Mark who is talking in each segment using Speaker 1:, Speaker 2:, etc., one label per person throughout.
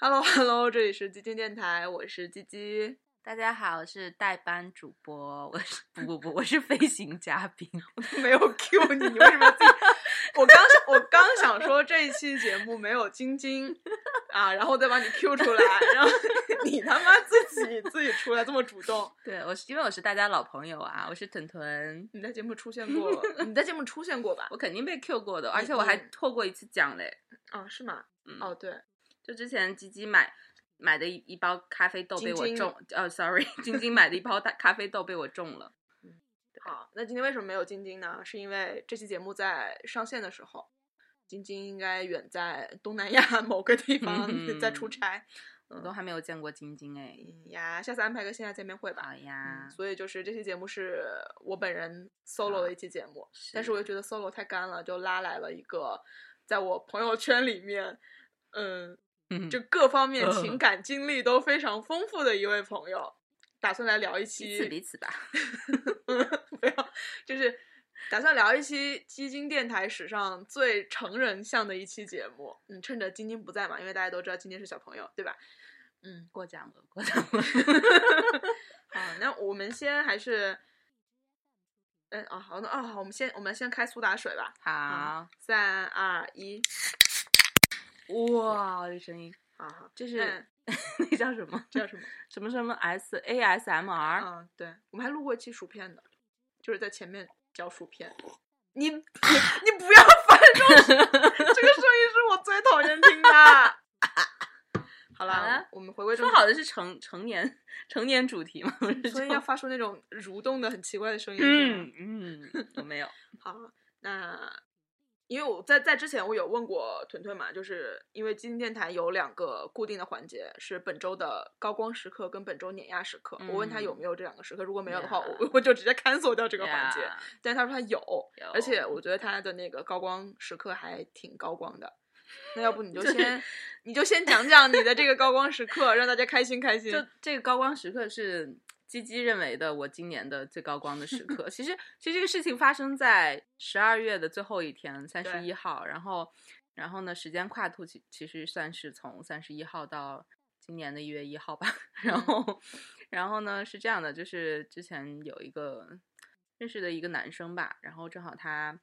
Speaker 1: Hello Hello，这里是基金电台，我是鸡鸡。
Speaker 2: 大家好，我是代班主播，我是不不不，我是飞行嘉宾。
Speaker 1: 我都 没有 Q 你，你为什么要自己？ 我刚想我刚想说这一期节目没有晶晶啊，然后再把你 Q 出来，然 后你他妈自己自己出来这么主动。
Speaker 2: 对我是因为我是大家老朋友啊，我是屯屯，
Speaker 1: 你在节目出现过，你在节目出现过吧？
Speaker 2: 我肯定被 Q 过的，
Speaker 1: 你
Speaker 2: 而且我还
Speaker 1: 你
Speaker 2: 透过一次奖嘞。
Speaker 1: 啊，是吗？
Speaker 2: 嗯
Speaker 1: 哦，对，
Speaker 2: 就之前吉吉买买的一一包咖啡豆被我
Speaker 1: 晶晶
Speaker 2: 中，呃、s o r r y 晶晶买的一包大咖啡豆被我中了。
Speaker 1: 好，那今天为什么没有晶晶呢？是因为这期节目在上线的时候，晶晶应该远在东南亚某个地方
Speaker 2: 嗯
Speaker 1: 在出差。
Speaker 2: 我都还没有见过晶晶哎。
Speaker 1: 嗯呀，下次安排个线下见面会吧。
Speaker 2: 好呀
Speaker 1: 嗯，，所以就是这期节目是我本人 solo 的一期节目，但是我又觉得 solo 太干了，就拉来了一个在我朋友圈里面，嗯，
Speaker 2: 嗯
Speaker 1: 就各方面
Speaker 2: 嗯
Speaker 1: 情感经历都非常丰富的一位朋友，打算来聊一
Speaker 2: 彼此彼
Speaker 1: 期，
Speaker 2: 此吧。
Speaker 1: 不要，就是打算聊一期基金电台史上最成人向的一期节目。嗯，趁着晶晶不在嘛，因为大家都知道晶晶是小朋友，对吧？嗯，
Speaker 2: 过奖了，过奖了。
Speaker 1: 啊，那我们先还是，嗯啊，好的啊，好，我们先我们先开苏打水吧，
Speaker 2: 好，
Speaker 1: 三二一，
Speaker 2: 嗯哇，这声音，
Speaker 1: 啊，好
Speaker 2: 这
Speaker 1: 嗯
Speaker 2: 是那叫什么？
Speaker 1: 这叫什 么？
Speaker 2: 什么什么 S A S M R？
Speaker 1: 啊，对，我们还录过一期薯片的，就是在前面嚼薯片。 你你不要翻这个这个声音是我最讨厌听 的。好
Speaker 2: 好
Speaker 1: 啦
Speaker 2: 了，
Speaker 1: 我们回归
Speaker 2: 说
Speaker 1: 正
Speaker 2: 好的是成成年成年主题吗？ 我是
Speaker 1: 题，所以
Speaker 2: 就
Speaker 1: 要发出那种蠕动的很奇怪的声音。是吗
Speaker 2: 嗯嗯，我 没有。
Speaker 1: 好，那因为我在在之前我有问过屯屯嘛，就是因为基金电台有两个固定的环节，是本周的高光时刻跟本周碾压时刻。我问他有没有这两个时刻，如果没有的话，我
Speaker 2: Yeah
Speaker 1: 我就直接 cancel 掉这个环节。
Speaker 2: Yeah，
Speaker 1: 但是他说他有，而且
Speaker 2: 有
Speaker 1: 我觉得他的那个高光时刻还挺高光的。那要不你就
Speaker 2: 就是
Speaker 1: 先，你就先讲讲你的这个高光时刻，让大家开心开心。
Speaker 2: 就这个高光时刻是鸡鸡认为的我今年的最高光的时刻。其实，其实这个事情发生在十二月的最后一天，三十一号。然后，然后呢，时间跨度其其实算是从三十一号到今年的一月一号吧。 然后，然后呢是这样的，就是之前有一个认识的一个男生吧，然后正好他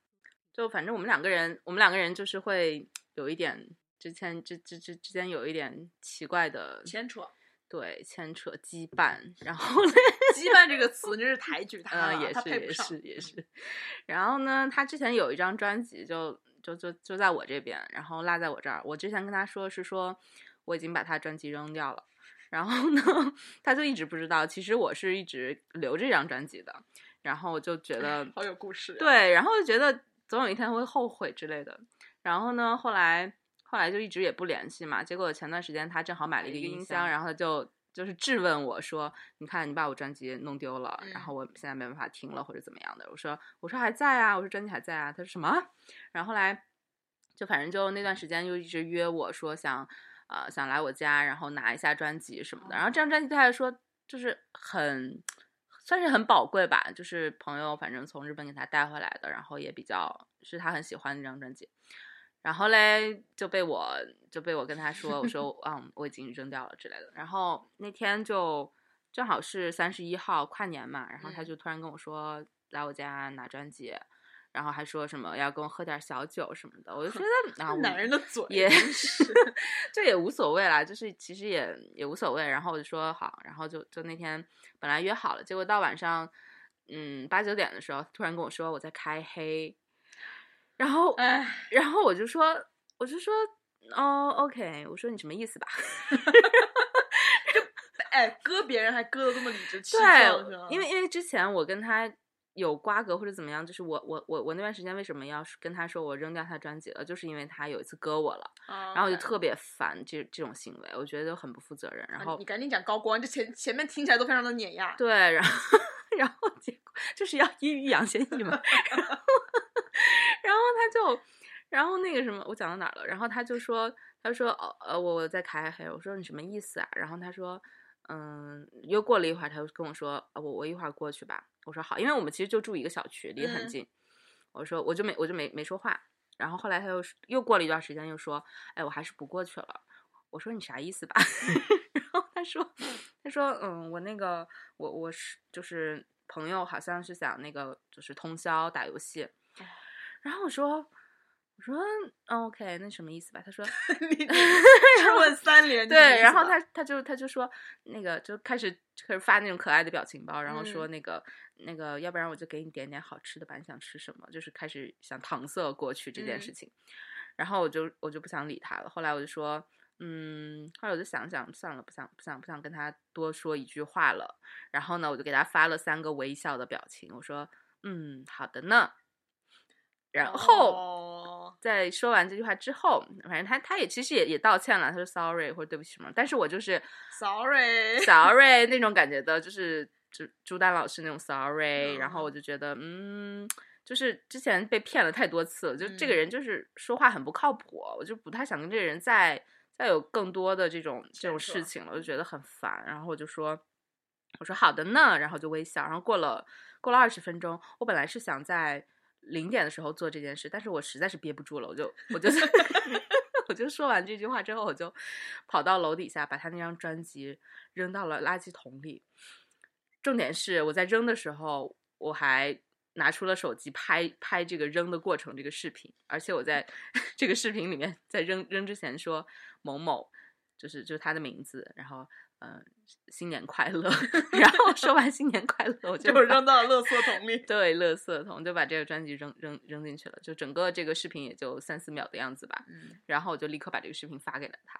Speaker 2: 就反正我们两个人，我们两个人就是会有一点。之前之之之之间有一点奇怪的
Speaker 1: 牵扯，
Speaker 2: 对，牵扯羁绊，然后呢，
Speaker 1: 羁绊这个词啊真是抬举他了，
Speaker 2: 嗯，也
Speaker 1: 他
Speaker 2: 是
Speaker 1: 配不
Speaker 2: 也
Speaker 1: 上
Speaker 2: 是也是，然后呢，他之前有一张专辑就就就就在我这边，然后落在我这儿，我之前跟他说是说我已经把他专辑扔掉了。然后呢，他就一直不知道，其实我是一直留这张专辑的。然后我就觉得，
Speaker 1: 哎好有故事啊。
Speaker 2: 对，然后就觉得总有一天会后悔之类的。然后呢，后来后来就一直也不联系嘛。结果前段时间他正好买了一个音箱，然后就就是质问我说：“你看，你把我专辑弄丢了，然后我现在没办法听了，或者怎么样的？”我说：“我说还在啊，我说专辑还在啊。”他说什么？然后后来就反正就那段时间就一直约我说想呃想来我家，然后拿一下专辑什么的。然后这张专辑对他来说就是很算是很宝贵吧，就是朋友反正从日本给他带回来的，然后也比较是他很喜欢的那张专辑。然后嘞就被我就被我跟他说，我说嗯我已经扔掉了之类的。然后那天就正好是三十一号跨年嘛，然后他
Speaker 1: 嗯
Speaker 2: 就突然跟我说来我家拿专辑。然后还说什么要跟我喝点小酒什么的，我 就觉得啊，我
Speaker 1: 男人的嘴
Speaker 2: 也
Speaker 1: 真 是
Speaker 2: 这也无所谓啦，就是其实也也无所谓。然后我就说好，然后就就那天本来约好了，结果到晚上，嗯八九点的时候，突然跟我说我在开黑，然后
Speaker 1: 哎，
Speaker 2: 然后我就说我就说哦 OK，我说你什么意思吧？
Speaker 1: 哎，割别人还割的这么理直气壮，是吗
Speaker 2: 对，因为因为之前我跟他有瓜葛或者怎么样，就是我我我我那段时间为什么要跟他说我扔掉他专辑了，就是因为他有一次割我了，然
Speaker 1: 然
Speaker 2: 后我就特别烦这这种行为，我觉得很不负责任。然
Speaker 1: 啊
Speaker 2: 后
Speaker 1: 你赶紧讲高光，这前前面听起来都非常的碾压。
Speaker 2: 对，然后 然后结果就是要一语养先抑嘛，然后 然后他就，然后那个什么，我讲到哪儿了？然后他就说，他说哦呃我我在开黑，我说你什么意思啊？然后他说。嗯，又过了一会儿，他就跟我说：“啊我我一会儿过去吧。”我说：“好，因为我们其实就住一个小区，离很
Speaker 1: 嗯
Speaker 2: 近。我说：“我就没我就没没说话。”然后后来他又是又过了一段时间，又说：“哎，我还是不过去了。”我我说你啥意思吧？ 然后他说他说嗯，我那个我我是就是朋友好像是想那个就是通宵打游戏，然后我说。我说、嗯 OK，那什么意思吧？他说
Speaker 1: 你质问三连，
Speaker 2: 对，然后他他就他就说那个就开始开始发那种可爱的表情包，然后说那个、那个，要不然我就给你点点好吃的吧，你想吃什么？就是开始想搪塞过去这件事情，然后我就我就不想理他了。后来我就说，嗯，后来我就想想算了，不想不想不想跟他多说一句话了。然后呢，我就给他发了三个微笑的表情，我说，嗯，好的呢。然后。
Speaker 1: 哦
Speaker 2: 在说完这句话之后，反正他他也其实也也道歉了，他说 sorry 或者对不起什么，但是我就是
Speaker 1: sorry，
Speaker 2: sorry 那种感觉的，就是朱朱丹老师那种 sorry，、然后我就觉得嗯，就是之前被骗了太多次了，就这个
Speaker 1: 嗯
Speaker 2: 人就是说话很不靠谱，我就不太想跟这个人再再有更多的这种这种
Speaker 1: 牵扯
Speaker 2: 事情了，我就觉得很烦，然后我就说。我说好的呢，然后就微笑。然后过了过了二十分钟，我本来是想在零点的时候做这件事，但是我实在是憋不住了，我就我就 我就说完这句话之后，我就跑到楼底下把他那张专辑扔到了垃圾桶里。重点是我在扔的时候，我还拿出了手机拍拍这个扔的过程这个视频，而且我在 这个视频里面在扔扔之前说某某，就是就是他的名字，然后嗯、呃新年快乐， 然后说完新年快乐，我就
Speaker 1: 就
Speaker 2: 把
Speaker 1: 扔到了垃圾桶 里。
Speaker 2: 对，垃圾桶就把这个专辑扔扔扔进去了，就整个这个视频也就三四秒的样子吧。
Speaker 1: 嗯，
Speaker 2: 然后我就立刻把这个视频发给了他，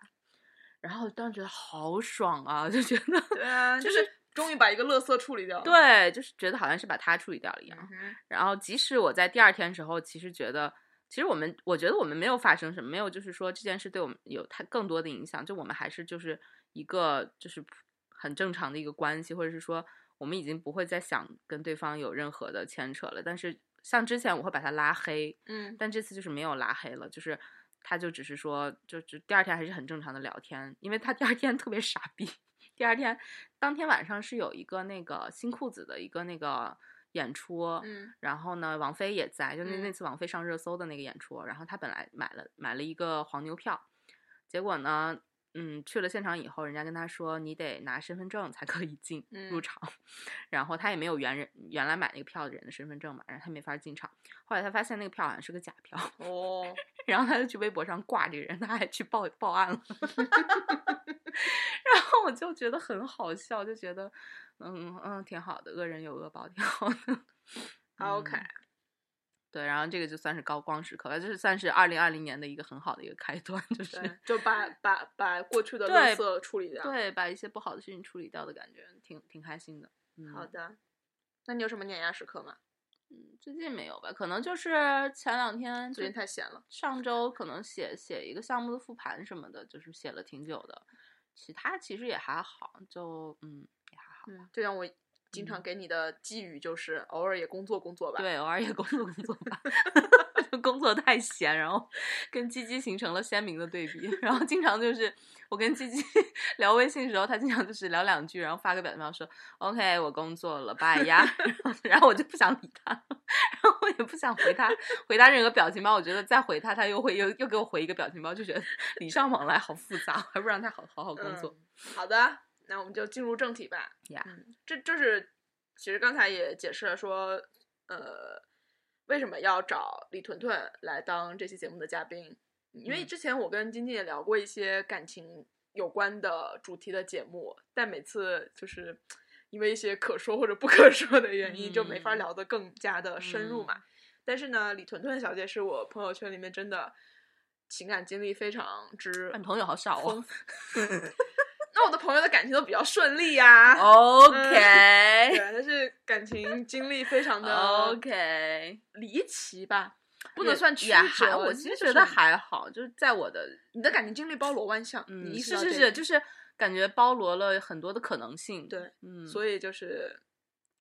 Speaker 2: 然后当时觉得好爽啊，就觉得
Speaker 1: 对啊，
Speaker 2: 就
Speaker 1: 就是是终于把一个垃圾处理掉了。
Speaker 2: 对，就是觉得好像是把他处理掉了一样。
Speaker 1: 嗯哼，
Speaker 2: 然后即使我在第二天的时候，其实觉得，其实我们我觉得我们没有发生什么，没有就是说这件事对我们有太更多的影响，就我们还是就是一个就是很正常的一个关系，或者是说我们已经不会再想跟对方有任何的牵扯了。但是像之前我会把他拉黑，
Speaker 1: 嗯
Speaker 2: 但这次就是没有拉黑了，就是。他就只是说，就就第二天还是很正常的聊天，因为他第二天特别傻逼，第二天当天晚上是有一个那个新裤子的一个那个演出，
Speaker 1: 嗯
Speaker 2: 然后呢，王菲也在，就那那
Speaker 1: 嗯
Speaker 2: 次王菲上热搜的那个演出，然后她本来买了买了一个黄牛票，结果呢，嗯，去了现场以后，人家跟她说你得拿身份证才可以进入
Speaker 1: 嗯
Speaker 2: 场，然后她也没有原人原来买那个票的人的身份证嘛，然后她没法进场。后来她发现那个票好像是个假票，
Speaker 1: 哦，
Speaker 2: 然后他就去微博上挂这个人，他还去报报案了。 然后我就觉得很好笑，就觉得嗯嗯挺好的，恶人有恶报，挺好的。
Speaker 1: OK
Speaker 2: 嗯对，然后这个就算是高光时刻了，就是算是二零二零年的一个很好的一个开端，就是
Speaker 1: 对，就 把把把过去的
Speaker 2: 对
Speaker 1: 垃圾处理掉。
Speaker 2: 对把一些不好的事情处理掉的感觉，挺挺开心的。嗯、
Speaker 1: 好的，那你有什么碾压时刻吗？
Speaker 2: 嗯，最近没有吧？可能就是前两天，
Speaker 1: 最近太闲了。
Speaker 2: 上周可能写写一个项目的复盘什么的，就是写了挺久的，其他其实也还好，就嗯也还好。
Speaker 1: 嗯，就像我经常
Speaker 2: 嗯
Speaker 1: 给你的寄语就是，偶尔也工作工作吧。，
Speaker 2: 对，偶尔也工作工作吧， 就工作太闲，然后跟鸡鸡形成了鲜明的对比。 然后经常就是我跟鸡鸡 聊微信的时候，他经常就是聊两句，然后发个表情包说 “OK，我工作了，拜呀”，然后 然后我就不想理他了，然后我也不想回他回他任何表情包。我觉得再回他，他又会又又给我回一个表情包，就觉得礼尚往来好复杂，还不如让他好好好
Speaker 1: 嗯
Speaker 2: 工作。
Speaker 1: 好的，那我们就进入正题吧。
Speaker 2: 呀
Speaker 1: 嗯，这就是其实刚才也解释了说，呃，为什么要找李屯屯来当这期节目的嘉宾？因为
Speaker 2: 嗯
Speaker 1: 之前我跟晶晶也聊过一些感情有关的主题的节目，但每次就是因为一些可说或者不可说的原因，就没法
Speaker 2: 嗯
Speaker 1: 聊得更加的深入嘛。但是呢，李屯屯小姐是我朋友圈里面真的情感经历非常之
Speaker 2: 你朋友好少哦。
Speaker 1: 那我的朋友的感情都比较顺利呀、
Speaker 2: 哦
Speaker 1: 对，啊
Speaker 2: OK
Speaker 1: 但是感情经历非常嗯的
Speaker 2: OK。
Speaker 1: 离奇吧，不能
Speaker 2: 哦也
Speaker 1: 算曲
Speaker 2: 也还，
Speaker 1: 折。
Speaker 2: 我
Speaker 1: 你
Speaker 2: 其实
Speaker 1: 就
Speaker 2: 觉得
Speaker 1: 是
Speaker 2: 还好，就是在我的，
Speaker 1: 你的感情经历包罗万象，你
Speaker 2: 嗯，
Speaker 1: 意识到
Speaker 2: 是是
Speaker 1: 这一
Speaker 2: 是，就
Speaker 1: 点
Speaker 2: 是感觉包罗了很多的可能性。
Speaker 1: 对，
Speaker 2: 嗯，以
Speaker 1: 所以就是。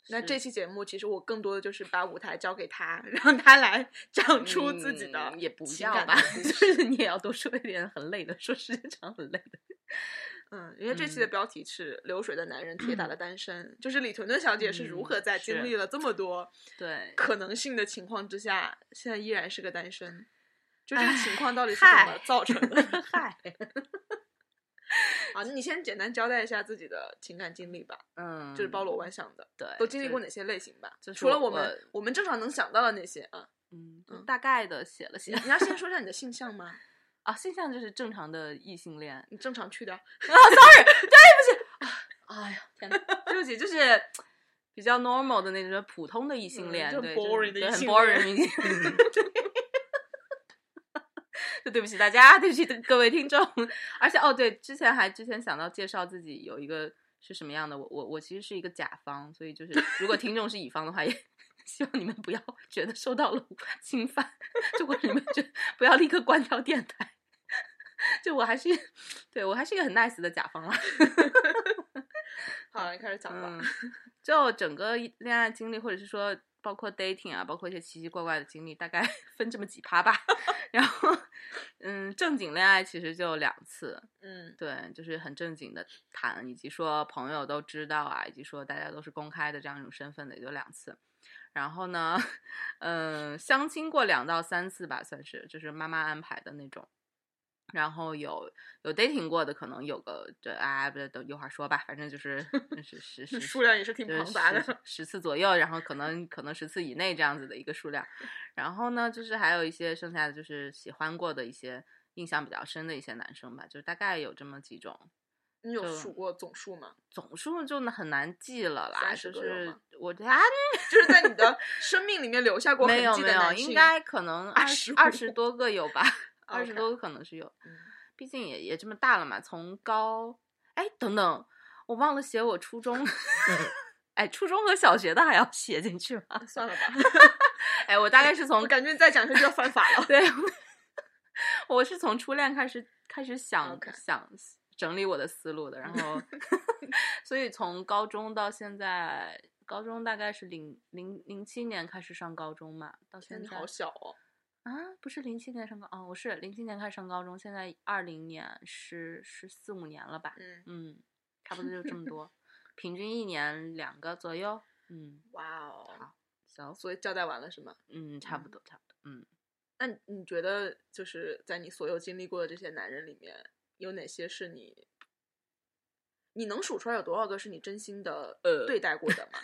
Speaker 1: 那
Speaker 2: 是
Speaker 1: 这期节目，其实我更多的就是把舞台交给他，让他来 讲出自己的、
Speaker 2: 嗯也不
Speaker 1: 情
Speaker 2: 要
Speaker 1: 感
Speaker 2: 吧
Speaker 1: 的，故
Speaker 2: 就是你也要多说一点很累的，说时间长很累的。
Speaker 1: 嗯，因为这期的标题是“流水的男人，铁打的单身”，就是李屯屯小姐是如
Speaker 2: 嗯
Speaker 1: 何在
Speaker 2: 是
Speaker 1: 经历了这么多
Speaker 2: 对，
Speaker 1: 可能性的情况之下，现在依然是个单身，就这个
Speaker 2: 唉
Speaker 1: 情况到底是怎么
Speaker 2: 嗨
Speaker 1: 造成的？
Speaker 2: 嗨，
Speaker 1: 啊，那你先简单交代一下自己的情感经历吧，
Speaker 2: 嗯，
Speaker 1: 就是包罗万象的，
Speaker 2: 对，
Speaker 1: 都经历
Speaker 2: 哎就
Speaker 1: 过哪些类型吧？
Speaker 2: 就是
Speaker 1: 除了
Speaker 2: 我
Speaker 1: 们我们正常能想到的那些 啊，
Speaker 2: 嗯，就
Speaker 1: 嗯
Speaker 2: 大概的写了写
Speaker 1: 你要先说一下你的性向吗？
Speaker 2: 啊，性向就是正常的异性恋。
Speaker 1: 你正常去的，
Speaker 2: 哎呀，天 呐，对不起，就是比较 normal 的那种普通的异性
Speaker 1: 嗯
Speaker 2: 恋，
Speaker 1: 就
Speaker 2: 对，
Speaker 1: boring 的
Speaker 2: 对
Speaker 1: 异
Speaker 2: 很
Speaker 1: 性
Speaker 2: boring 的异性 恋。就对不起大家，对不起各位听众，而且哦，对，之前还之前想到介绍自己有一个是什么样的，我我我其实是一个甲方，所以就是如果听众是乙方的话，也希望你们不要觉得受到了侵犯，就或者你们觉得不要立刻关掉电台， 就我还是对我还是一个很 nice 的甲方啦。
Speaker 1: 好，你开始讲吧。
Speaker 2: 嗯，就整个一恋爱经历，或者是说包括 dating 啊，包括一些奇奇怪怪的经历，大概 分这么几趴吧。 然后，嗯，正经恋爱其实就两次，
Speaker 1: 嗯
Speaker 2: 对，就是很正经的谈，以及说朋友都知道啊，以及说大家都是公开的这样一种身份的，也就两次。然后呢，嗯，相亲过两到三次吧，算是就是妈妈安排的那种。然后有有 dating 过的，可能有个这啊，不对，等一会儿说吧，反正就是 是是
Speaker 1: 那
Speaker 2: 是
Speaker 1: 数量也是挺
Speaker 2: 就是
Speaker 1: 庞杂的
Speaker 2: 十，十次左右，然后可能可能十次以内这样子的一个数量。然后呢，就是还有一些剩下的就是喜欢过的一些印象比较深的一些男生吧，就是大概有这么几种，
Speaker 1: 你有
Speaker 2: 就
Speaker 1: 数过总数吗？
Speaker 2: 总数就很难记了啦。
Speaker 1: 30
Speaker 2: 就
Speaker 1: 个有
Speaker 2: 是
Speaker 1: 吗
Speaker 2: 我啊，
Speaker 1: 就是在你的生命里面留下过痕
Speaker 2: 没有
Speaker 1: 迹
Speaker 2: 没
Speaker 1: 的
Speaker 2: 有，
Speaker 1: 男性，
Speaker 2: 应该可能二十
Speaker 1: 25
Speaker 2: 二十多个 有吧，二
Speaker 1: OK
Speaker 2: 十多个可能是有，
Speaker 1: 嗯
Speaker 2: 毕竟也也这么大了嘛。从高哎等等，我忘了写我初 中，哎初中和小学的还要写进去吗？
Speaker 1: 啊算 了吧。
Speaker 2: 哎，我大概是从
Speaker 1: 我感觉你再讲下去要犯法了。
Speaker 2: 对， 我是从初恋开始开始想
Speaker 1: OK
Speaker 2: 想整理我的思路的，然 后，所以从高中到现在，高中大概是零零零七年开始上高中嘛，到
Speaker 1: 天，
Speaker 2: 现
Speaker 1: 你
Speaker 2: 在
Speaker 1: 好小哦。
Speaker 2: 啊，不是零七年上高哦，我是零七年开始上高中，现在二零年十十四五年了吧，
Speaker 1: 嗯，
Speaker 2: 嗯，差不多就这 么多，平均一年两个左右，嗯
Speaker 1: 哇哦。
Speaker 2: ，so
Speaker 1: 所以交代完了是吗？
Speaker 2: 嗯，差不
Speaker 1: 嗯
Speaker 2: 多差不多，嗯。
Speaker 1: 那你你觉得就是在你所有经历过的这些男人里面，有哪些是你，你能数出来有多少个是你真心的
Speaker 2: 呃
Speaker 1: 对待过的 吗？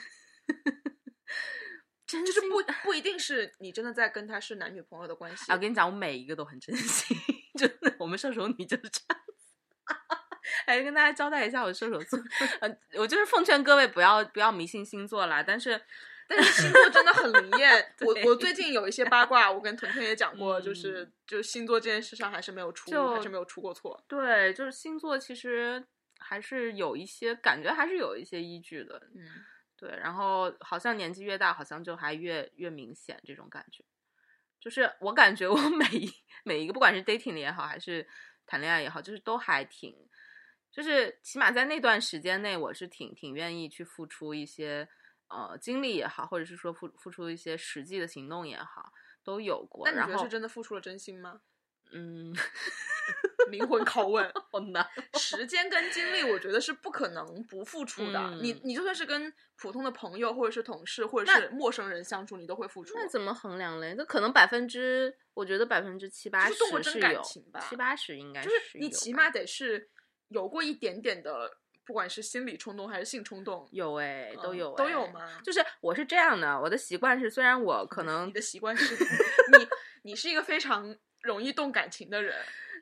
Speaker 2: 真
Speaker 1: 就是
Speaker 2: 心
Speaker 1: 不不一定是你真的在跟他是男女朋友的关系
Speaker 2: 啊，我。跟你讲，我每一个都很珍惜， 真的，我们射手女就是这样子。 哎，跟大家交代一下，我射手座，呃，我就是奉劝各位不要不要迷信星座啦。但是，。
Speaker 1: 但是星座真的很灵验我
Speaker 2: 对
Speaker 1: 我最近有一些八卦，我跟屯屯也讲过，
Speaker 2: 嗯
Speaker 1: 就是就是星座这件事上还是没有出，
Speaker 2: 就
Speaker 1: 还是没有出过错。
Speaker 2: 对，就是星座其实还是有一些感觉，还是有一些依据的。
Speaker 1: 嗯，
Speaker 2: 对，然后好像年纪越大，好像就还越越明显这种感觉。就是我感觉我 每一每一个，不管是 dating 里也好，还是谈恋爱也好，就是都还挺，就是起码在那段时间内，我是挺挺愿意去付出一些呃精力也好，或者是说付付出一些实际的行动也好，都有过。
Speaker 1: 那你觉
Speaker 2: 然
Speaker 1: 得
Speaker 2: 后
Speaker 1: 是真的付出了真心吗？
Speaker 2: 嗯，
Speaker 1: 灵魂拷问，
Speaker 2: 好难。
Speaker 1: 时间跟精力，我觉得是不可能不付出的。
Speaker 2: 嗯
Speaker 1: 你你就算是跟普通的朋友，或者是同事，或者
Speaker 2: 那
Speaker 1: 是陌生人相处，你都会付出。
Speaker 2: 那怎么衡量嘞？那可能百分之，我觉得百分之七八
Speaker 1: 就
Speaker 2: 十
Speaker 1: 是动过真
Speaker 2: 是
Speaker 1: 感
Speaker 2: 有
Speaker 1: 情吧，
Speaker 2: 七八十应该
Speaker 1: 就是你
Speaker 2: 有
Speaker 1: 起
Speaker 2: 吧
Speaker 1: 码得是有过一点点的，不管是心理冲动还是性冲动，
Speaker 2: 有哎、都
Speaker 1: 嗯
Speaker 2: 有、
Speaker 1: 都有
Speaker 2: 哎？
Speaker 1: 吗？
Speaker 2: 就是我是这样的，我的习惯是，虽然我可
Speaker 1: 你
Speaker 2: 能
Speaker 1: 你的习惯 是你你是一个非常容易动感情的人，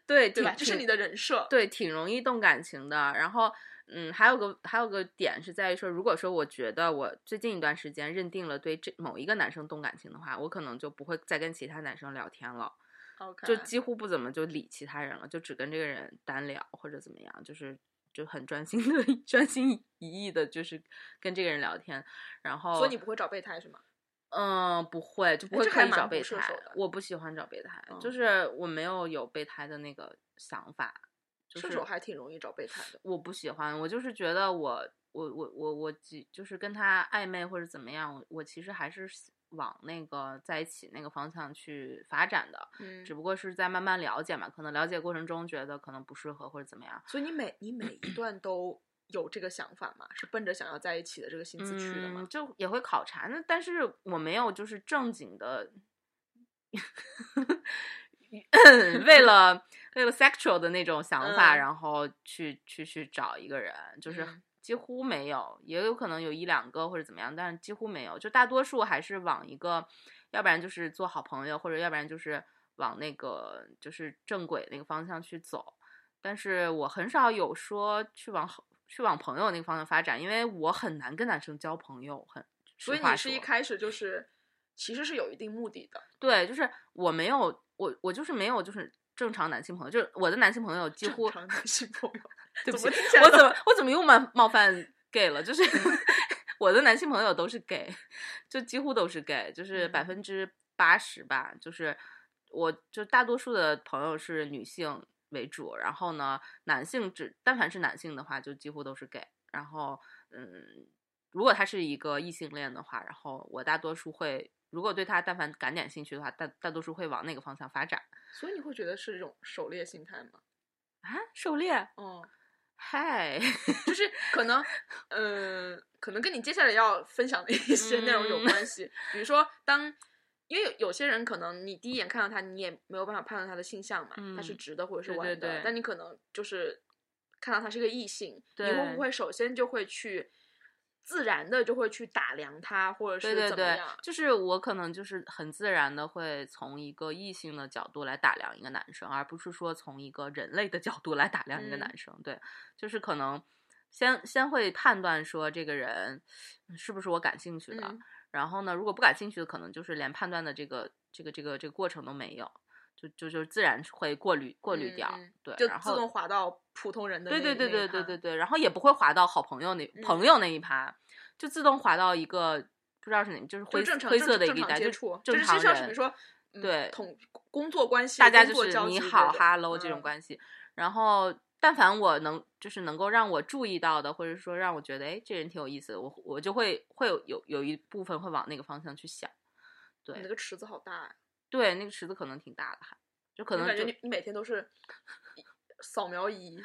Speaker 2: 对
Speaker 1: 对吧？
Speaker 2: 挺
Speaker 1: 这是
Speaker 2: 挺
Speaker 1: 你的人设。
Speaker 2: 对挺容易动感情的。然后，嗯，还有个还有个点是在于说，如果说我觉得我最近一段时间认定了对这某一个男生动感情的话，我可能就不会再跟其他男生聊天了，
Speaker 1: ，OK，
Speaker 2: 就几乎不怎么就理其他人了，就只跟这个人单聊或者怎么样，就是。就很专心的、 专心一意的，就是跟这个人聊天，然后
Speaker 1: 所以你不会找备胎是吗？
Speaker 2: 嗯，不会，就不
Speaker 1: 哎
Speaker 2: 会
Speaker 1: 这个
Speaker 2: 刻
Speaker 1: 还
Speaker 2: 意找
Speaker 1: 蛮不
Speaker 2: 备
Speaker 1: 射
Speaker 2: 胎
Speaker 1: 手的。
Speaker 2: 我不喜欢找备胎，就
Speaker 1: 嗯
Speaker 2: 是我没有有备胎的那个想法。就
Speaker 1: 射
Speaker 2: 是
Speaker 1: 手还挺容易找备胎的。
Speaker 2: 我不喜欢，我就是觉得我我我我我几就是跟他暧昧或者怎么样，我我其实还是往那个在一起那个方向去发展的，
Speaker 1: 嗯
Speaker 2: 只不过是在慢慢了解嘛，可能了解过程中觉得可能不适合或者怎么样。
Speaker 1: 所以你每你每一段都有这个想法吗？是奔着想要在一起的这个心思去的
Speaker 2: 嗯
Speaker 1: 吗？
Speaker 2: 就也会考察，那但是我没有就是 正经的，为了为了 sexual 的那种想法，
Speaker 1: 嗯
Speaker 2: 然后去去去找一个人，就是
Speaker 1: 嗯
Speaker 2: 几乎没有，也有可能有一两个或者怎么样，但是几乎没有，就大多数还是往一个，要不然就是做好朋友，或者要不然就是往那个就是正轨那个方向去走。但是我很少有说去往好去往朋友那个方向发展，因为我很难跟男生交朋友，很
Speaker 1: 所以
Speaker 2: 实话
Speaker 1: 你是一
Speaker 2: 说
Speaker 1: 开始就是其实是有一定目的的，
Speaker 2: 对，就是我没有，我我就是没有，就是正常男性朋友，就是我的男性朋友几
Speaker 1: 正
Speaker 2: 乎，
Speaker 1: 常 男性朋友，
Speaker 2: 对不
Speaker 1: 怎么
Speaker 2: 起
Speaker 1: 听起，来
Speaker 2: 我
Speaker 1: 都
Speaker 2: 怎么 我怎么又冒冒犯 gay 了？就是 我的男性朋友都是 gay，就几乎都是 gay，就是
Speaker 1: 嗯
Speaker 2: 百分之八十吧，就是我就大多数的朋友是女性为主，然后呢，男性只但凡是男性的话，就几乎都是 gay，然后嗯，如果他是一个异性恋的话，然后我大多数会，如果对他但凡感点兴趣的话，大大多数会往那个方向发展
Speaker 1: 所以你会觉得是一种狩猎心态吗？
Speaker 2: 啊。狩猎，
Speaker 1: 哦、
Speaker 2: 嗨，
Speaker 1: 就是可能，嗯、可能跟你接下来要分享的一些内容有
Speaker 2: 嗯
Speaker 1: 关系。比如说当，因为有有些人可能你第一眼看到他，你也没有办法判断他的性向嘛，他是
Speaker 2: 嗯
Speaker 1: 直的或者是
Speaker 2: 对
Speaker 1: 弯
Speaker 2: 对
Speaker 1: 的，
Speaker 2: 对
Speaker 1: 但你可能就是看到他是个异性，你
Speaker 2: 对
Speaker 1: 会不会首先就会去自然的就会去打量他，或者
Speaker 2: 对
Speaker 1: 是
Speaker 2: 对
Speaker 1: 怎么
Speaker 2: 对
Speaker 1: 样？，
Speaker 2: 就是我可能就是很自然的会从一个异性的角度来打量一个男生，而不是说从一个人类的角度来打量一个
Speaker 1: 嗯
Speaker 2: 男生。对，就是可能先先会判断说这个人嗯是不是我感兴趣的，
Speaker 1: 嗯
Speaker 2: 然后呢，如果不感兴趣的，可能就是连判断的这个这个这个这个过程都没有，就就就自然会过滤过滤掉。
Speaker 1: 嗯嗯
Speaker 2: 对，
Speaker 1: 就
Speaker 2: 然
Speaker 1: 自动
Speaker 2: 后
Speaker 1: 滑到普通人的
Speaker 2: 对
Speaker 1: 那
Speaker 2: 对
Speaker 1: 一
Speaker 2: 对
Speaker 1: 那一
Speaker 2: 对对
Speaker 1: 趴嗯
Speaker 2: 对对，然后也不会滑到好朋友那、朋友那一趴，就自动滑到一个不知道是哪，就是
Speaker 1: 就
Speaker 2: 灰
Speaker 1: 正常
Speaker 2: 灰
Speaker 1: 正
Speaker 2: 色的一
Speaker 1: 正
Speaker 2: 个地
Speaker 1: 常
Speaker 2: 带，
Speaker 1: 接
Speaker 2: 就
Speaker 1: 触，
Speaker 2: 正
Speaker 1: 是
Speaker 2: 常
Speaker 1: 就像是比
Speaker 2: 人
Speaker 1: 如说，嗯
Speaker 2: 对
Speaker 1: 同工作关系，
Speaker 2: 大家
Speaker 1: 工
Speaker 2: 就
Speaker 1: 作
Speaker 2: 是
Speaker 1: 交
Speaker 2: 你
Speaker 1: 集
Speaker 2: 好
Speaker 1: 这
Speaker 2: 哈喽这种
Speaker 1: 嗯
Speaker 2: 关系。然后，但凡我能就是能够让我注意到的，或者说让我觉得哎这人挺有意思的，我我就会会有有有一部分会往那个方向去想。
Speaker 1: 你
Speaker 2: 对
Speaker 1: 那个池子好大呀、
Speaker 2: 对，那个池子可能挺大的，还就可
Speaker 1: 我
Speaker 2: 能
Speaker 1: 感觉
Speaker 2: 就
Speaker 1: 你你每天都 是一扫描仪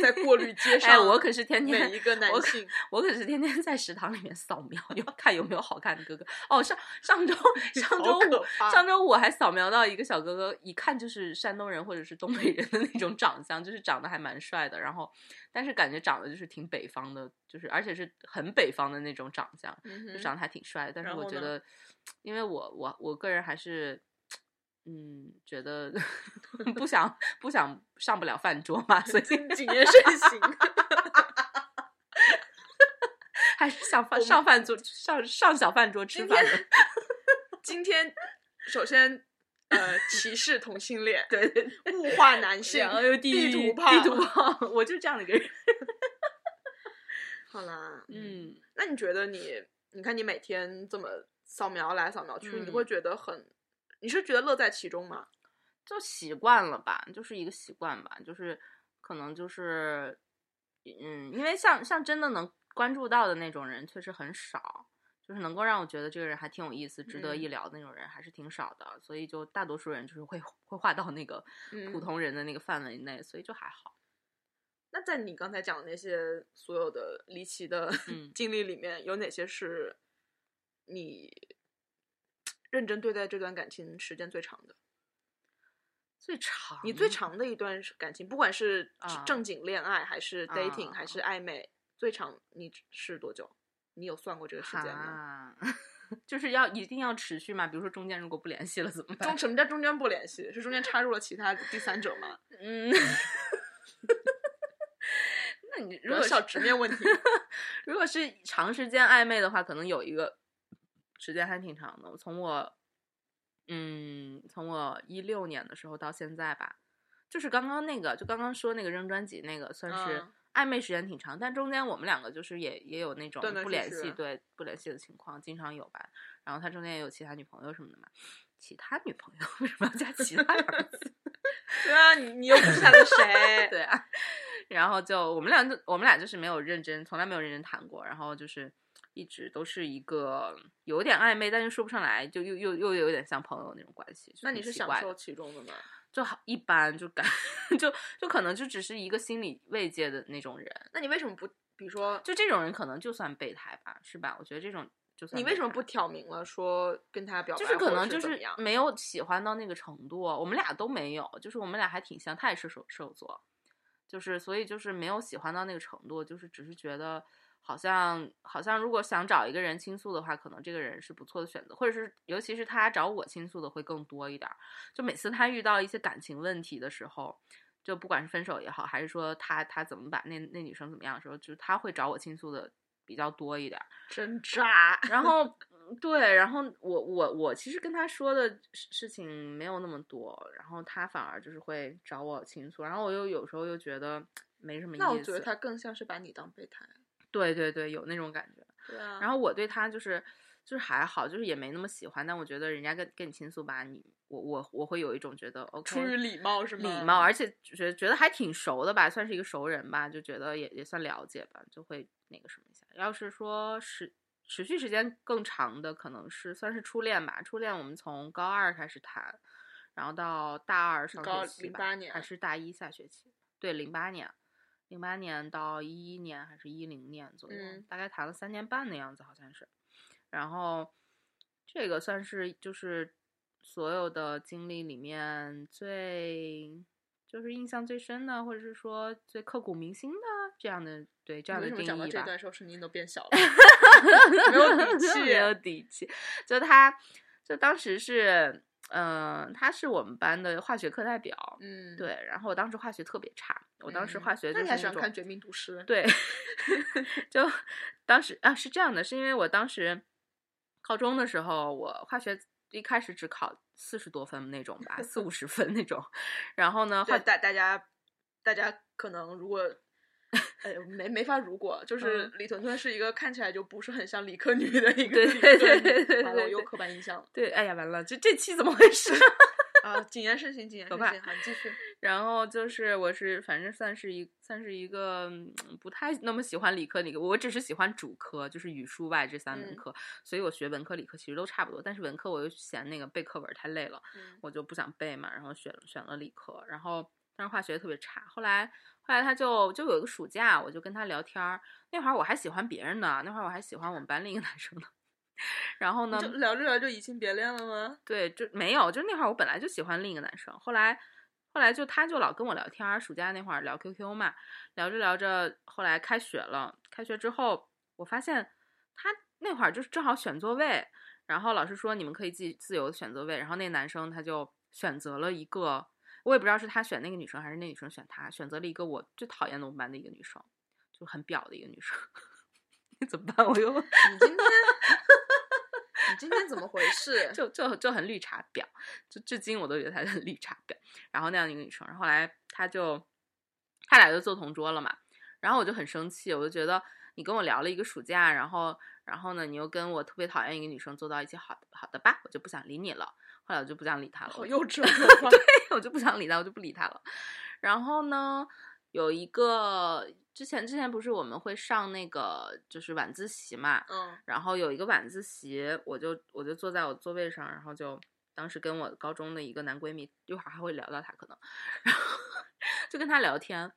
Speaker 1: 在过滤街上，
Speaker 2: 哎，我可是天天
Speaker 1: 每一个男
Speaker 2: 我可
Speaker 1: 性，
Speaker 2: 我可是天天在食堂里面扫描， 有看有没有好看的哥哥。哦，上上周 上周
Speaker 1: 好可
Speaker 2: 五
Speaker 1: 怕
Speaker 2: 上周五还扫描到一个小哥哥，一看就是山东人或者是东北人的那种长相，就是长得还蛮帅的，然后但是感觉长得就是挺北方的，就是而且是很北方的那种长相，
Speaker 1: 嗯
Speaker 2: 就
Speaker 1: 哼
Speaker 2: 长得还挺帅的。但是
Speaker 1: 然
Speaker 2: 我
Speaker 1: 后
Speaker 2: 觉
Speaker 1: 呢
Speaker 2: 得，因为我我我个人还是。嗯，觉得 不想不想上不了饭桌嘛，所以
Speaker 1: 谨言慎行。
Speaker 2: 还是想饭
Speaker 1: 我们
Speaker 2: 上饭桌上上小饭桌吃
Speaker 1: 今
Speaker 2: 饭
Speaker 1: 天
Speaker 2: 的。
Speaker 1: 今天首先呃歧视同性恋，对物化男性
Speaker 2: 然，后又
Speaker 1: 地
Speaker 2: 图
Speaker 1: 图炮
Speaker 2: 地图炮，我就是这样的一个人。
Speaker 1: 好啦，，，
Speaker 2: 嗯
Speaker 1: 那你觉得你，你看你每天这么扫描来扫描去，你
Speaker 2: 嗯
Speaker 1: 会觉得很，你是觉得乐在其中吗？
Speaker 2: 就习惯了吧，就是一个习惯吧，就是可能就是，嗯，因为像像真的能关注到的那种人确实很少。就是能够让我觉得这个人还挺有意思、值得一
Speaker 1: 嗯
Speaker 2: 聊的那种人还是挺少的，所以就大多数人就是会会划到那个
Speaker 1: 嗯
Speaker 2: 普通人的那个范围内，所以就还好。
Speaker 1: 那在你刚才讲的那些所有的离奇的
Speaker 2: 嗯
Speaker 1: 经历里面，有哪些是你认真对待这段感情时间最长的？
Speaker 2: 最长
Speaker 1: 你最长的一段是感情，不管是
Speaker 2: 嗯啊
Speaker 1: 正经恋爱，还是 dating，、
Speaker 2: 啊
Speaker 1: 还是暧昧，最长你是多久？你有算过这个时间吗？
Speaker 2: 啊， 就是要一定要持续嘛？比如说中间如果不联系了怎么办
Speaker 1: 中？什么叫中间不联系？是中间插入了其他第三者 吗？
Speaker 2: 嗯，那你如
Speaker 1: 有
Speaker 2: 果
Speaker 1: 小
Speaker 2: 是
Speaker 1: 直面问 题，
Speaker 2: 如果是长时间暧昧的话，可能有一个时间还挺长的。我从我嗯，从我一六年的时候到现在吧，就是刚刚那个，就刚刚说那个扔专辑那个，算是
Speaker 1: 嗯
Speaker 2: 暧昧时间挺长，但中间我们两个就是也也有那种
Speaker 1: 断断
Speaker 2: 不
Speaker 1: 续
Speaker 2: 联
Speaker 1: 续
Speaker 2: 系，对不联系的情况，经常有吧。然后他中间也有其他女朋友什么的嘛。其他女朋友为什么要加其他两个字？
Speaker 1: 对啊，你你又不是他的谁？
Speaker 2: 对啊，然后就我们俩就我们俩就是没有认真，从来没有认真谈过，然后就是一直都是一个有点暧昧，但是说不上来，就又又又有点像朋友那种关系。就
Speaker 1: 那
Speaker 2: 挺
Speaker 1: 你是
Speaker 2: 奇
Speaker 1: 享
Speaker 2: 怪
Speaker 1: 受
Speaker 2: 的
Speaker 1: 其中的吗？
Speaker 2: 就好一般，就感 就就可能就只是一个心理慰藉的那种人，
Speaker 1: 那你为什么不，比如说，
Speaker 2: 就这种人可能就算备胎吧，是吧？我觉得这种就算
Speaker 1: 你为什么
Speaker 2: 恋
Speaker 1: 不
Speaker 2: 爱
Speaker 1: 挑明了说跟他表白？
Speaker 2: 就是可能就
Speaker 1: 怎么
Speaker 2: 是嗯
Speaker 1: 样？
Speaker 2: 没有喜欢到那个程度，我们俩都没有，就是我们俩还挺像，他也是射射手座，就是所以就是没有喜欢到那个程度，就是只是觉得好像好像如果想找一个人倾诉的话，可能这个人是不错的选择，或者是尤其是他找我倾诉的会更多一点儿。就每次他遇到一些感情问题的时候。就不管是分手也好，还是说他他怎么把那那女生怎么样的时候，就是他会找我倾诉的比较多一点儿。
Speaker 1: 真渣。
Speaker 2: 然后嗯对，然后我我我其实跟他说的事事情没有那么多，然后他反而就是会找我倾诉，然后我又有时候又觉得没什么意思。
Speaker 1: 那我觉得他更像是把你当备胎。
Speaker 2: 对对对，有那种感觉。
Speaker 1: 对啊
Speaker 2: 然后我对他就是就是还好，就是也没那么喜欢，但我觉得人家跟跟你倾诉吧，你我我我会有一种觉得 OK，
Speaker 1: 出于礼貌是吗？
Speaker 2: 礼貌，而且觉觉得还挺熟的吧，算是一个熟人吧，就觉得也也算了解吧，就会那个什么一下。要是说持持续时间更长的，可能是算是初恋吧。初恋我们从高二开始谈，然后到大二上
Speaker 1: 高
Speaker 2: 学期吧，
Speaker 1: 08年
Speaker 2: 还是大一下学期？对，零八年，零八年到一一年还是一零年左右，
Speaker 1: 嗯
Speaker 2: 大概谈了三年半的样子，好像是。然后这个算是就是所有的经历里面最就是印象最深的，或者是说最刻骨铭心的这样的对这样
Speaker 1: 为
Speaker 2: 的
Speaker 1: 什
Speaker 2: 定
Speaker 1: 么讲到
Speaker 2: 义
Speaker 1: 这
Speaker 2: 吧。
Speaker 1: 段时候声音都变小了？没有底气
Speaker 2: 没有底气。就他，就当时是，嗯、他是我们班的化学课代表。
Speaker 1: 嗯，
Speaker 2: 对，然后我当时化学特别差，我当时化
Speaker 1: 嗯
Speaker 2: 学
Speaker 1: 那
Speaker 2: 就是
Speaker 1: 你还
Speaker 2: 那
Speaker 1: 喜欢
Speaker 2: 种
Speaker 1: 看《绝命毒师》？
Speaker 2: 对， 就当时啊是这样的，是因为我当时高中的时候，我化学一开始只考四十多分那种吧，四五十分那种，然后呢，
Speaker 1: 对，
Speaker 2: 化
Speaker 1: 大大家大家可能 如果。哎呦，没没法，如果
Speaker 2: 嗯
Speaker 1: 就是李屯屯是一个看起来就不是很像理科女的一个
Speaker 2: 对
Speaker 1: 理科
Speaker 2: 对
Speaker 1: 女，
Speaker 2: 对对对
Speaker 1: 完了
Speaker 2: 对
Speaker 1: 我又
Speaker 2: 对
Speaker 1: 刻板印 象了
Speaker 2: 对，哎呀，完了，这这期怎么回事？
Speaker 1: 啊！谨言慎行，谨言
Speaker 2: 可
Speaker 1: 慎
Speaker 2: 怕
Speaker 1: 行，好，你继续。
Speaker 2: 然后就是我是反正算是一算是一个嗯不太那么喜欢理科理科，我只是喜欢主科，就是语数外这三门
Speaker 1: 嗯
Speaker 2: 课，所以我学文科理科其实都差不多，但是文科我又嫌那个背课文太累了，
Speaker 1: 嗯
Speaker 2: 我就不想背嘛，然后选选了理科，然后但是化学特别差。后来后来他就就有一个暑假，我就跟他聊天儿，那会儿我还喜欢别人呢，那会儿我还喜欢我们班另一个男生呢。 然后呢
Speaker 1: 就，聊着聊着就移情别恋了吗？
Speaker 2: 对，就没有，就那会儿我本来就喜欢另一个男生，后来后来就他就老跟我聊天儿，暑假那会儿聊 QQ 嘛，聊着聊着，后来开学了，开学之后我发现他那会儿就是正好选座位，然后老师说你们可以自己自由地选座位，然后那男生他就选择了一个，我也不知道是他选那个女生还是那女生选他，选择了一个我最讨厌的我们班的一个女生，就很婊的一个女生。 你怎么办？我又
Speaker 1: 你 今天你今天怎么回事？
Speaker 2: 就就就很绿茶婊，就至今我都觉得她是很绿茶婊。然后那样一个女生，然后后来她就，他俩就做同桌了嘛。然后我就很生气，我就觉得你跟我聊了一个暑假，然后然后呢，你又跟我特别讨厌一个女生坐到一起，好的好的吧，我就不想理你了。后来我就不想理她了，
Speaker 1: 好
Speaker 2: 我就
Speaker 1: 幼稚 的说话
Speaker 2: 我就不想理他，我就不理他了。然后呢，有一个之前之前不是我们会上那个就是晚自习嘛，
Speaker 1: 嗯，
Speaker 2: 然后有一个晚自习，我就我就坐在我座位上，然后就当时跟我高中的一个男闺蜜，一会儿还会聊到他可能，然后就跟他聊天，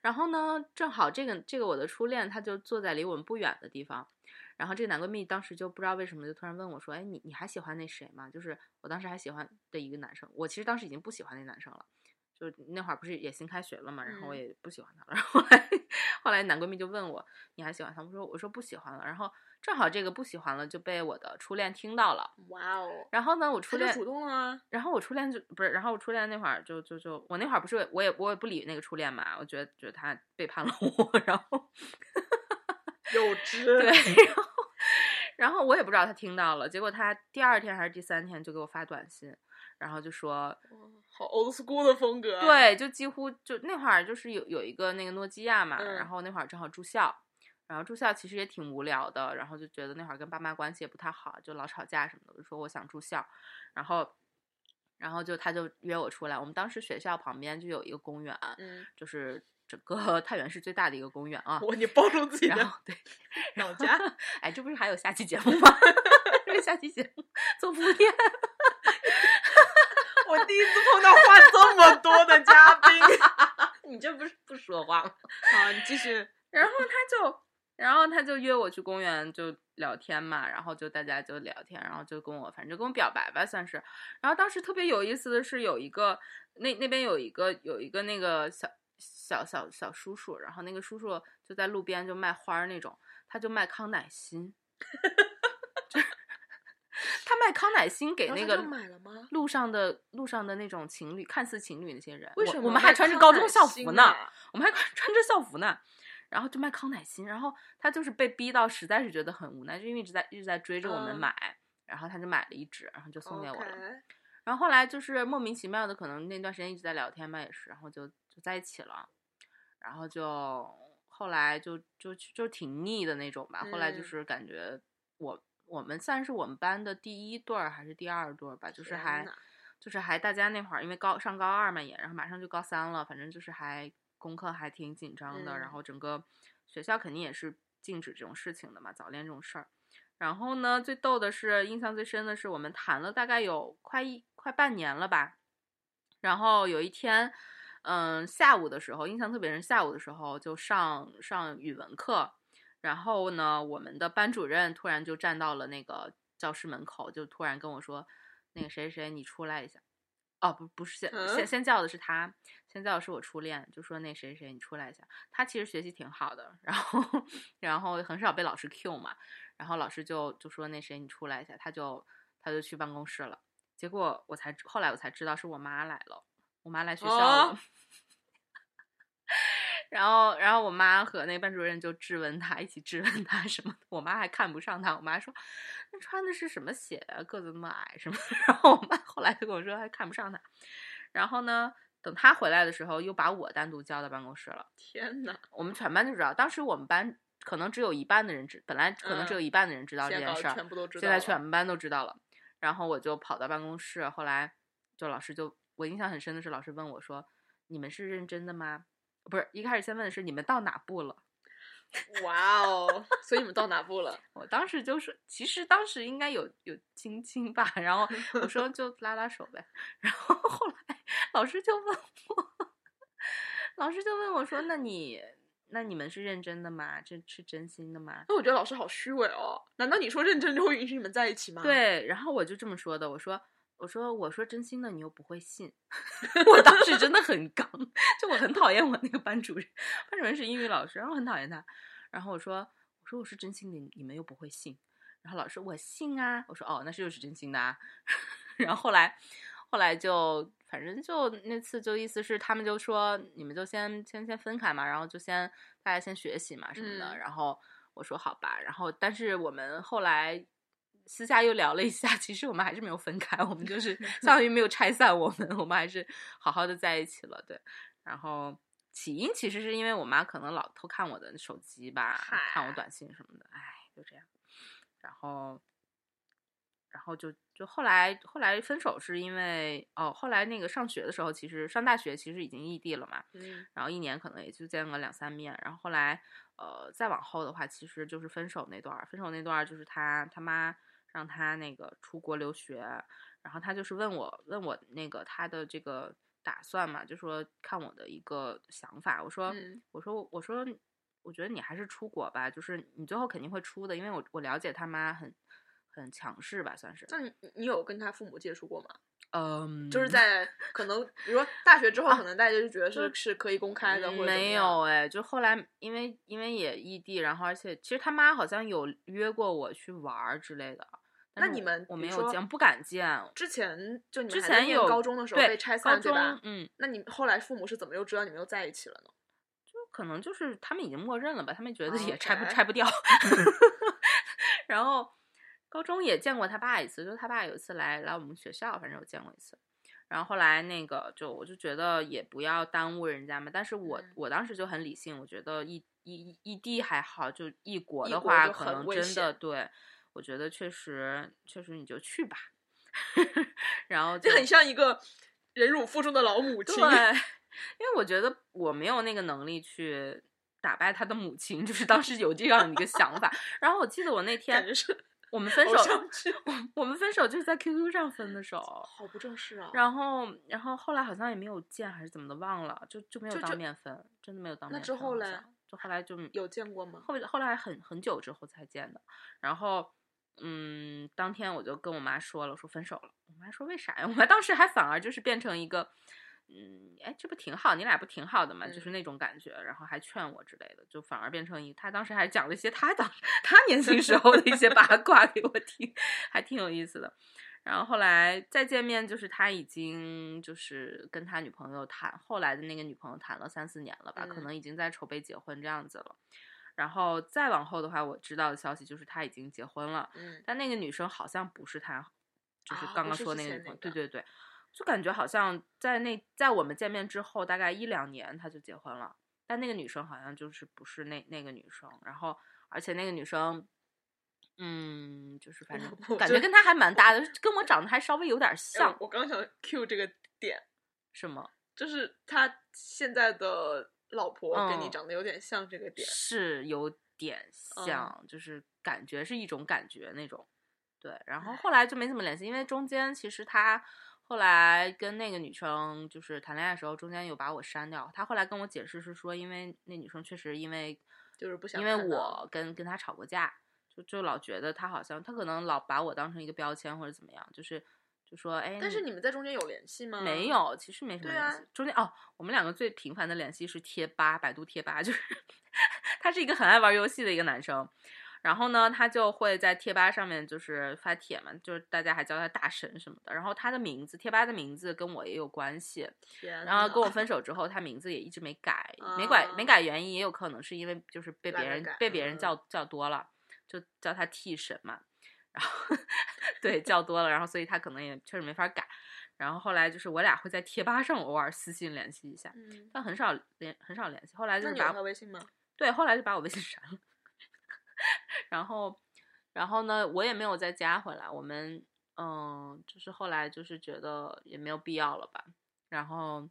Speaker 2: 然后呢，正好这个这个我的初恋，他就坐在离我们不远的地方，然后这个男闺蜜当时就不知道为什么就突然问我说，哎，你你还喜欢那谁吗？就是我当时还喜欢的一个男生，我其实当时已经不喜欢那男生了。就是那会儿不是也新开学了嘛，然后我
Speaker 1: 嗯
Speaker 2: 也不喜欢他了。然后后来， 后来男闺蜜就问我，你还喜欢他吗？我说我说不喜欢了。然后正好这个不喜欢了就被我的初恋听到了。
Speaker 1: 哇哦，
Speaker 2: 然后呢，我初
Speaker 1: 他就
Speaker 2: 恋，
Speaker 1: 主动了啊，
Speaker 2: 然后我初恋就不是，然后我初恋那会儿就就就我那会儿不是我也我也不理那个初恋嘛，我觉得觉得他背叛了我， 然后
Speaker 1: 幼
Speaker 2: 对，
Speaker 1: 稚。
Speaker 2: 然后然后我也不知道他听到了，结果他第二天还是第三天就给我发短信，然后就说
Speaker 1: 哇好 old school 的风格啊。
Speaker 2: 对，就几乎就那会儿就是有有一个那个诺基亚嘛，
Speaker 1: 嗯
Speaker 2: 然后那会儿正好住校，然后住校其实也挺无聊的，然后就觉得那会儿跟爸妈关系也不太好，就老吵架什么的。我就说我想住校，然后然后就他就约我出来，我们当时学校旁边就有一个公园，
Speaker 1: 嗯，
Speaker 2: 就是整个 太原市最大的一个公园啊。
Speaker 1: 我你暴露自己
Speaker 2: 然
Speaker 1: 的
Speaker 2: 后对，
Speaker 1: 老家，
Speaker 2: 哎，这不是还有下期节目吗？ 这个下期节目做铺垫。
Speaker 1: 我第一次碰到话这么多的嘉宾。
Speaker 2: 你这不是不说话吗？
Speaker 1: 好，你继续。
Speaker 2: 然后他就然后他就约我去公园就聊天嘛，然后就大家就聊天，然后就跟我反正就跟我表白吧算是。然后当时特别有意思的是有一个那那边有一个有一个那个小小小小叔叔，然后那个叔叔就在路边就卖花儿那种，他就卖康乃馨， 他卖康乃馨给
Speaker 1: 然后
Speaker 2: 那
Speaker 1: 哦他
Speaker 2: 个
Speaker 1: 就买了吗
Speaker 2: 路上的路上的那种情侣，看似情侣那些人，
Speaker 1: 为
Speaker 2: 我
Speaker 1: 什么
Speaker 2: 我们
Speaker 1: 卖
Speaker 2: 还穿着
Speaker 1: 康
Speaker 2: 高
Speaker 1: 乃
Speaker 2: 中校服
Speaker 1: 馨
Speaker 2: 呢？
Speaker 1: 啊
Speaker 2: 我们还穿 着校服呢，然后就卖康乃馨，然后他就是被逼到，实在是觉得很无奈，就因为一直在一直在追着我们
Speaker 1: 嗯
Speaker 2: 买，然后他就买了一支，然后就送给我了。
Speaker 1: OK
Speaker 2: 然后后来就是莫名其妙的，可能那段时间一直在聊天吧，也是，然后就就在一起了，然后就后来就就就挺腻的那种吧。后来就
Speaker 1: 嗯
Speaker 2: 是感觉我、我们算是我们班的第一对儿还是第二对儿吧，就是
Speaker 1: 天
Speaker 2: 还
Speaker 1: 呐
Speaker 2: 就是还大家那会儿因为高上高二嘛也，然后马上就高三了，反正就是还功课还挺紧张的，然
Speaker 1: 嗯
Speaker 2: 后整个学校肯定也是禁止这种事情的嘛，早恋这种事儿。然后呢，最逗的是，印象最深的是，我们谈了大概有快一快半年了吧。然后有一天，嗯，下午的时候，印象特别深，下午的时候就上上语文课，然后呢，我们的班主任突然就站到了那个教室门口，就突然跟我说：“那个谁谁谁，你出来一下。”哦，不，不是先、先
Speaker 1: 嗯
Speaker 2: 先叫的是他，先叫的是我初恋，就说那谁谁谁，你出来一下。他其实学习挺好的，然后 然后很少被老师 Q 嘛，然后老师就就说那谁你出来一下，他就他就去办公室了。结果我才知后来我才知道是我妈来了，我妈来学校了。
Speaker 1: 哦
Speaker 2: 然后，然后我妈和那班主任就质问他，一起质问他什么的。我妈还看不上他，我妈说：“那穿的是什么鞋啊？个子那么矮什么的？” 然后我妈后来就跟我说，还看不上他。然后呢，等他回来的时候，又把我单独叫到办公室了。
Speaker 1: 天呐，
Speaker 2: 我们全班就知道，当时我们班可能只有一半的人知，本来可能只有
Speaker 1: 嗯
Speaker 2: 一半的人知道这
Speaker 1: 现在
Speaker 2: 件
Speaker 1: 搞
Speaker 2: 事
Speaker 1: 得
Speaker 2: 儿，
Speaker 1: 全部都知道
Speaker 2: 现
Speaker 1: 了，
Speaker 2: 在全班都知道了。然后我就跑到办公室，后来就老师就我印象很深的是，老师问我说：“你们是认真的吗？”不是，一开始先问的是你们到哪步了。
Speaker 1: 哇哦！所以你们到哪步了？
Speaker 2: 我当时就是，其实当时应该有有亲亲吧，然后我说就拉拉手呗，然后后来老师就问我，老师就问我说：“那你那你们是认真的吗？这是真心的吗？”
Speaker 1: 那我觉得老师好虚伪哦。难道你说认真就会允许你们在一起吗？，
Speaker 2: 对，然后我就这么说的，我说我说我说真心的，你又不会信。 我当时真的很刚，就我很讨厌我那个班主任，班主任是英语老师，然后我很讨厌他。然后我说我说我是真心的，你们又不会信。然后老师我信啊，我说哦，那是就是真心的啊。 然后后来后来就反正就那次就意思是他们就说你们就先先先分开嘛，然后就先大家先学习嘛什么的。
Speaker 1: 嗯
Speaker 2: 然后我说好吧，然后但是我们后来。私下又聊了一下，其实我们还是没有分开，我们就是相当于没有拆散我们，我们还是好好的在一起了。对，然后起因其实是因为我妈可能老偷看我的手机吧，看我
Speaker 1: 嗨
Speaker 2: 短信什么的，哎，就这样。然后，然后就就后来后来分手是因为哦，后来那个上学的时候，其实上大学其实已经异地了嘛，
Speaker 1: 嗯，
Speaker 2: 然后一年可能也就见个两三面。然后后来呃，再往后的话，其实就是分手那段儿，分手那段儿就是他他妈让他那个出国留学，然后他就是问我问我那个他的这个打算嘛，就说看我的一个想法，我说。
Speaker 1: 嗯
Speaker 2: 我说我说，我觉得你还是出国吧，就是你最后肯定会出的，因为我我了解他妈很很强势吧，算是，
Speaker 1: 那你你有跟他父母接触过吗？
Speaker 2: 嗯，
Speaker 1: 就是在可能，比如说大学之后，可能大家就觉得
Speaker 2: 就是
Speaker 1: 是可以公开的，或者怎么
Speaker 2: 嗯没
Speaker 1: 样
Speaker 2: 有。哎，就后来因为因为也异地，然后而且其实他妈好像有约过我去玩儿之类的，
Speaker 1: 那
Speaker 2: 但是
Speaker 1: 你
Speaker 2: 我
Speaker 1: 们
Speaker 2: 我
Speaker 1: 比
Speaker 2: 没
Speaker 1: 如
Speaker 2: 有
Speaker 1: 说
Speaker 2: 见，不敢见。
Speaker 1: 之前就你们
Speaker 2: 之
Speaker 1: 还在
Speaker 2: 前
Speaker 1: 念
Speaker 2: 有
Speaker 1: 高中的时候
Speaker 2: 对
Speaker 1: 被拆
Speaker 2: 高
Speaker 1: 散，对
Speaker 2: 中
Speaker 1: 吧？
Speaker 2: 嗯，
Speaker 1: 那你后来父母是怎么又知道你们又在一起了呢？
Speaker 2: 就可能就是他们已经默认了吧，他们觉得也拆不
Speaker 1: 啊 OK
Speaker 2: 拆 不掉。然后高中也见过他爸一次，就是他爸有一次来来我们学校，反正有见过一次。然后后来那个就我就觉得也不要耽误人家嘛，但是我、
Speaker 1: 嗯
Speaker 2: 我当时就很理性，我觉得异异异地还好，就异国
Speaker 1: 异
Speaker 2: 的
Speaker 1: 国
Speaker 2: 话
Speaker 1: 就
Speaker 2: 可
Speaker 1: 很
Speaker 2: 能
Speaker 1: 危
Speaker 2: 真的
Speaker 1: 险
Speaker 2: 对，我觉得确实确实你就去 吧， 然后就
Speaker 1: 就很像一个忍辱负重的老 母亲
Speaker 2: 对，。因为我觉得我没有那个能力去打败他的母亲，就是当时有这样一个想法。然后我记得我那
Speaker 1: 感
Speaker 2: 天
Speaker 1: 觉是
Speaker 2: 我们分
Speaker 1: 偶
Speaker 2: 手，
Speaker 1: 像剧，
Speaker 2: 我我们分手就是在 QQ 上分的手，
Speaker 1: 好不正式啊！
Speaker 2: 然后然后后来好像也没有见还是怎么的，忘了，就就没有
Speaker 1: 就
Speaker 2: 当
Speaker 1: 就
Speaker 2: 面分，真的没有当
Speaker 1: 那
Speaker 2: 面
Speaker 1: 之
Speaker 2: 分。
Speaker 1: 后
Speaker 2: 好
Speaker 1: 嘞
Speaker 2: 像就后来就
Speaker 1: 有见过吗？
Speaker 2: 后后来很很久之后才见的，然后。嗯，当天我就跟我妈说了，我说分手了。我妈说为啥呀？我 妈当时还反而就是变成一个，嗯，哎，这不挺好？你俩不挺好的嘛？就是那种感觉，然后还劝我之类的，就反而变成一。她当时还讲了一些她当 她年轻时候的一些八卦给我听，还挺有意思的。然后后来再见面，就是他已经就是跟他女朋友谈，后来的那个女朋友谈了三四年了吧，可能已经在筹备结婚这样子了。然后再往后的话，我知道的消息就是他已经结婚了，
Speaker 1: 嗯，
Speaker 2: 但那个女生好像不是他，就是
Speaker 1: 啊
Speaker 2: 刚
Speaker 1: 不
Speaker 2: 刚
Speaker 1: 是
Speaker 2: 说
Speaker 1: 之
Speaker 2: 那个
Speaker 1: 前
Speaker 2: 女朋友。
Speaker 1: 那
Speaker 2: 对
Speaker 1: 个
Speaker 2: 对对，就感觉好像在那在我们见面之后大概一两年他就结婚了，但那个女生好像就是不是那那个女生，然后而且那个女生。嗯，就是反
Speaker 1: 我呃
Speaker 2: 正感
Speaker 1: 就
Speaker 2: 觉跟他还蛮搭的，跟我长得还稍微有点像
Speaker 1: 像，我刚想 Q 这个点，
Speaker 2: 是吗？
Speaker 1: 就是他现在的老婆跟你
Speaker 2: 嗯
Speaker 1: 长得有点像这个点，
Speaker 2: 是有点
Speaker 1: 嗯
Speaker 2: 像，就是感觉是一种感觉那种。对，然后后来就没怎么联系，因为中间其实他后来跟那个女生就是谈恋爱的时候，中间有把我删掉。他后来跟我解释是说，因为那女生确实因为
Speaker 1: 就是不想
Speaker 2: 因为
Speaker 1: 看到
Speaker 2: 我跟跟他吵过架，就就老觉得他好像他可能老把我当成一个标签或者怎么样，就是就说哎，
Speaker 1: 但是你们在中间有联系吗？
Speaker 2: 没，有，其实没什么
Speaker 1: 对
Speaker 2: 联
Speaker 1: 啊
Speaker 2: 系。中间哦，我们两个最频繁的联系是贴吧，百度贴吧，就是 他是一个很爱玩游戏的一个男生。然后呢，他就会在贴吧上面就是发帖嘛，就是大家还叫他大神什么的。然后他的名字，贴吧的名字跟我也有关系。
Speaker 1: 天
Speaker 2: 然
Speaker 1: 呐
Speaker 2: 后跟我分手之后，他名字也一直没改，没改没改，原因也有可能是因为就是被
Speaker 1: 哦懒
Speaker 2: 别
Speaker 1: 得
Speaker 2: 人
Speaker 1: 改
Speaker 2: 被别人
Speaker 1: 嗯
Speaker 2: 叫叫多了，就叫他替神嘛，然后 对叫多了，然后所以他可能也确实没法改。然后后来就是我俩会在贴吧上偶尔私信联系一下，
Speaker 1: 嗯，
Speaker 2: 但很少联很少联系。后来就
Speaker 1: 那
Speaker 2: 是
Speaker 1: 你有
Speaker 2: 把
Speaker 1: 他微信吗？
Speaker 2: 对，后来就把我微信删了。 然后，然后呢，我也没有再加回来。我们嗯，就是后来就是觉得也没有必要了吧。然后，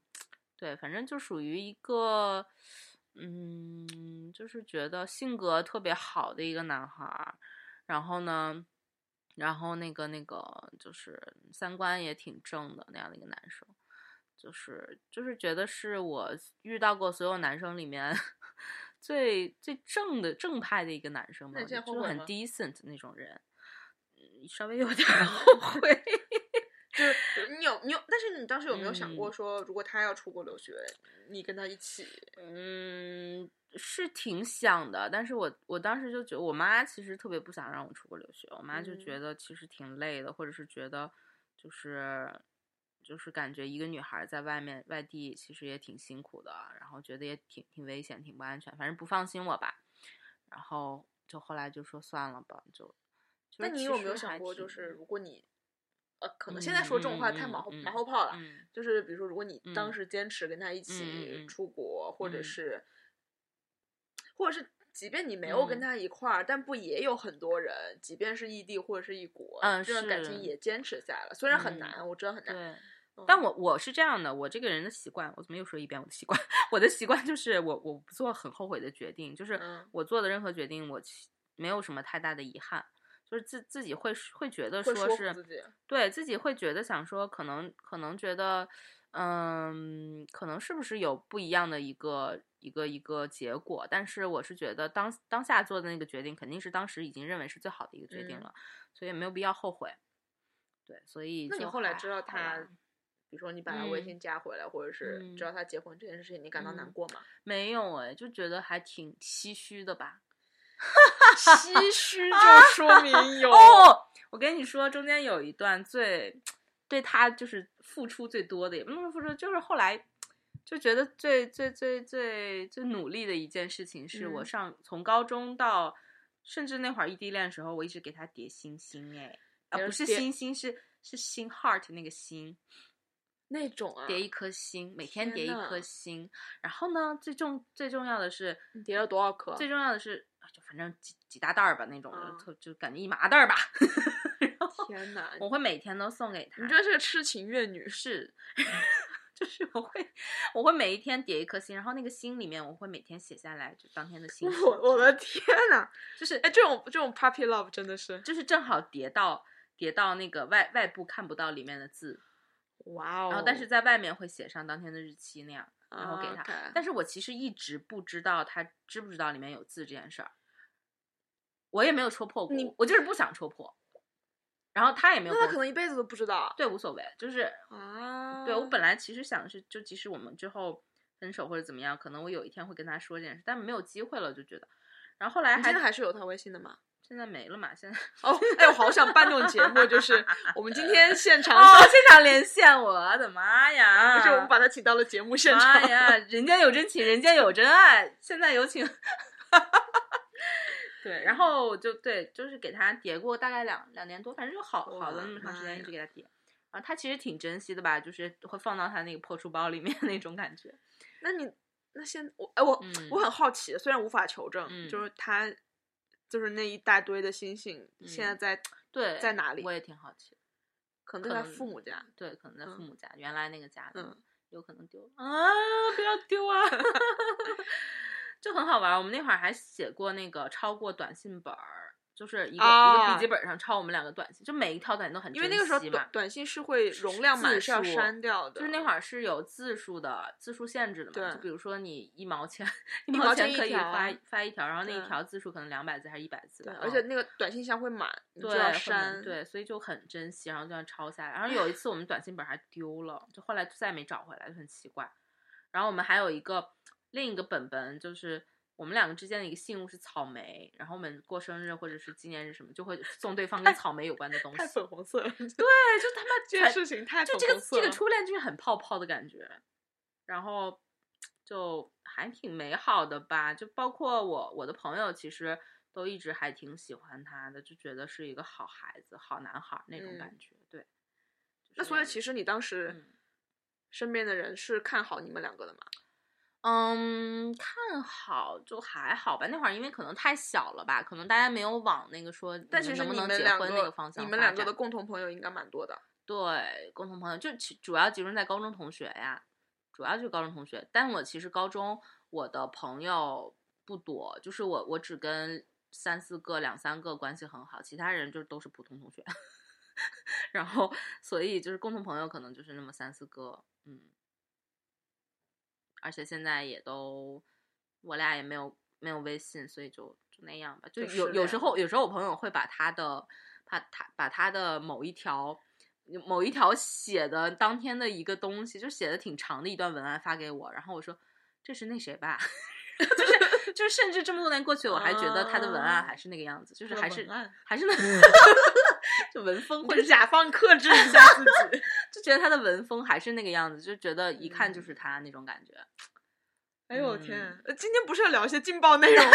Speaker 2: 对，反正就属于一个，嗯，就是觉得性格特别好的一个男孩儿。然后呢，然后那个那个就是三观也挺正的那样的一个男生。就是就是觉得是我遇到过所有男生里面 最最正的正派的一个男生
Speaker 1: 那
Speaker 2: 吧，
Speaker 1: 你
Speaker 2: 我觉
Speaker 1: 现
Speaker 2: 得
Speaker 1: 在后
Speaker 2: 就是
Speaker 1: 悔
Speaker 2: 很
Speaker 1: 吗
Speaker 2: decent 那种人，嗯稍微有点儿后悔。
Speaker 1: 就是 你有你有，但是你当时有没有想过
Speaker 2: 嗯
Speaker 1: 说，如果他要出国留学，你跟他一起？
Speaker 2: 嗯，是挺想的，但是我我当时就觉得，我妈其实特别不想让我出国留学，我妈就觉
Speaker 1: 嗯
Speaker 2: 得其实挺累的，或者是觉得就是就是感觉一个女孩儿在外面外地其实也挺辛苦的，然后觉得也挺挺危险，挺不安全，反正不放心我吧。然后就后来就说算了吧，就。就
Speaker 1: 那
Speaker 2: 是
Speaker 1: 你
Speaker 2: 其
Speaker 1: 有没有
Speaker 2: 实还
Speaker 1: 想过，就
Speaker 2: 挺
Speaker 1: 是如果你，呃，可能现在说这种话太
Speaker 2: 嗯
Speaker 1: 马后
Speaker 2: 嗯
Speaker 1: 马后炮了，
Speaker 2: 嗯
Speaker 1: 就是比如说，如果你当
Speaker 2: 嗯
Speaker 1: 时坚持跟他一
Speaker 2: 嗯嗯
Speaker 1: 起
Speaker 2: 嗯
Speaker 1: 出国，或者
Speaker 2: 嗯
Speaker 1: 是，或者是，即便你没有跟
Speaker 2: 嗯
Speaker 1: 他一块儿，但不也有很多人，即便是异地或者是异国，
Speaker 2: 嗯
Speaker 1: 这段感情
Speaker 2: 是
Speaker 1: 也坚持下来了。虽然很
Speaker 2: 嗯
Speaker 1: 难，我知道很难，
Speaker 2: 对。
Speaker 1: 嗯
Speaker 2: 但我我是这样的，我这个人的习惯，我怎么又说一遍我的习惯？ 我的习惯就是我我不做很后悔的决定，就是
Speaker 1: 嗯
Speaker 2: 我做的任何决定，我其没有什么太大的遗憾，就是自自己会会觉得
Speaker 1: 会
Speaker 2: 说
Speaker 1: 说
Speaker 2: 是
Speaker 1: 服自己，
Speaker 2: 对自己会觉得想说，可能可能觉得，嗯，可能是不是有不一样的一个一个一个结果？但是我是觉得当当下做的那个决定，肯定是当时已经认为是最好的一个决定
Speaker 1: 嗯
Speaker 2: 了，所以没有必要后悔。对，所以
Speaker 1: 那你
Speaker 2: 就
Speaker 1: 后来
Speaker 2: 还
Speaker 1: 知道
Speaker 2: 好
Speaker 1: 他
Speaker 2: 啦，
Speaker 1: 比如说你把他微
Speaker 2: 嗯
Speaker 1: 信加回来，或者是知道
Speaker 2: 嗯
Speaker 1: 他结婚这件事情，你感到难
Speaker 2: 嗯
Speaker 1: 过吗？
Speaker 2: 没有哎，就觉得还挺唏嘘的吧。
Speaker 1: 唏嘘 就说明有
Speaker 2: 哦，我跟你说，中间有一段最对他就是付出最多的，也不能说付出，就是后来就觉得最最最最最努力的一件事情，是我
Speaker 1: 嗯
Speaker 2: 上、从高中到甚至那会儿异地恋的时候，我一直给他叠星星，哎，啊
Speaker 1: 叠
Speaker 2: 不是
Speaker 1: 叠
Speaker 2: 星星，是是星 heart 那个星，
Speaker 1: 那种啊，
Speaker 2: 叠一颗星，每天
Speaker 1: 天
Speaker 2: 叠一
Speaker 1: 呐
Speaker 2: 颗星。然后呢，最重最重要的是，
Speaker 1: 你叠了多少颗？
Speaker 2: 最重要的是，啊就反正几几大袋儿吧，那种
Speaker 1: 啊
Speaker 2: 的，特就感觉一麻袋儿吧。 然后
Speaker 1: 天哪，
Speaker 2: 我会每天都送给他，
Speaker 1: 你这是个痴情怨女，
Speaker 2: 是， 就是我会我会每一天叠一颗星，然后那个星里面我会每天写下来就当天的心 情。
Speaker 1: 我我的天哪！
Speaker 2: 就是
Speaker 1: 哎，这种这种 puppy love 真的是，
Speaker 2: 就是正好叠到叠到那个外外部看不到里面的字，
Speaker 1: 哇哦！哦
Speaker 2: 然后但是在外面会写上当天的日期那样。然后给他。
Speaker 1: OK
Speaker 2: 但是我其实一直不知道他知不知道里面有字这件事儿，我也没有戳破过
Speaker 1: 你，
Speaker 2: 我就是不想戳破。然后他也没有跟
Speaker 1: 那
Speaker 2: 我，
Speaker 1: 他可能一辈子都不知道
Speaker 2: 对无所谓，就是
Speaker 1: 啊。
Speaker 2: 对我本来其实想的是，就即使我们之后分手或者怎么样，可能我有一天会跟他说这件事，但没有机会了，就觉得。然后后来
Speaker 1: 你
Speaker 2: 还
Speaker 1: 现在还是有他微信的吗？
Speaker 2: 现在没了嘛，现在
Speaker 1: 哦，哎，我好想办这种节目， 就是我们今天现场，
Speaker 2: 哦，现场连线，我的妈呀！
Speaker 1: 就是我们把他请到了节目现场
Speaker 2: 妈。呀，人间有真情，人间有真爱，现在有请。对，然后就对，就是给他叠过大概两两年多，反正就好好的那么长时
Speaker 1: 哇妈
Speaker 2: 间一
Speaker 1: 呀
Speaker 2: 直给他叠。然后他其实挺珍惜的吧，就是会放到他那个破书包里面那种感觉。
Speaker 1: 那你那现我哎我、
Speaker 2: 嗯
Speaker 1: 我很好奇，虽然无法求证，
Speaker 2: 嗯
Speaker 1: 就是他就是那一大堆的星星，现
Speaker 2: 嗯
Speaker 1: 在在
Speaker 2: 对，
Speaker 1: 在哪里
Speaker 2: 我也挺好奇。
Speaker 1: 可能在他父母家。
Speaker 2: 对，可能在父
Speaker 1: 嗯
Speaker 2: 母家，原来那个家，
Speaker 1: 嗯，
Speaker 2: 有可能丢了啊！不要丢啊！ 就很好玩儿。我们那会儿还写过那个超过短信本儿，就是一个、一个
Speaker 1: 啊
Speaker 2: 笔记本上抄我们两个短信，就每一条短信都很
Speaker 1: 因为那个时候
Speaker 2: 珍惜嘛
Speaker 1: 短短信是会容量满
Speaker 2: 字
Speaker 1: 是要
Speaker 2: 数
Speaker 1: 删掉的，
Speaker 2: 就是那会儿是有字数的，字数限制的嘛。
Speaker 1: 对
Speaker 2: 就比如说你一毛 钱，一
Speaker 1: 一
Speaker 2: 毛
Speaker 1: 毛
Speaker 2: 钱
Speaker 1: 钱一
Speaker 2: 可以
Speaker 1: 条啊
Speaker 2: 发发一条，然后那一
Speaker 1: 对
Speaker 2: 条字数可能两百字还是一百字吧
Speaker 1: 对，，
Speaker 2: 然
Speaker 1: 而
Speaker 2: 后
Speaker 1: 且那个短信箱会满，你就
Speaker 2: 对，
Speaker 1: 要
Speaker 2: 会很
Speaker 1: 删。，
Speaker 2: 对，所以就很珍惜，然后就要抄下来。然后有一次我们短信本还丢了，就后来再也没找回来，就很奇怪。然后我们还有一个另一个本本，就是我们两个之间的一个信物是草莓，然后我们过生日或者是纪念日什么，就会送对方跟草莓有关的东西。
Speaker 1: 太粉红色了。对，
Speaker 2: 对，就他妈
Speaker 1: 这 件
Speaker 2: 全
Speaker 1: 事情太
Speaker 2: 就
Speaker 1: 粉
Speaker 2: 这个
Speaker 1: 红色
Speaker 2: 这
Speaker 1: 了。
Speaker 2: 个初恋就是很泡泡的感觉，然后就还挺美好的吧。就包括我我的朋友，其实都一直还挺喜欢他的，就觉得是一个好孩子、好男孩儿那种
Speaker 1: 嗯
Speaker 2: 感觉。对，
Speaker 1: 那所以其
Speaker 2: 实
Speaker 1: 实你当时
Speaker 2: 嗯
Speaker 1: 身边的人是看好你们两个的嘛？
Speaker 2: 嗯，看好就还好吧。那会儿因为可能太小了吧，可能大家没有往那个说，
Speaker 1: 但其实
Speaker 2: 能不
Speaker 1: 你
Speaker 2: 能
Speaker 1: 们
Speaker 2: 结
Speaker 1: 两
Speaker 2: 婚那个方向
Speaker 1: 你们
Speaker 2: 发
Speaker 1: 两个
Speaker 2: 展
Speaker 1: 的共同朋友应该蛮多的。
Speaker 2: 对，共同朋友就其主要集中在高中同学呀，主要就是高中同学。但我其实高中我的朋友不多，就是我我只跟三四个、两三个关系很好，其他人就都是普通同学。然后，所以就是共同朋友可能就是那么三四个，嗯。而且现在也都，我俩也没有没有微信，所以就就那样吧。就
Speaker 1: 就失
Speaker 2: 有有时
Speaker 1: 联
Speaker 2: 候有时候我朋友会把他的把他把他的某一条某一条写的当天的一个东西，就写的挺长的一段文案发给我，然后我说这是那谁吧。 就是就是，甚至这么多年过去，我还觉得他的文案
Speaker 1: 啊
Speaker 2: 还是那个样子，就是
Speaker 1: 这个
Speaker 2: 还是
Speaker 1: 文案
Speaker 2: 还是那 就文风或者
Speaker 1: 是
Speaker 2: 是
Speaker 1: 甲方克制一下自己。
Speaker 2: 就觉得他的文风还是那个样子，就觉得一看
Speaker 1: 嗯
Speaker 2: 就是他那种感觉。
Speaker 1: 哎呦我
Speaker 2: 嗯
Speaker 1: 天！呃今天不是要聊一些劲爆内 容吗？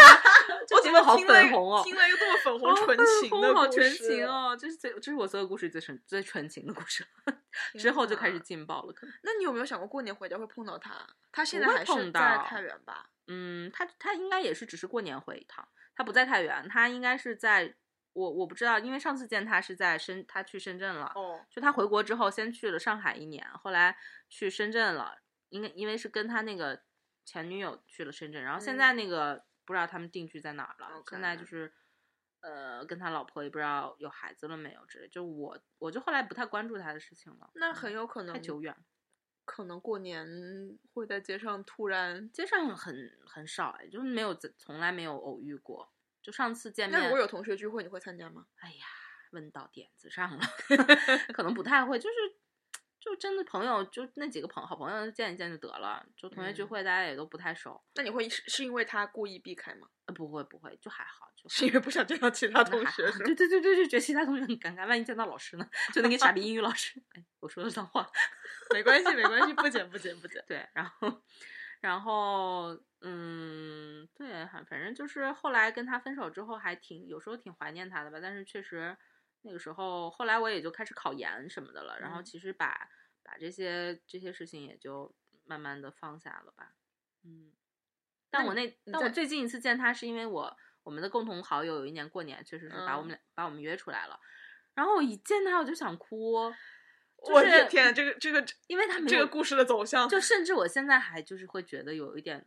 Speaker 2: 这
Speaker 1: 我
Speaker 2: 节
Speaker 1: 怎
Speaker 2: 目
Speaker 1: 么
Speaker 2: 好
Speaker 1: 听了
Speaker 2: 粉红哦
Speaker 1: 听了一个这么 粉红纯情的
Speaker 2: 好
Speaker 1: 故
Speaker 2: 纯
Speaker 1: 事
Speaker 2: 情！哦！这是最这是我所有故事里最纯最纯情的故事了， 之后就开始
Speaker 1: 天哪。
Speaker 2: 劲爆了，可能。
Speaker 1: 那你有没有想过过年回家会碰到他？他现
Speaker 2: 不
Speaker 1: 在
Speaker 2: 会
Speaker 1: 还
Speaker 2: 碰
Speaker 1: 是
Speaker 2: 到
Speaker 1: 在太原吧？
Speaker 2: 嗯，他他应该也是只是过年回一趟，他不在太原，他应该是在我我不知道，因为上次见他是在深，他去深圳了，
Speaker 1: 哦，
Speaker 2: 就他回国之后先去了上海一年，后来去深圳了，应该因为是跟他那个前女友去了深圳，然后现在那个、不知道他们定居在哪儿了，现在就
Speaker 1: OK
Speaker 2: 是。呃，跟他老婆也不知道有孩子了没有之类，就我我就后来不太关注他的事情了。
Speaker 1: 那
Speaker 2: 嗯
Speaker 1: 很有可能
Speaker 2: 太久远了，
Speaker 1: 可能过年会在街上突然。
Speaker 2: 街上很很少哎，就是没有从来没有偶遇过。就上次见面，
Speaker 1: 那如果有同学聚会，你会参加吗？
Speaker 2: 哎呀，问到点子上了， 可能不太会，就是就真的朋友，就那几个朋好朋友见一见就得了。就同学聚
Speaker 1: 嗯
Speaker 2: 会，大家也都不太熟，
Speaker 1: 那你会是是因为他故意避开吗？
Speaker 2: 呃不会不会，就还好，就还
Speaker 1: 因为不想见到其他
Speaker 2: 好那还 好
Speaker 1: 是吗
Speaker 2: 对对对对，就觉得其他同学很尴尬，万一见到老师呢？就那个傻逼英语老师，哎，我说的脏话。
Speaker 1: 没关系，没关系，不剪不剪不剪。
Speaker 2: 对，然后，然后，嗯，对，反反正就是后来跟他分手之后，还挺有时候挺怀念他的吧。但是确实那个时候，后来我也就开始考研什么的了。然后
Speaker 1: 嗯
Speaker 2: 其实把、把这些这些事情也就慢慢的放下了吧。嗯，但
Speaker 1: 那
Speaker 2: 我那
Speaker 1: 你
Speaker 2: 但我
Speaker 1: 在
Speaker 2: 最近一次见他是因为我我们的共同好友有一年过年确实是把我们
Speaker 1: 嗯
Speaker 2: 俩、把我们约出来了，然后我一见他我就想哭。就
Speaker 1: 我
Speaker 2: 是
Speaker 1: 的天，这个这个，
Speaker 2: 因为他没
Speaker 1: 这
Speaker 2: 有
Speaker 1: 个故事的走向，
Speaker 2: 就甚至我现在还就是会觉得有一点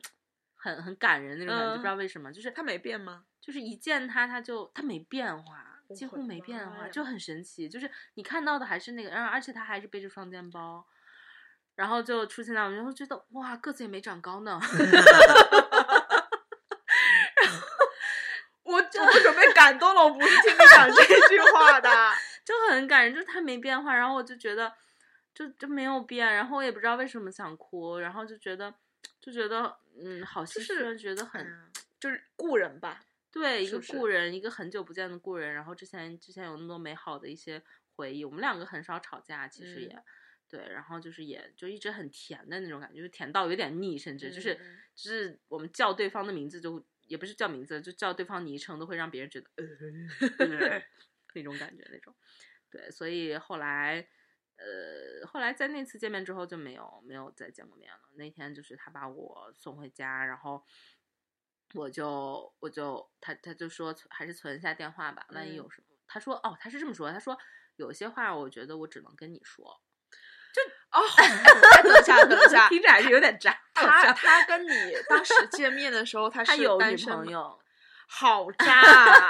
Speaker 2: 很很感人那种感觉，
Speaker 1: 嗯
Speaker 2: 不知道为什么，就是
Speaker 1: 他没变吗？
Speaker 2: 就是一见他他就他没变化，
Speaker 1: 我
Speaker 2: 几
Speaker 1: 会
Speaker 2: 乎没
Speaker 1: 妈
Speaker 2: 变化，
Speaker 1: 呀
Speaker 2: 就很神奇。就是你看到的还是那个，然后而且他还是背着双肩包，然后就出现在我面前，我觉得哇，个子也没长高呢。
Speaker 1: 我我都准备感动了， 我不是听你讲这句话的。
Speaker 2: 就很感人，就是他没变化，然后我就觉得就就没有变，然后我也不知道为什么想哭，然后就觉得就觉得嗯，好心
Speaker 1: 是
Speaker 2: 酸，觉得很、
Speaker 1: 嗯就是故人吧，
Speaker 2: 对一
Speaker 1: 是
Speaker 2: 个
Speaker 1: 不是
Speaker 2: 故人，一个很久不见的故人，然后之前之前有那么多美好的一些回忆，我们两个很少吵架，其实
Speaker 1: 嗯
Speaker 2: 也。对，然后就是也就一直很甜的那种感觉，就甜到有点腻，甚至就是、
Speaker 1: 嗯嗯
Speaker 2: 就是我们叫对方的名字就也不是叫名字，就叫对方昵称都会让别人觉得 呃 那种感觉那种。对，所以后来呃后来在那次见面之后就没有没有再见过面了。那天就是他把我送回家，然后我就我就他他就说还是存一下电话吧，万一
Speaker 1: 嗯
Speaker 2: 有什么。他说哦，他是这么说，他说有些话我觉得我只能跟你 说。就
Speaker 1: 哦，哎等一下，等一下，
Speaker 2: 听着还是有点渣。
Speaker 1: 他他跟你当时见面的时候，他
Speaker 2: 他
Speaker 1: 是
Speaker 2: 有
Speaker 1: 单
Speaker 2: 女
Speaker 1: 身
Speaker 2: 朋
Speaker 1: 吗，
Speaker 2: 友，
Speaker 1: 好渣啊，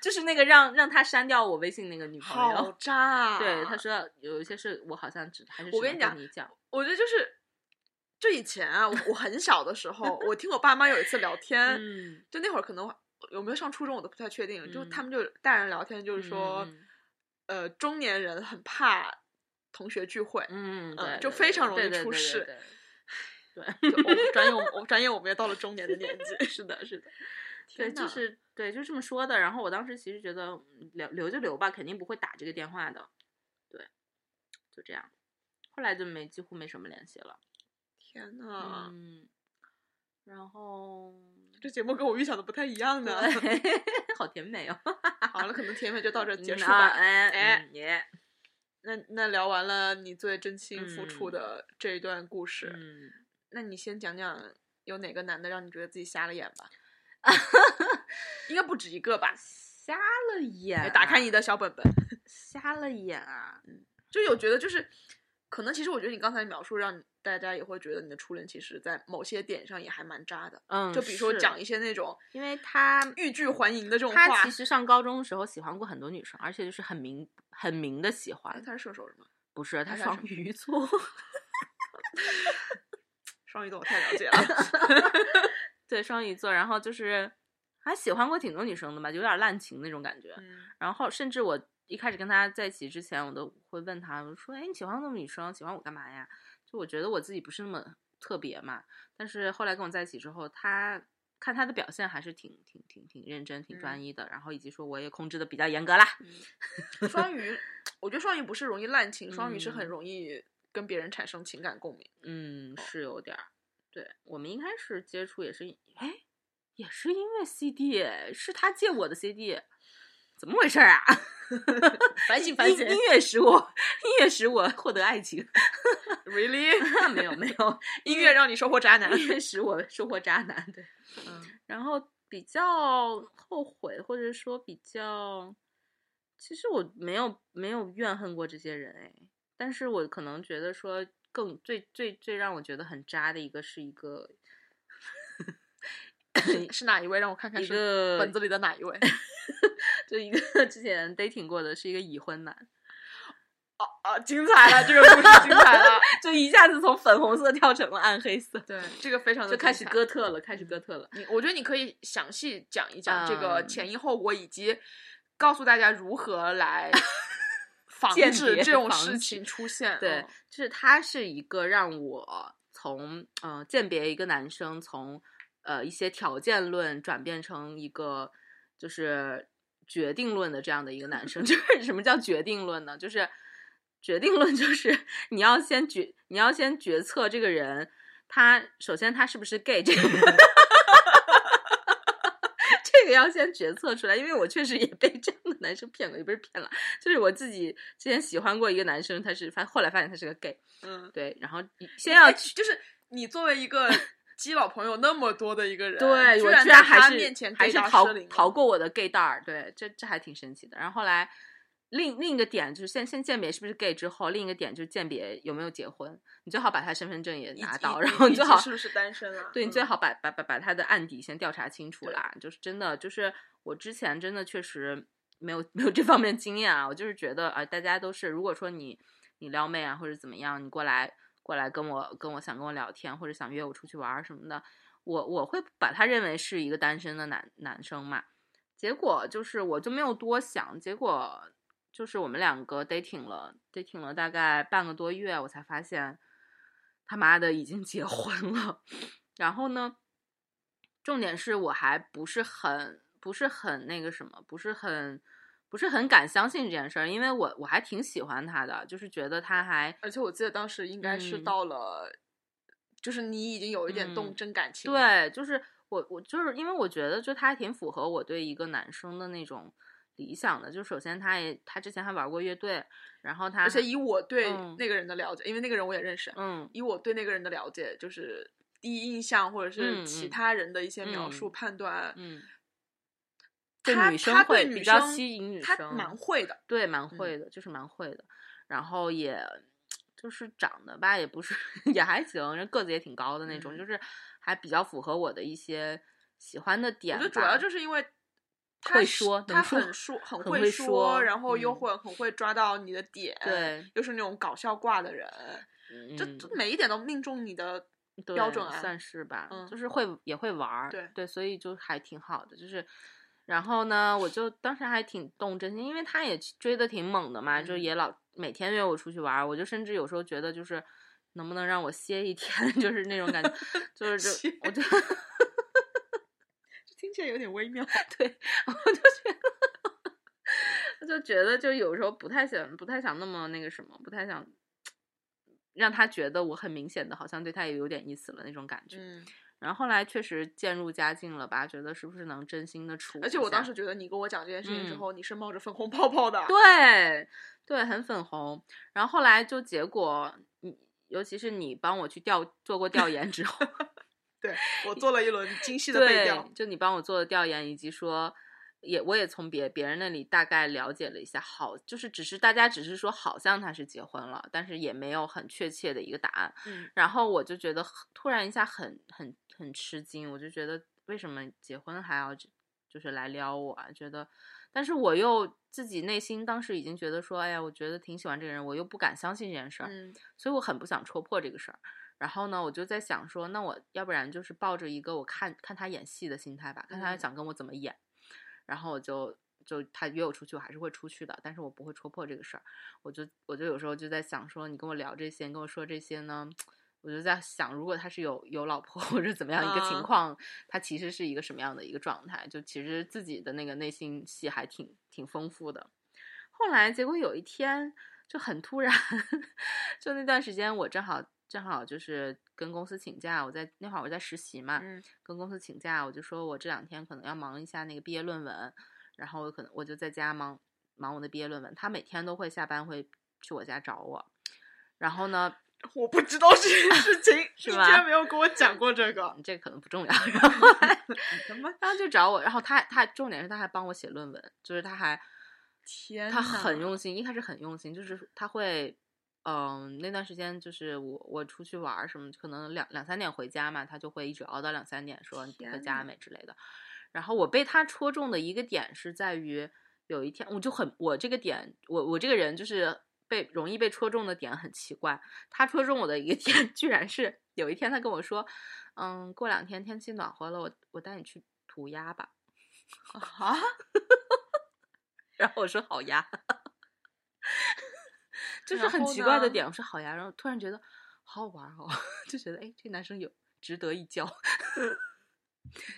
Speaker 2: 就是那个让让他删掉我微信那个女朋
Speaker 1: 好
Speaker 2: 友。
Speaker 1: 渣啊！
Speaker 2: 对，他说有一些事我好像只还是
Speaker 1: 我
Speaker 2: 只
Speaker 1: 跟你
Speaker 2: 能
Speaker 1: 讲
Speaker 2: 你讲，
Speaker 1: 我觉得就是，就以前啊，我我很小的时候，我听我爸妈有一次聊天，
Speaker 2: 嗯，
Speaker 1: 就那会儿可能有没有上初中我都不太确定，就
Speaker 2: 嗯
Speaker 1: 他们就大人聊天就是说，
Speaker 2: 嗯嗯
Speaker 1: 呃，中年人很怕同学聚会，
Speaker 2: 嗯，
Speaker 1: 嗯
Speaker 2: 对
Speaker 1: 就
Speaker 2: 对
Speaker 1: 非
Speaker 2: 对
Speaker 1: 常容
Speaker 2: 对
Speaker 1: 易
Speaker 2: 对
Speaker 1: 出
Speaker 2: 对对
Speaker 1: 事
Speaker 2: 对
Speaker 1: 就哦我们转眼我们我转眼我们也到了中年的年纪， 是的，是的，
Speaker 2: 对，
Speaker 1: 天
Speaker 2: 就
Speaker 1: 呐
Speaker 2: 是对，就这么说的。然后我当时其实觉得嗯留留就留吧，肯定不会打这个电话的。对，就这样。后来就没几乎没什么联系了。
Speaker 1: 天呐，
Speaker 2: 嗯，然后
Speaker 1: 这节目跟我预想的不太一样呢。
Speaker 2: 对好甜美哦。
Speaker 1: 好了，可能甜 美就 到这儿结
Speaker 2: 嗯
Speaker 1: 束
Speaker 2: 啊
Speaker 1: 吧。
Speaker 2: 哎
Speaker 1: 哎
Speaker 2: 嗯耶。
Speaker 1: 那那聊完了你最真心付出
Speaker 2: 嗯
Speaker 1: 的这一段故事，
Speaker 2: 嗯，
Speaker 1: 那你先讲讲有哪个男的让你觉得自己瞎了眼吧？应该不止一个吧？
Speaker 2: 瞎了眼
Speaker 1: 哎
Speaker 2: 啊，
Speaker 1: 打开你的嗯小本本，
Speaker 2: 瞎了眼啊！
Speaker 1: 就有觉得就是，可能其实我觉得你刚才描述让大家也会觉得你的初恋其实，在某些点上也还蛮渣的。
Speaker 2: 嗯，
Speaker 1: 就比如说
Speaker 2: 是
Speaker 1: 讲一些那种
Speaker 2: 因为他
Speaker 1: 欲拒还迎的这种话，
Speaker 2: 他其实上高中的时候喜欢过很多女生，而且就是很明很明的喜
Speaker 1: 哎
Speaker 2: 欢，
Speaker 1: 他是射手是吗？
Speaker 2: 不是他
Speaker 1: 他是
Speaker 2: 双
Speaker 1: 什么
Speaker 2: 鱼座，
Speaker 1: 双鱼座我太了解 了。
Speaker 2: 对双鱼座，然后就是还喜欢过挺多女生的吧，有点滥情那种感觉。
Speaker 1: 嗯
Speaker 2: 然后甚至我一开始跟他在一起之前，我都会问他，我说：“哎，你喜欢那么女生，喜欢我干嘛呀？”就我觉得我自己不是那么特别嘛。但是后来跟我在一起之后，他看他的表现还是挺挺挺挺认真、挺专
Speaker 1: 嗯
Speaker 2: 一的，然后以及说我也控制的比较严格啦。
Speaker 1: 双鱼，我觉得双鱼不是容易滥情，双鱼是很
Speaker 2: 嗯
Speaker 1: 容易跟别人产生情感共鸣。
Speaker 2: 嗯，是有点儿。对我们一开始接触也是，哎，也是因为 CD，哎是他借我的 CD，怎么回事儿啊？
Speaker 1: 反省
Speaker 2: 音音乐使我，音乐使我获得爱情。
Speaker 1: ，really，
Speaker 2: 没有没有，
Speaker 1: 音乐让你收获渣男。嗯
Speaker 2: 音乐使我收获渣男。对，然后比较后悔，或者说比较，其实我没有没有怨恨过这些人哎，但是我可能觉得说更最最最让我觉得很渣的一个是一个
Speaker 1: 是是哪一位？让我看看
Speaker 2: 一
Speaker 1: 是
Speaker 2: 个
Speaker 1: 本子里的哪一位？
Speaker 2: 就一个之前 dating 过的是一个已婚男，
Speaker 1: 哦哦，精彩了，这个故事精彩了。
Speaker 2: 就一下子从粉红色跳成了暗黑色，
Speaker 1: 对，这个非常的
Speaker 2: 就开始
Speaker 1: 割。
Speaker 2: 哥特了，
Speaker 1: 嗯
Speaker 2: 开始哥特了。
Speaker 1: 你我觉得你可以详细讲一讲这个
Speaker 2: 嗯
Speaker 1: 前因后果，以及告诉大家如何 来防
Speaker 2: 间
Speaker 1: 止
Speaker 2: 谍
Speaker 1: 这种
Speaker 2: 防
Speaker 1: 事
Speaker 2: 止
Speaker 1: 情出现。
Speaker 2: 对
Speaker 1: 嗯，
Speaker 2: 就是他是一个让我从呃鉴别一个男生从呃一些条件论转变成一个就是决定论的这样的一个男生。 就是什么叫决定论呢？就是决定论就是你要先决你要先决策这个人，他首先他是不是 gay 这个。 这个要先决策出来，因为我确实也被这样的男生骗过，也不是骗了，就是我自己之前喜欢过一个男生，他是发后来发现他是个 gay，
Speaker 1: 嗯，
Speaker 2: 对，然后一先要
Speaker 1: 哎
Speaker 2: 去
Speaker 1: 就是你作为一 个基佬朋友那么多的一个人，
Speaker 2: 对
Speaker 1: 居
Speaker 2: 我
Speaker 1: 然
Speaker 2: 居
Speaker 1: 在
Speaker 2: 然
Speaker 1: 他
Speaker 2: 还是
Speaker 1: 面前
Speaker 2: 还
Speaker 1: 给
Speaker 2: 是
Speaker 1: 到
Speaker 2: 逃
Speaker 1: 失灵了
Speaker 2: 逃过我的 gay 蛋儿，对，这这还挺神奇的。然后后来另另一个点就是先先鉴别是不是 gay 之后，另一个点就是鉴别有没有结婚，你最好把他身份证也
Speaker 1: 以
Speaker 2: 拿
Speaker 1: 及
Speaker 2: 到，
Speaker 1: 以
Speaker 2: 然后
Speaker 1: 以
Speaker 2: 你最
Speaker 1: 及
Speaker 2: 好
Speaker 1: 是不是单身啊？
Speaker 2: 对你最
Speaker 1: 嗯
Speaker 2: 好把把把把他的案底先调查清楚
Speaker 1: 对
Speaker 2: 啦。就是真的，就是我之前真的确实没有 没有这方面经验啊。我就是觉得啊、大家都是，如果说你你撩妹啊或者怎么样，你过来过来跟我跟我想跟我聊天，或者想约我出去玩儿什么的，我我会把他认为是一个单身的男男生嘛。结果就是我就没有多想，结果就是我们两个 dating 了 dating 了大概半个多月，我才发现他妈的已经结婚了。然后呢，重点是我还不是很不是很那个什么，不是很不是很敢相信这件事儿，因为我我还挺喜欢他的，就是觉得他还
Speaker 1: 而且我记得当时应该是
Speaker 2: 嗯
Speaker 1: 到了，就是你已经有一点动
Speaker 2: 嗯
Speaker 1: 真感情了，
Speaker 2: 对，就是我我就是因为我觉得就他还挺符合我对一个男生的那种理想的，就首先他也他之前还玩过乐队，然后他
Speaker 1: 而且
Speaker 2: 还
Speaker 1: 以我对
Speaker 2: 嗯
Speaker 1: 那个人的了解，因为那个人我也认识，
Speaker 2: 嗯
Speaker 1: 以我对那个人的了解，就是第一印象或者
Speaker 2: 嗯
Speaker 1: 是
Speaker 2: 嗯
Speaker 1: 其他人的一些描述
Speaker 2: 嗯
Speaker 1: 判断，
Speaker 2: 嗯，对
Speaker 1: 他
Speaker 2: 女生
Speaker 1: 他
Speaker 2: 会
Speaker 1: 对
Speaker 2: 比
Speaker 1: 女
Speaker 2: 较
Speaker 1: 生
Speaker 2: 吸引女
Speaker 1: 他
Speaker 2: 生
Speaker 1: 蛮会嗯的，
Speaker 2: 对，蛮会的，就是蛮会的。然后也就是长得吧，也不是 也还行，人个子也挺高的那种，
Speaker 1: 嗯
Speaker 2: 就是还比较符合我的一些喜欢的
Speaker 1: 我
Speaker 2: 点
Speaker 1: 觉
Speaker 2: 吧。
Speaker 1: 得主要就是因为他
Speaker 2: 会
Speaker 1: 是
Speaker 2: 说能
Speaker 1: 他
Speaker 2: 说
Speaker 1: 很说很
Speaker 2: 很
Speaker 1: 会
Speaker 2: 会说
Speaker 1: 然后又
Speaker 2: 嗯
Speaker 1: 会很会抓到你的点，，
Speaker 2: 对，
Speaker 1: 又是那种搞笑挂的人，这
Speaker 2: 嗯
Speaker 1: 这每一点都命中你的。标
Speaker 2: 对
Speaker 1: 准啊
Speaker 2: 算是吧，
Speaker 1: 嗯
Speaker 2: 就是会也会玩儿，
Speaker 1: 对
Speaker 2: 所以就还挺好的，就是。然后呢，我就当时还挺动真心，因为他也追的挺猛的嘛，就
Speaker 1: 嗯
Speaker 2: 也老每天约我出去玩儿，我就甚至有时候觉得就是能不能让我歇一天， 就是那种感觉，就是就
Speaker 1: 歇
Speaker 2: 我就
Speaker 1: 听起来有点微妙，
Speaker 2: 对，我就觉得，我就觉得，就有时候不太想，不太想那么那个什么，不太想让他觉得我很明显的，好像对他也有点意思了那种感觉。
Speaker 1: 嗯，
Speaker 2: 然后后来确实渐入佳境了吧，觉得是不是能真心的处？
Speaker 1: 而且我当时觉得你跟我讲这件事情之
Speaker 2: 嗯
Speaker 1: 后，你是冒着粉红泡泡的，
Speaker 2: 对对很粉红，然后后来就结果你。尤其是你帮我去调做过调研之 后，
Speaker 1: 对我做了一轮精细的背
Speaker 2: 对
Speaker 1: 调，，
Speaker 2: 就你帮我做的调研，以及说，也我也从别别人那里大概了解了一下，好，就是只是大家只是说好像他是结婚了，但是也没有很确切的一个答案。
Speaker 1: 嗯，
Speaker 2: 然后我就觉得很突然一下很很很吃惊，我就觉得为什么结婚还要这就是来撩我啊？觉得，但是我又自己内心当时已经觉得说，哎呀，我觉得挺喜欢这个人，我又不敢相信这件事儿，
Speaker 1: 嗯
Speaker 2: 所以我很不想戳破这个事儿。然后呢，我就在想说，那我要不然就是抱着一个我看看他演戏的心态吧，看他
Speaker 1: 嗯
Speaker 2: 想跟我怎么演。然后我就就他约我出去，我还是会出去的，但是我不会戳破这个事儿。我就我就有时候就在想说，你跟我聊这些，你跟我说这些呢，我就在想，如果他是有有老婆或者怎么样一个情
Speaker 1: 啊
Speaker 2: 况，他其实是一个什么样的一个状态？就其实自己的那个内心戏还挺挺丰富的。后来结果有一天就很突然， 就那段时间我正好正好就是跟公司请假，我在那会儿我在实习嘛，
Speaker 1: 嗯
Speaker 2: 跟公司请假，我就说我这两天可能要忙一下那个毕业论文，然后我可能我就在家忙忙我的毕业论文。他每天都会下班会去我家找我，然后呢，
Speaker 1: 我不知道这件事情，
Speaker 2: 是
Speaker 1: 你
Speaker 2: 吧
Speaker 1: 居然没有跟我讲过这 个，
Speaker 2: 嗯这可能不重要。然后来
Speaker 1: 你他妈
Speaker 2: 然后就找我，然后他他重点是他还帮我写论文，就是他还
Speaker 1: 天
Speaker 2: 他
Speaker 1: 呐，
Speaker 2: 很用心，一开始很用心，就是他会，嗯、那段时间就是我我出去玩儿什么，可能两两三点回家嘛，他就会一直熬到两三点，说你不回
Speaker 1: 天
Speaker 2: 家
Speaker 1: 呐
Speaker 2: 没之类的。然后我被他戳中的一个点是在于，有一天我就很我这个点，我我这个人就是被容易被戳中的点很奇怪，他戳中我的一个 点，居然是有一天他跟我说，嗯，过两天天气暖和了，我我带你去涂鸦吧。
Speaker 1: 啊！
Speaker 2: 然后我说好呀， 就是
Speaker 1: 然
Speaker 2: 很
Speaker 1: 后
Speaker 2: 奇怪的
Speaker 1: 呢
Speaker 2: 点，我说好呀，然后突然觉得好好玩哦， 就觉得哎，这男生有值得一交，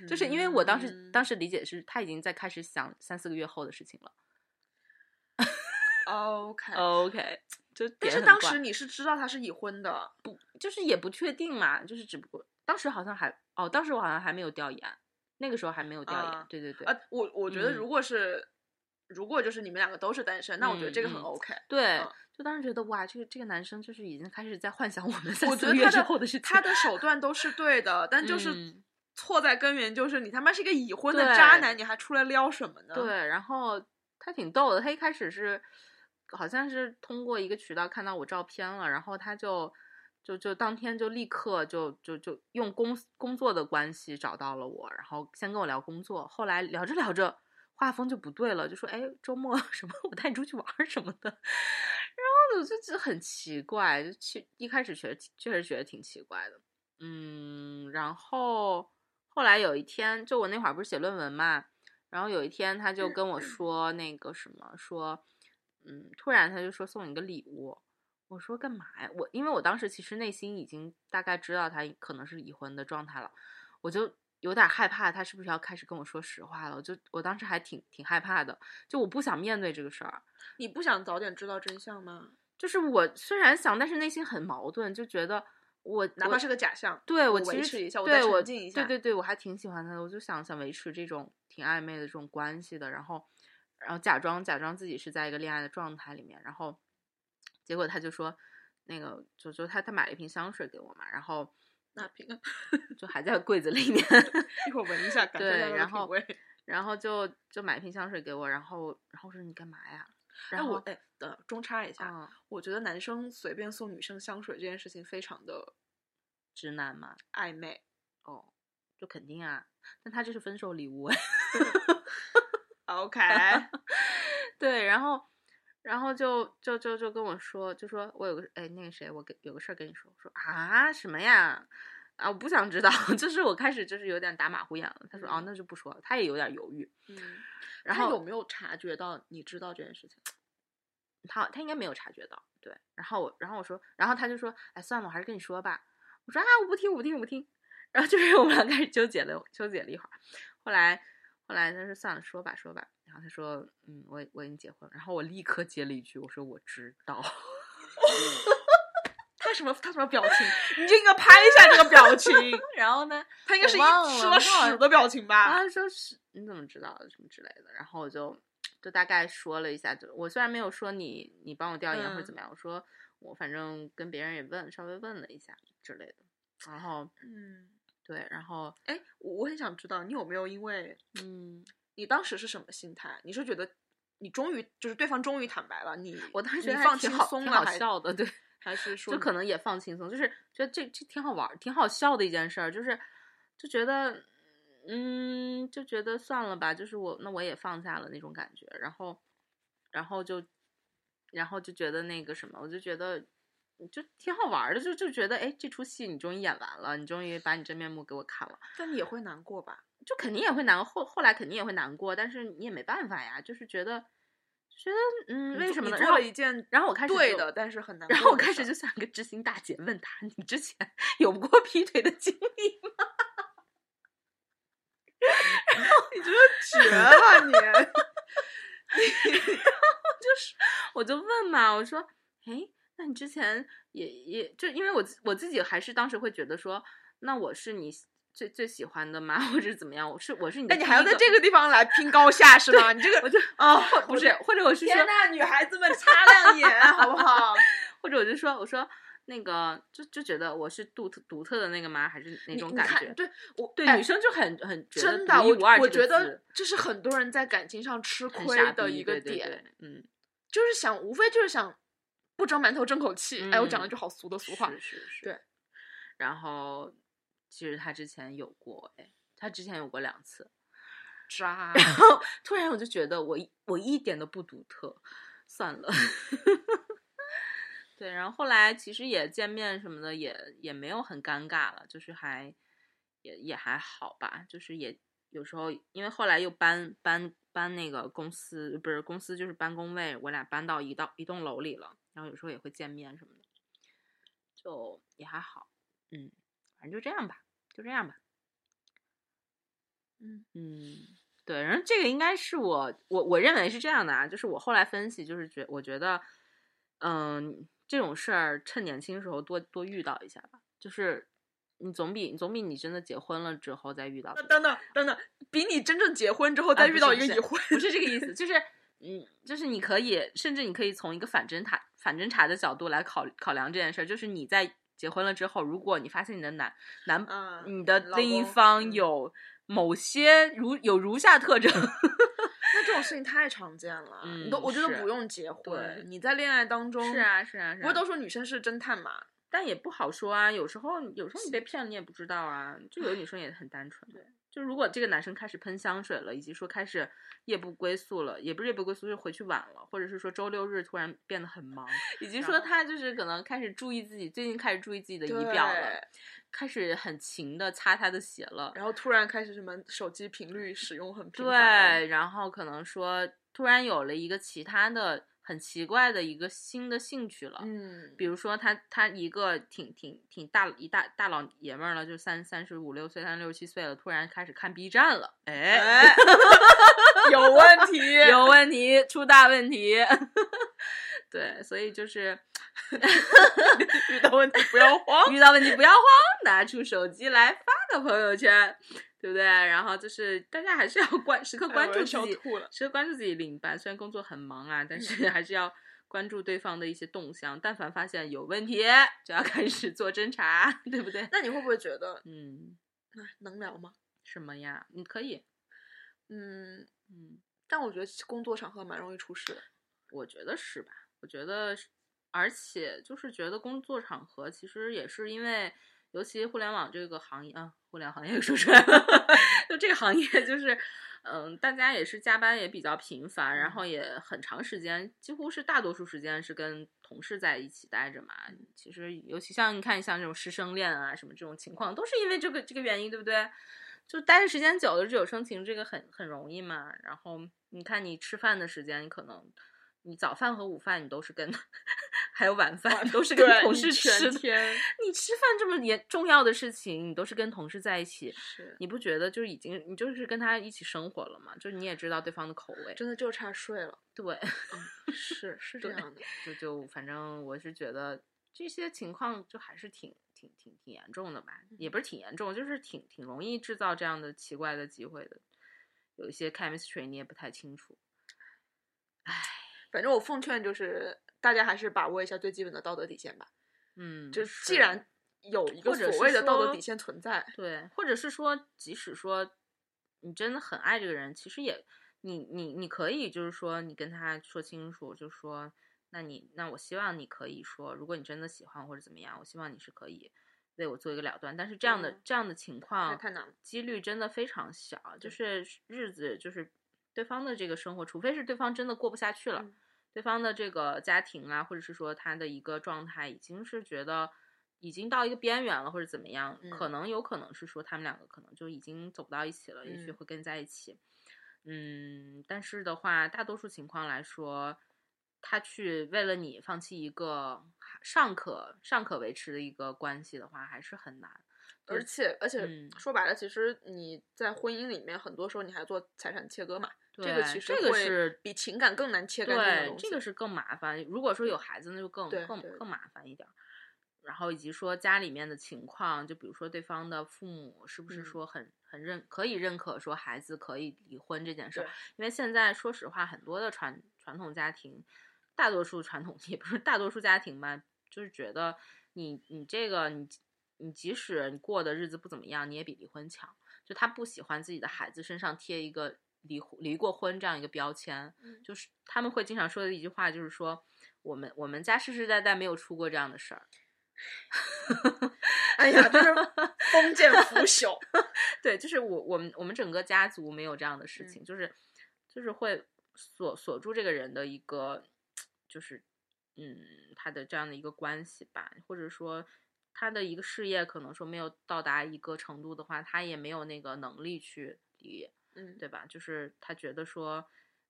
Speaker 2: 就是因为我当时、
Speaker 1: 嗯
Speaker 2: 当时理解是他已经在开始想三四个月后的事情了。
Speaker 1: OK，
Speaker 2: 哦 OK，就
Speaker 1: 但
Speaker 2: 点
Speaker 1: 是
Speaker 2: 很
Speaker 1: 当
Speaker 2: 怪
Speaker 1: 时你是知道他是已婚的，
Speaker 2: 就是也不确定嘛，就是只不过当时好像还哦，当时我好像还没有调研，那个时候还没有调研，
Speaker 1: 啊
Speaker 2: 对对对、
Speaker 1: 呃，我我觉得
Speaker 2: 嗯
Speaker 1: 如果是、如果就是你们两个都是单身，那我觉得这个很
Speaker 2: 嗯嗯
Speaker 1: OK。
Speaker 2: 对
Speaker 1: 嗯。
Speaker 2: 就当时觉得哇，这个这个男生就是已经开始在幻想我们 三
Speaker 1: 我
Speaker 2: 四
Speaker 1: 觉
Speaker 2: 个
Speaker 1: 得
Speaker 2: 月
Speaker 1: 他
Speaker 2: 之
Speaker 1: 的
Speaker 2: 后的事情。
Speaker 1: 他的手段都是对的，但就是
Speaker 2: 嗯
Speaker 1: 错在根源，就是你他妈是一个已婚的
Speaker 2: 对
Speaker 1: 渣男，你还出来撩什么呢？
Speaker 2: 对，然后他挺逗的，他一开始是好像是通过一个渠道看到我照片了，然后他就就就当天就立刻就就就用工工作的关系找到了我，然后先跟我聊工作，后来聊着聊着。 画风就不对了，就说哎，周末 什么，我带你出去玩儿什么的，然后我就就很奇怪，就去一开始确确实觉得挺奇怪的，嗯，然后后来有一天，就我那会儿不是写论文嘛，然后有一天他
Speaker 1: 嗯
Speaker 2: 就跟我说那个什么，说，嗯，突然他就说送你个礼物，我说干嘛呀？我因为我当时其实内心已经大概知道他可能是已婚的状态了，我就有点害怕他是不是要开始跟我说实话了，我就我当时还挺挺害怕的，就我不想面对这个事儿。
Speaker 1: 你不想早点知道真相吗？
Speaker 2: 就是我虽然想，但是内心很矛盾，就觉得我
Speaker 1: 哪
Speaker 2: 我
Speaker 1: 怕是个假象，
Speaker 2: 对
Speaker 1: 我
Speaker 2: 我
Speaker 1: 维
Speaker 2: 其
Speaker 1: 持
Speaker 2: 实
Speaker 1: 一下，我再
Speaker 2: 对我
Speaker 1: 沉浸一下，
Speaker 2: 对对对，我还挺喜欢他的，我就想想维持这种挺暧昧的这种关系的，然后然后假装假装自己是在一个恋爱的状态里面，然后结果他就说那个就就他他买了一瓶香水给我嘛，然后
Speaker 1: 那平
Speaker 2: 就还在柜子里面，
Speaker 1: 一会儿闻一下，感受
Speaker 2: 对
Speaker 1: 一下它的
Speaker 2: 然
Speaker 1: 品
Speaker 2: 后
Speaker 1: 味
Speaker 2: 然后就就买一瓶香水给我，然后然后我说你干嘛呀？ 然
Speaker 1: 哎我
Speaker 2: 后
Speaker 1: 哎，等中插一下，
Speaker 2: 啊、
Speaker 1: 我觉得男生随便送女生香水这件事情非常的
Speaker 2: 直男嘛，
Speaker 1: 暧昧，
Speaker 2: 哦，就肯定啊，但他这是分手礼物
Speaker 1: OK，
Speaker 2: 对，然后，然后就就就就跟我说，就说我有个哎那个谁，我跟有个事儿跟你说，我说啊什么呀？啊，我不想知道， 就是我开始就是有点打马虎眼了。他说哦，
Speaker 1: 嗯
Speaker 2: 那就不说了。他也有点犹豫，
Speaker 1: 嗯，
Speaker 2: 然
Speaker 1: 他
Speaker 2: 后
Speaker 1: 有没有察觉到你知道这件事 情？
Speaker 2: 他他应该没有察觉到，对。然后我然后我说，然后他就说，哎，算了，我还是跟你说吧。我说啊，我不听，我不听，我不听。然后就是我 们俩开始纠结了，纠结了一会儿。后来后来他说算了，说吧，说吧。然后他说，嗯，我我已经结婚了。然后我立刻接了一句，我说我知道。
Speaker 1: 他什么他什么表情？你就应该拍一下这个表情，
Speaker 2: 然后呢，
Speaker 1: 他应该
Speaker 2: 我
Speaker 1: 是一
Speaker 2: 忘了
Speaker 1: 吃
Speaker 2: 我
Speaker 1: 了
Speaker 2: 忘
Speaker 1: 屎
Speaker 2: 了啊
Speaker 1: 的表情
Speaker 2: 然后
Speaker 1: 吧？
Speaker 2: 他说是你怎么知道的什么之类的，然后我就就大概说了一下，就我虽然没有说你你帮我调研或者
Speaker 1: 嗯
Speaker 2: 怎么样，我说我反正跟别人也问稍微问了一下之类的，然后
Speaker 1: 嗯，
Speaker 2: 对，然后
Speaker 1: 哎，我我很想知道你有没有因为
Speaker 2: 嗯，
Speaker 1: 你当时是什么心态？你是觉得你终于就是对方终于坦白了，你
Speaker 2: 我当时觉
Speaker 1: 你
Speaker 2: 得还
Speaker 1: 放
Speaker 2: 挺
Speaker 1: 轻
Speaker 2: 好
Speaker 1: 松
Speaker 2: 挺
Speaker 1: 了，
Speaker 2: 好
Speaker 1: 还
Speaker 2: 笑的，对，
Speaker 1: 还是说
Speaker 2: 就
Speaker 1: 你
Speaker 2: 可能也放轻松，就是觉得这这挺好玩儿，挺好笑的一件事儿，就是就觉得嗯，就觉得算了吧，就是我那我也放下了那种感觉，然后然后就然后就觉得那个什么，我就觉得就挺好玩儿的，就就觉得哎，这出戏你终于演完了，你终于把你真面目给我看了，
Speaker 1: 但你也会难过吧？
Speaker 2: 就肯定也会难后后来肯定也会难过，但是你也没办法呀，就是觉得觉得嗯，
Speaker 1: 你
Speaker 2: 为
Speaker 1: 做
Speaker 2: 什
Speaker 1: 你
Speaker 2: 么
Speaker 1: 做
Speaker 2: 呢？然后
Speaker 1: 了一件
Speaker 2: 然后我开始
Speaker 1: 对
Speaker 2: 就
Speaker 1: 的，但是很难过的
Speaker 2: 然
Speaker 1: 事儿。
Speaker 2: 后我开始就像个知心大姐问他：“你之前 有过劈腿的经历吗
Speaker 1: 你真的绝了你！？”
Speaker 2: 就是我就问嘛，我说：“诶，那你之前也也就因为我自我自己还是当时会觉得说，那我是你最最喜欢的吗？ 或者怎么样？我是我是你的
Speaker 1: 那 你
Speaker 2: 第一个？
Speaker 1: 还要在这个地方来拼高 下是吗？你这
Speaker 2: 我
Speaker 1: 个
Speaker 2: 就
Speaker 1: 啊，
Speaker 2: 不是，或者我是说，
Speaker 1: 呐，女孩子们擦亮眼好不 好？
Speaker 2: 或者我就说，我说那个就就觉得我是独特独特的那个吗？还是哪
Speaker 1: 你
Speaker 2: 种
Speaker 1: 你
Speaker 2: 感
Speaker 1: 看
Speaker 2: 觉？
Speaker 1: 对我
Speaker 2: 对，
Speaker 1: 哎
Speaker 2: 女生就很很觉得
Speaker 1: 真的，
Speaker 2: 独一
Speaker 1: 我
Speaker 2: 无二
Speaker 1: 我
Speaker 2: 这
Speaker 1: 觉
Speaker 2: 个
Speaker 1: 得
Speaker 2: 字
Speaker 1: 这是很多人在感情上吃
Speaker 2: 很
Speaker 1: 亏
Speaker 2: 傻
Speaker 1: 的
Speaker 2: 逼
Speaker 1: 一个
Speaker 2: 对对
Speaker 1: 点，
Speaker 2: 对嗯。
Speaker 1: 就是想无非就是想不蒸馒头争口气。哎，我讲了一句好俗的俗话
Speaker 2: 是，是是，
Speaker 1: 对。
Speaker 2: 然后，其实他之前有过，哎，他之前有过两次。
Speaker 1: 渣。
Speaker 2: 突然我就觉得我一我一点都不独特，算了。 对，然后后来其实也见面什么的，也也没有很尴尬了，就是还也也还好吧，就是也有时候因为后来又搬搬搬那个公司，不是公司就是办公位，我俩搬到一到一栋楼里了，然后有时候也会见面什么的，就也还好，嗯，反正就这样吧，就这样吧，
Speaker 1: 嗯
Speaker 2: 嗯。对，然后这个应该是我我我认为是这样的啊，就是我后来分析，就是觉我觉得，嗯、这种事儿趁年轻时候多多遇到一下吧，就是你总比总比你真的结婚了之后再遇到
Speaker 1: 那
Speaker 2: 这个，
Speaker 1: 等等等等，比你真正结婚之后再
Speaker 2: 啊
Speaker 1: 遇
Speaker 2: 不
Speaker 1: 到
Speaker 2: 是
Speaker 1: 一个
Speaker 2: 不
Speaker 1: 已
Speaker 2: 是
Speaker 1: 婚，
Speaker 2: 不是这个意思，就是嗯，就是你可以，甚至你可以从一个反侦查反侦查的角度来考考量这件事儿，就是你在结婚了之后，如果你发现你的男男
Speaker 1: 啊
Speaker 2: 你的
Speaker 1: 老
Speaker 2: 另一
Speaker 1: 公
Speaker 2: 方
Speaker 1: 嗯
Speaker 2: 有某些如有如下特征。
Speaker 1: 那这种事情太常见了。你都
Speaker 2: 嗯
Speaker 1: 我觉得
Speaker 2: 是
Speaker 1: 不用结
Speaker 2: 对
Speaker 1: 婚，你在恋爱当中
Speaker 2: 是，啊，是啊，是啊。
Speaker 1: 不是都说女生是侦探嘛？
Speaker 2: 但也不好说啊，有时候有时候你被骗了你也不知道啊，就有女生也很单纯嘛，就如果这个男生开始喷香水了，以及说开始夜不归宿了，也不是夜不归宿，就是回去晚了，或者是说周六日突然变得很忙，以及说他就是可能开始注意自己，最近开始注意自己的仪表了，开始很勤的擦他的鞋了，
Speaker 1: 然后突然开始什么手机频率使用很频繁，
Speaker 2: 对，然后可能说突然有了一个其他的。很奇怪的一个新的兴趣了，
Speaker 1: 嗯，
Speaker 2: 比如说他他一个挺挺挺大一大大老爷们儿了，就三三十五六岁，三六七岁了，突然开始看 B 站了，哎，
Speaker 1: 哎 有问题，
Speaker 2: 有问题，出大问题， 对，所以就是
Speaker 1: 遇到问题不要慌，
Speaker 2: 遇到问题不要慌，拿出手机来发个朋友圈。对不对？然后就是大家还是要关时
Speaker 1: 哎
Speaker 2: 刻关注自己，
Speaker 1: 吐了
Speaker 2: 时刻关注自己另一半。虽然工作很忙啊，但是还是要关注对方的一些动向。但凡发现有问题，就要开始做侦查，对不对？
Speaker 1: 那你会不会觉得
Speaker 2: 嗯，
Speaker 1: 哎能聊吗？
Speaker 2: 什么呀？你可以，
Speaker 1: 嗯，
Speaker 2: 嗯，
Speaker 1: 但我觉得工作场合蛮容易出事的。
Speaker 2: 我觉得是吧？我觉得是，而且就是觉得工作场合其实也是因为，尤其互联网这个行业啊，互联网行业 说出来了，就这个行业就是，嗯，大家也是加班也比较频繁，然后也很长时间，几乎是大多数时间是跟同事在一起待着嘛。其实，尤其像你看，像这种师生恋啊什么这种情况，都是因为这个这个原因，对不对？就待着时间久了，日久生情，这个很很容易嘛。然后你看，你吃饭的时间，你可能你早饭和午饭你都是跟， 还有晚饭 都是跟
Speaker 1: 对
Speaker 2: 同
Speaker 1: 你
Speaker 2: 事吃
Speaker 1: 全
Speaker 2: 的。
Speaker 1: 天
Speaker 2: 你吃饭这么严重要的事情，你都是跟同事在一起，
Speaker 1: 是
Speaker 2: 你不觉得就是已经你就是跟他一起生活了嘛？就是你也知道对方的口味，
Speaker 1: 真的就差睡了，嗯
Speaker 2: 对，
Speaker 1: 是是这
Speaker 2: 对
Speaker 1: 样的。
Speaker 2: 就就反正我是觉得这些情况就还是挺挺挺挺严重的吧，也
Speaker 1: 嗯
Speaker 2: 不是挺严重，就是挺挺容易制造这样的奇怪的机会的。有一些 chemistry 你也不太清楚，
Speaker 1: 反正我奉劝就是大家还是把握一下最基本的道德底线吧。
Speaker 2: 嗯，
Speaker 1: 就是既然有一个
Speaker 2: 或者
Speaker 1: 所
Speaker 2: 是
Speaker 1: 谓的道德
Speaker 2: 说
Speaker 1: 底线存在，
Speaker 2: 对，或者是说，即使说你真的很爱这个人，其实也你你你可以就是说，你跟他说清楚，就说那你那我希望你可以说，如果你真的喜欢或者怎么样，我希望你是可以为我做一个了断。但是这样的、
Speaker 1: 嗯
Speaker 2: 这样的情
Speaker 1: 那
Speaker 2: 况
Speaker 1: 太难了。
Speaker 2: 几率真的非常小，就
Speaker 1: 对
Speaker 2: 是日子就是对方的这个生活，除非是对方真的过不下去了，
Speaker 1: 嗯
Speaker 2: 对方的这个家庭啊，或者是说他的一个状态已经是觉得已经到一个边缘了，或者怎么样，可
Speaker 1: 嗯
Speaker 2: 能有可能是说他们两个可能就已经走不到一起了，也许
Speaker 1: 嗯
Speaker 2: 会跟在一起。嗯，但是的话，大多数情况来说，他去为了你放弃一个尚可尚可维持的一个关系的话，还是很难。
Speaker 1: 而且而且
Speaker 2: 嗯
Speaker 1: 说白了，其实你在婚姻里面很多时候你还做财产切割嘛，这个
Speaker 2: 对
Speaker 1: 其实
Speaker 2: 这个
Speaker 1: 会
Speaker 2: 是
Speaker 1: 比情感更难切干净的
Speaker 2: 对
Speaker 1: 东，西。嗯
Speaker 2: 这个是更麻烦。如果说有孩子，那就更
Speaker 1: 对
Speaker 2: 更
Speaker 1: 对
Speaker 2: 更麻烦一点儿。然后以及说家里面的情况，就比如说对方的父母是不是
Speaker 1: 嗯
Speaker 2: 说很、很认可以认可说孩子可以离婚这件事儿
Speaker 1: 对？
Speaker 2: 因为现在说实话，很多的传传统家庭，大多数传统也不是大多数家庭吧，就是觉得你你这个你你即使你过的日子不怎么样，你也比离婚强。就他不喜欢自己的孩子身上贴一个离婚离过婚这样一个标签，
Speaker 1: 嗯
Speaker 2: 就是他们会经常说的一句话，就是说我们我们家世世代代没有出过这样的事儿。
Speaker 1: 哎呀，就是封建腐朽。
Speaker 2: 对，就是我我们我们整个家族没有这样的事
Speaker 1: 嗯
Speaker 2: 情，就是就是会锁锁住这个人的一个就是嗯他的这样的一个关系吧，或者说他的一个事业可能说没有到达一个程度的话，他也没有那个能力去离。
Speaker 1: 嗯，
Speaker 2: 对吧？就是他觉得说，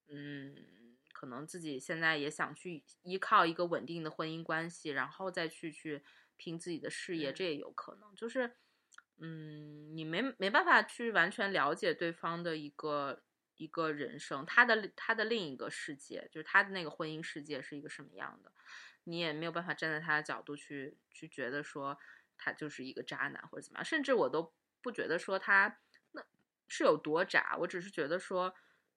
Speaker 2: 嗯，可能自己现在也想去依靠一个稳定的婚姻关系，然后再去去拼自己的事业，这也有可能。就是，嗯，你没没办法去完全了解对方的一个一个人生，他的他的另一个世界，就是他的那个婚姻世界是一个什么样的，你也没有办法站在他的角度去去觉得说他就是一个渣男或者怎么样，甚至我都不觉得说他那是有多渣，我只是觉得说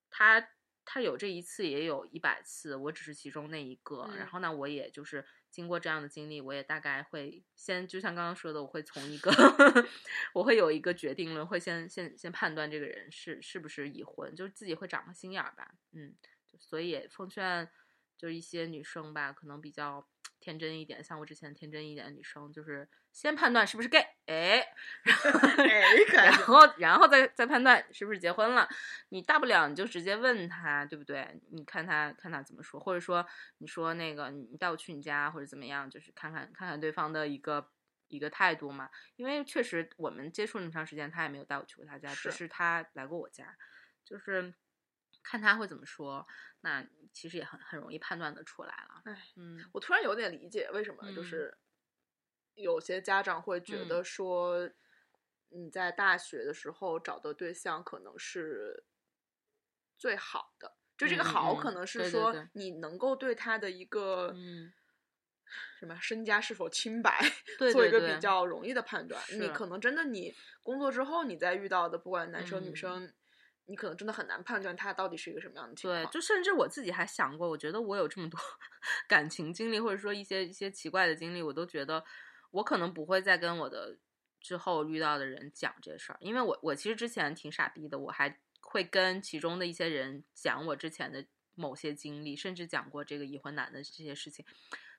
Speaker 2: 他他有这一次也有一百次，我只是其中那一个。然
Speaker 1: 嗯
Speaker 2: 后呢，我也就是经过这样的经历，我也大概会先就像刚刚说的，我会从一个 我会有一个决定论，会先先先判断这个人是是不是已婚，就是自己会长个心眼儿吧，嗯。所以也奉劝，就是一些女生吧，可能比较天真一点，像我之前天真一点的女生，就是先判断是不是 gay，哎，然后然后再再判断是不是结婚了。你大不了你就直接问他，对不对？你看他看他怎么说，或者说你说那个你带我去你家或者怎么样，就是看看看看对方的一个一个态度嘛。因为确实我们接触那么长时间，他也没有带我去过他家，
Speaker 1: 是
Speaker 2: 只是他来过我家，就是看他会怎么说。那其实也很很容易判断的出来了。
Speaker 1: 哎，
Speaker 2: 嗯，
Speaker 1: 我突然有点理解为什么，就
Speaker 2: 嗯
Speaker 1: 是有些家长会觉得说，你在大学的时候找的对象可能是最好的，就这个
Speaker 2: 嗯嗯
Speaker 1: 好
Speaker 2: 嗯
Speaker 1: 可能是
Speaker 2: 对对
Speaker 1: 说
Speaker 2: 对
Speaker 1: 你能够对他的一个
Speaker 2: 嗯
Speaker 1: 什么身家是否清白
Speaker 2: 对
Speaker 1: 做
Speaker 2: 对
Speaker 1: 一个
Speaker 2: 对
Speaker 1: 比较容易的判断。你
Speaker 2: 是
Speaker 1: 可能真的你工作之后，你再遇到的不管男生女
Speaker 2: 嗯
Speaker 1: 生，你可能真的很难判断他到底是一个什么样的情
Speaker 2: 对，
Speaker 1: 况。
Speaker 2: 就甚至我自己还想过，我觉得我有这么多 感情经历，或者说一些一些奇怪的经历，我都觉得我可能不会再跟我的之后遇到的人讲这事儿，因为我我其实之前挺傻逼的，我还会跟其中的一些人讲我之前的某些经历，甚至讲过这个已婚男的这些事情，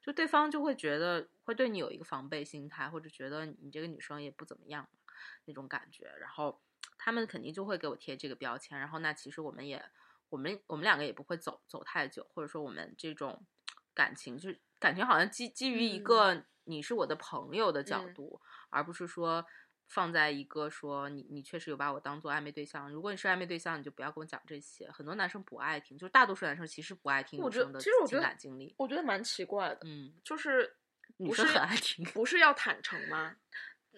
Speaker 2: 就对方就会觉得会对你有一个防备心态，或者觉得你这个女生也不怎么样那种感觉，然后他们肯定就会给我贴这个标签，然后那其实我们也我们我们两个也不会走走太久，或者说我们这种感情就是感情好像基基于一个你是我的朋友的角
Speaker 1: 嗯
Speaker 2: 度，而不是说放在一个说你你确实有把我当做暧昧对象，如果你是暧昧对象，你就不要跟我讲这些。很多男生不爱听，就是大多数男生其实不爱听
Speaker 1: 我
Speaker 2: 女
Speaker 1: 觉得
Speaker 2: 生的
Speaker 1: 其实我觉
Speaker 2: 情
Speaker 1: 得
Speaker 2: 感经历，
Speaker 1: 我觉得蛮奇怪的，
Speaker 2: 嗯，
Speaker 1: 就是
Speaker 2: 女
Speaker 1: 不
Speaker 2: 生
Speaker 1: 是
Speaker 2: 很爱听，
Speaker 1: 不是要坦诚 吗？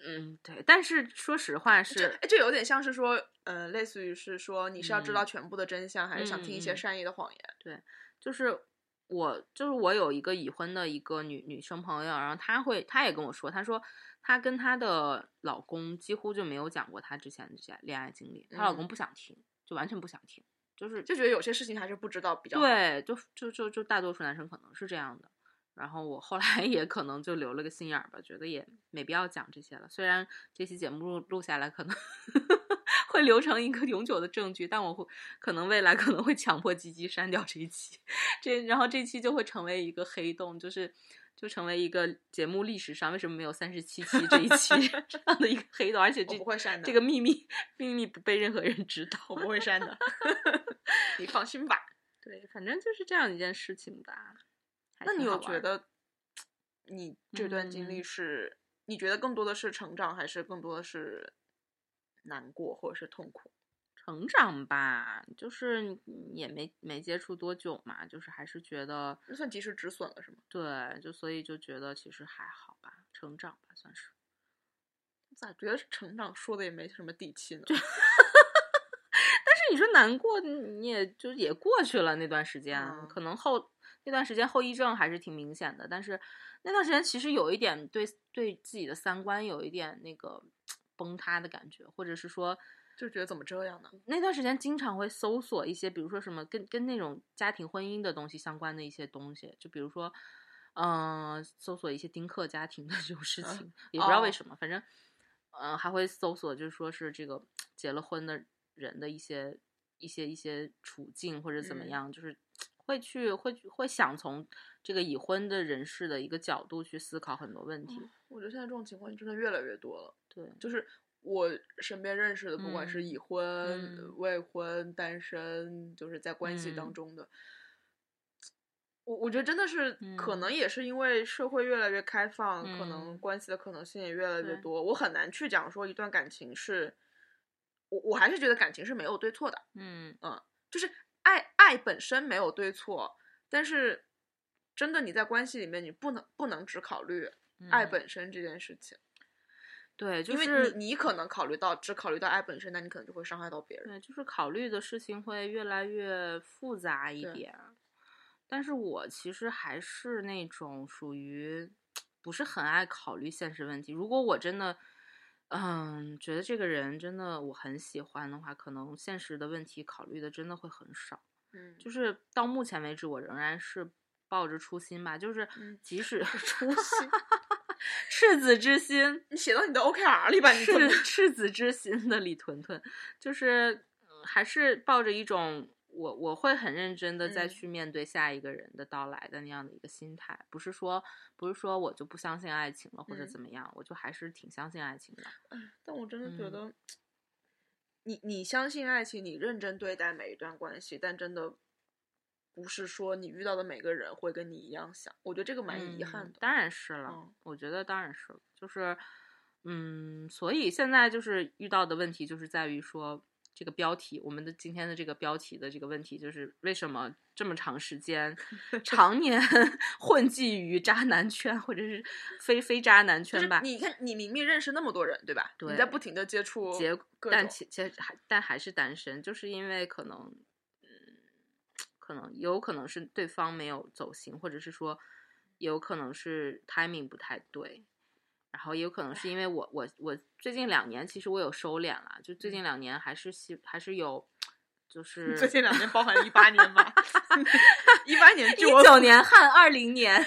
Speaker 2: 嗯，对。但是说实话
Speaker 1: 这
Speaker 2: 是，
Speaker 1: 哎这有点像是说，呃，类似于是说你是要知道
Speaker 2: 嗯
Speaker 1: 全部的真相，还是想听一
Speaker 2: 嗯
Speaker 1: 些
Speaker 2: 嗯嗯
Speaker 1: 善意的谎言？
Speaker 2: 就是我就是我有一个已婚的一个女女生朋友，然后她会她也跟我说，她说她跟她的老公几乎就没有讲过她之前的这些恋爱经历，她老公
Speaker 1: 嗯
Speaker 2: 不想听，就完全不想听，就是
Speaker 1: 就觉得有些事情还是不知道比较好。
Speaker 2: 对，就就就就大多数男生可能是这样的。然后我后来 也可能就留了个心眼儿吧，觉得也没必要讲这些了。虽然这期节目录录下来可能 会留成一个永久的证据，但我会可能未来可能会强迫鸡鸡删掉这一期，这然后这期就会成为一个黑洞，就是就成为一个节目历史上为什么没有三十七期这一期 这样的一个黑洞，而且
Speaker 1: 我
Speaker 2: 这
Speaker 1: 不会删的，
Speaker 2: 这个秘密秘密不被任何人知道。
Speaker 1: 我不会删 的，你放心吧。
Speaker 2: 对，反正就是这样一件事情吧。还
Speaker 1: 那
Speaker 2: 挺
Speaker 1: 你有
Speaker 2: 好玩
Speaker 1: 觉
Speaker 2: 儿
Speaker 1: 得你这段经历
Speaker 2: 嗯
Speaker 1: 是、你觉得更多的是成长，还是更多的是难过或者是痛苦？
Speaker 2: 成长吧？就是你也没没接触多久嘛，就是还是觉得
Speaker 1: 那算及时止损了是吗？
Speaker 2: 对，就所以就觉得其实还好吧，成长吧算是。
Speaker 1: 咋觉得成长说的也没什么底气呢？
Speaker 2: 但是你说难过，你也就也过去了那段时间，
Speaker 1: 嗯
Speaker 2: 可能后那段时间后遗症还是挺明显的。但是那段时间其实有一点对对自己的三观有一点那个崩塌的感觉，或者是说
Speaker 1: 就觉得怎么这样呢？
Speaker 2: 那段时间经常会搜索一些，比如说什么跟跟那种家庭婚姻的东西相关的一些东西，就比如说，嗯、搜索一些丁克家庭的 这种事
Speaker 1: 啊
Speaker 2: 情，也不知道为
Speaker 1: 哦
Speaker 2: 什么，反正，呃，还会搜索，就是说是这个结了婚的人的一些一些一些处境或者怎么
Speaker 1: 嗯
Speaker 2: 样，就是会去会去会想从这个已婚的人士的一个角度去思考很多问题。
Speaker 1: 我觉得现在这种情况真的越来越多了。
Speaker 2: 对，
Speaker 1: 哦就是我身边认识的，不管是
Speaker 2: 嗯
Speaker 1: 已婚、
Speaker 2: 嗯
Speaker 1: 未婚、单身，就是在关系当
Speaker 2: 嗯
Speaker 1: 中的，我我觉得真的是，可
Speaker 2: 嗯
Speaker 1: 能也是因为社会越来越开放，可能
Speaker 2: 嗯
Speaker 1: 关系的可能性也越来越
Speaker 2: 对
Speaker 1: 多。我很难去讲说一段感情是，我我还是觉得感情是没有对错的，
Speaker 2: 嗯，
Speaker 1: 就是爱爱本身没有对错，但是真的你在关系里面，你不能不能只考虑爱
Speaker 2: 嗯
Speaker 1: 本身这件事情。
Speaker 2: 对，就
Speaker 1: 因
Speaker 2: 是
Speaker 1: 为你你可能考虑到只考虑到爱本身，那你可能就会伤害到别人。
Speaker 2: 对，就是考虑的事情会越来越复杂一
Speaker 1: 对
Speaker 2: 点。但是我其实还是那种属于不是很爱考虑现实问题。如果我真的，嗯，觉得这个人真的我很喜欢的话，可能现实的问题考虑的真的会很少。
Speaker 1: 嗯，
Speaker 2: 就是是到目前为止，我仍然是抱着初心吧，就是
Speaker 1: 嗯
Speaker 2: 即使
Speaker 1: 初心，
Speaker 2: 赤子之心，
Speaker 1: 你写到你的 OKR 里吧，你 怎么
Speaker 2: 赤赤子之心的李屯屯，就是、嗯还是抱着一种我我会很认真的再
Speaker 1: 嗯
Speaker 2: 去面对下一个人的到来的那样的一个心态，不是说不是说我就不相信爱情了或者
Speaker 1: 嗯
Speaker 2: 怎么样，我就还是挺相信爱情的。
Speaker 1: 但我真的觉
Speaker 2: 嗯
Speaker 1: 得，你你相信爱情，你认真对待每一段关系，但真的不是说你遇到的每个人会跟你一样想，我觉得这个蛮遗憾
Speaker 2: 嗯
Speaker 1: 的。
Speaker 2: 当然是了，
Speaker 1: 嗯
Speaker 2: 我觉得当然是了，就是，嗯，所以现在就是遇到的问题就是在于说这个标题，我们的今天的这个标题的这个问题就是为什么这么长 时间，常年 混迹于渣男圈或者是非非渣男
Speaker 1: 就
Speaker 2: 圈
Speaker 1: 是
Speaker 2: 吧？
Speaker 1: 你看，你明明认识那么多人，对吧？你在
Speaker 2: 对
Speaker 1: 不停的接触
Speaker 2: 结
Speaker 1: 各
Speaker 2: 但
Speaker 1: 种，
Speaker 2: 其其实还但还是单身，就是因为可能，嗯，可能有可能是对方没有走心，或者是说，有可能是 timing 不太对，然后也有可能是因为我我我最近两年其实我有收敛了，就最近两年还是希还是有，就是
Speaker 1: 嗯 最近两年包含了一八年 吧，一八年据我
Speaker 2: 一九年和二零年。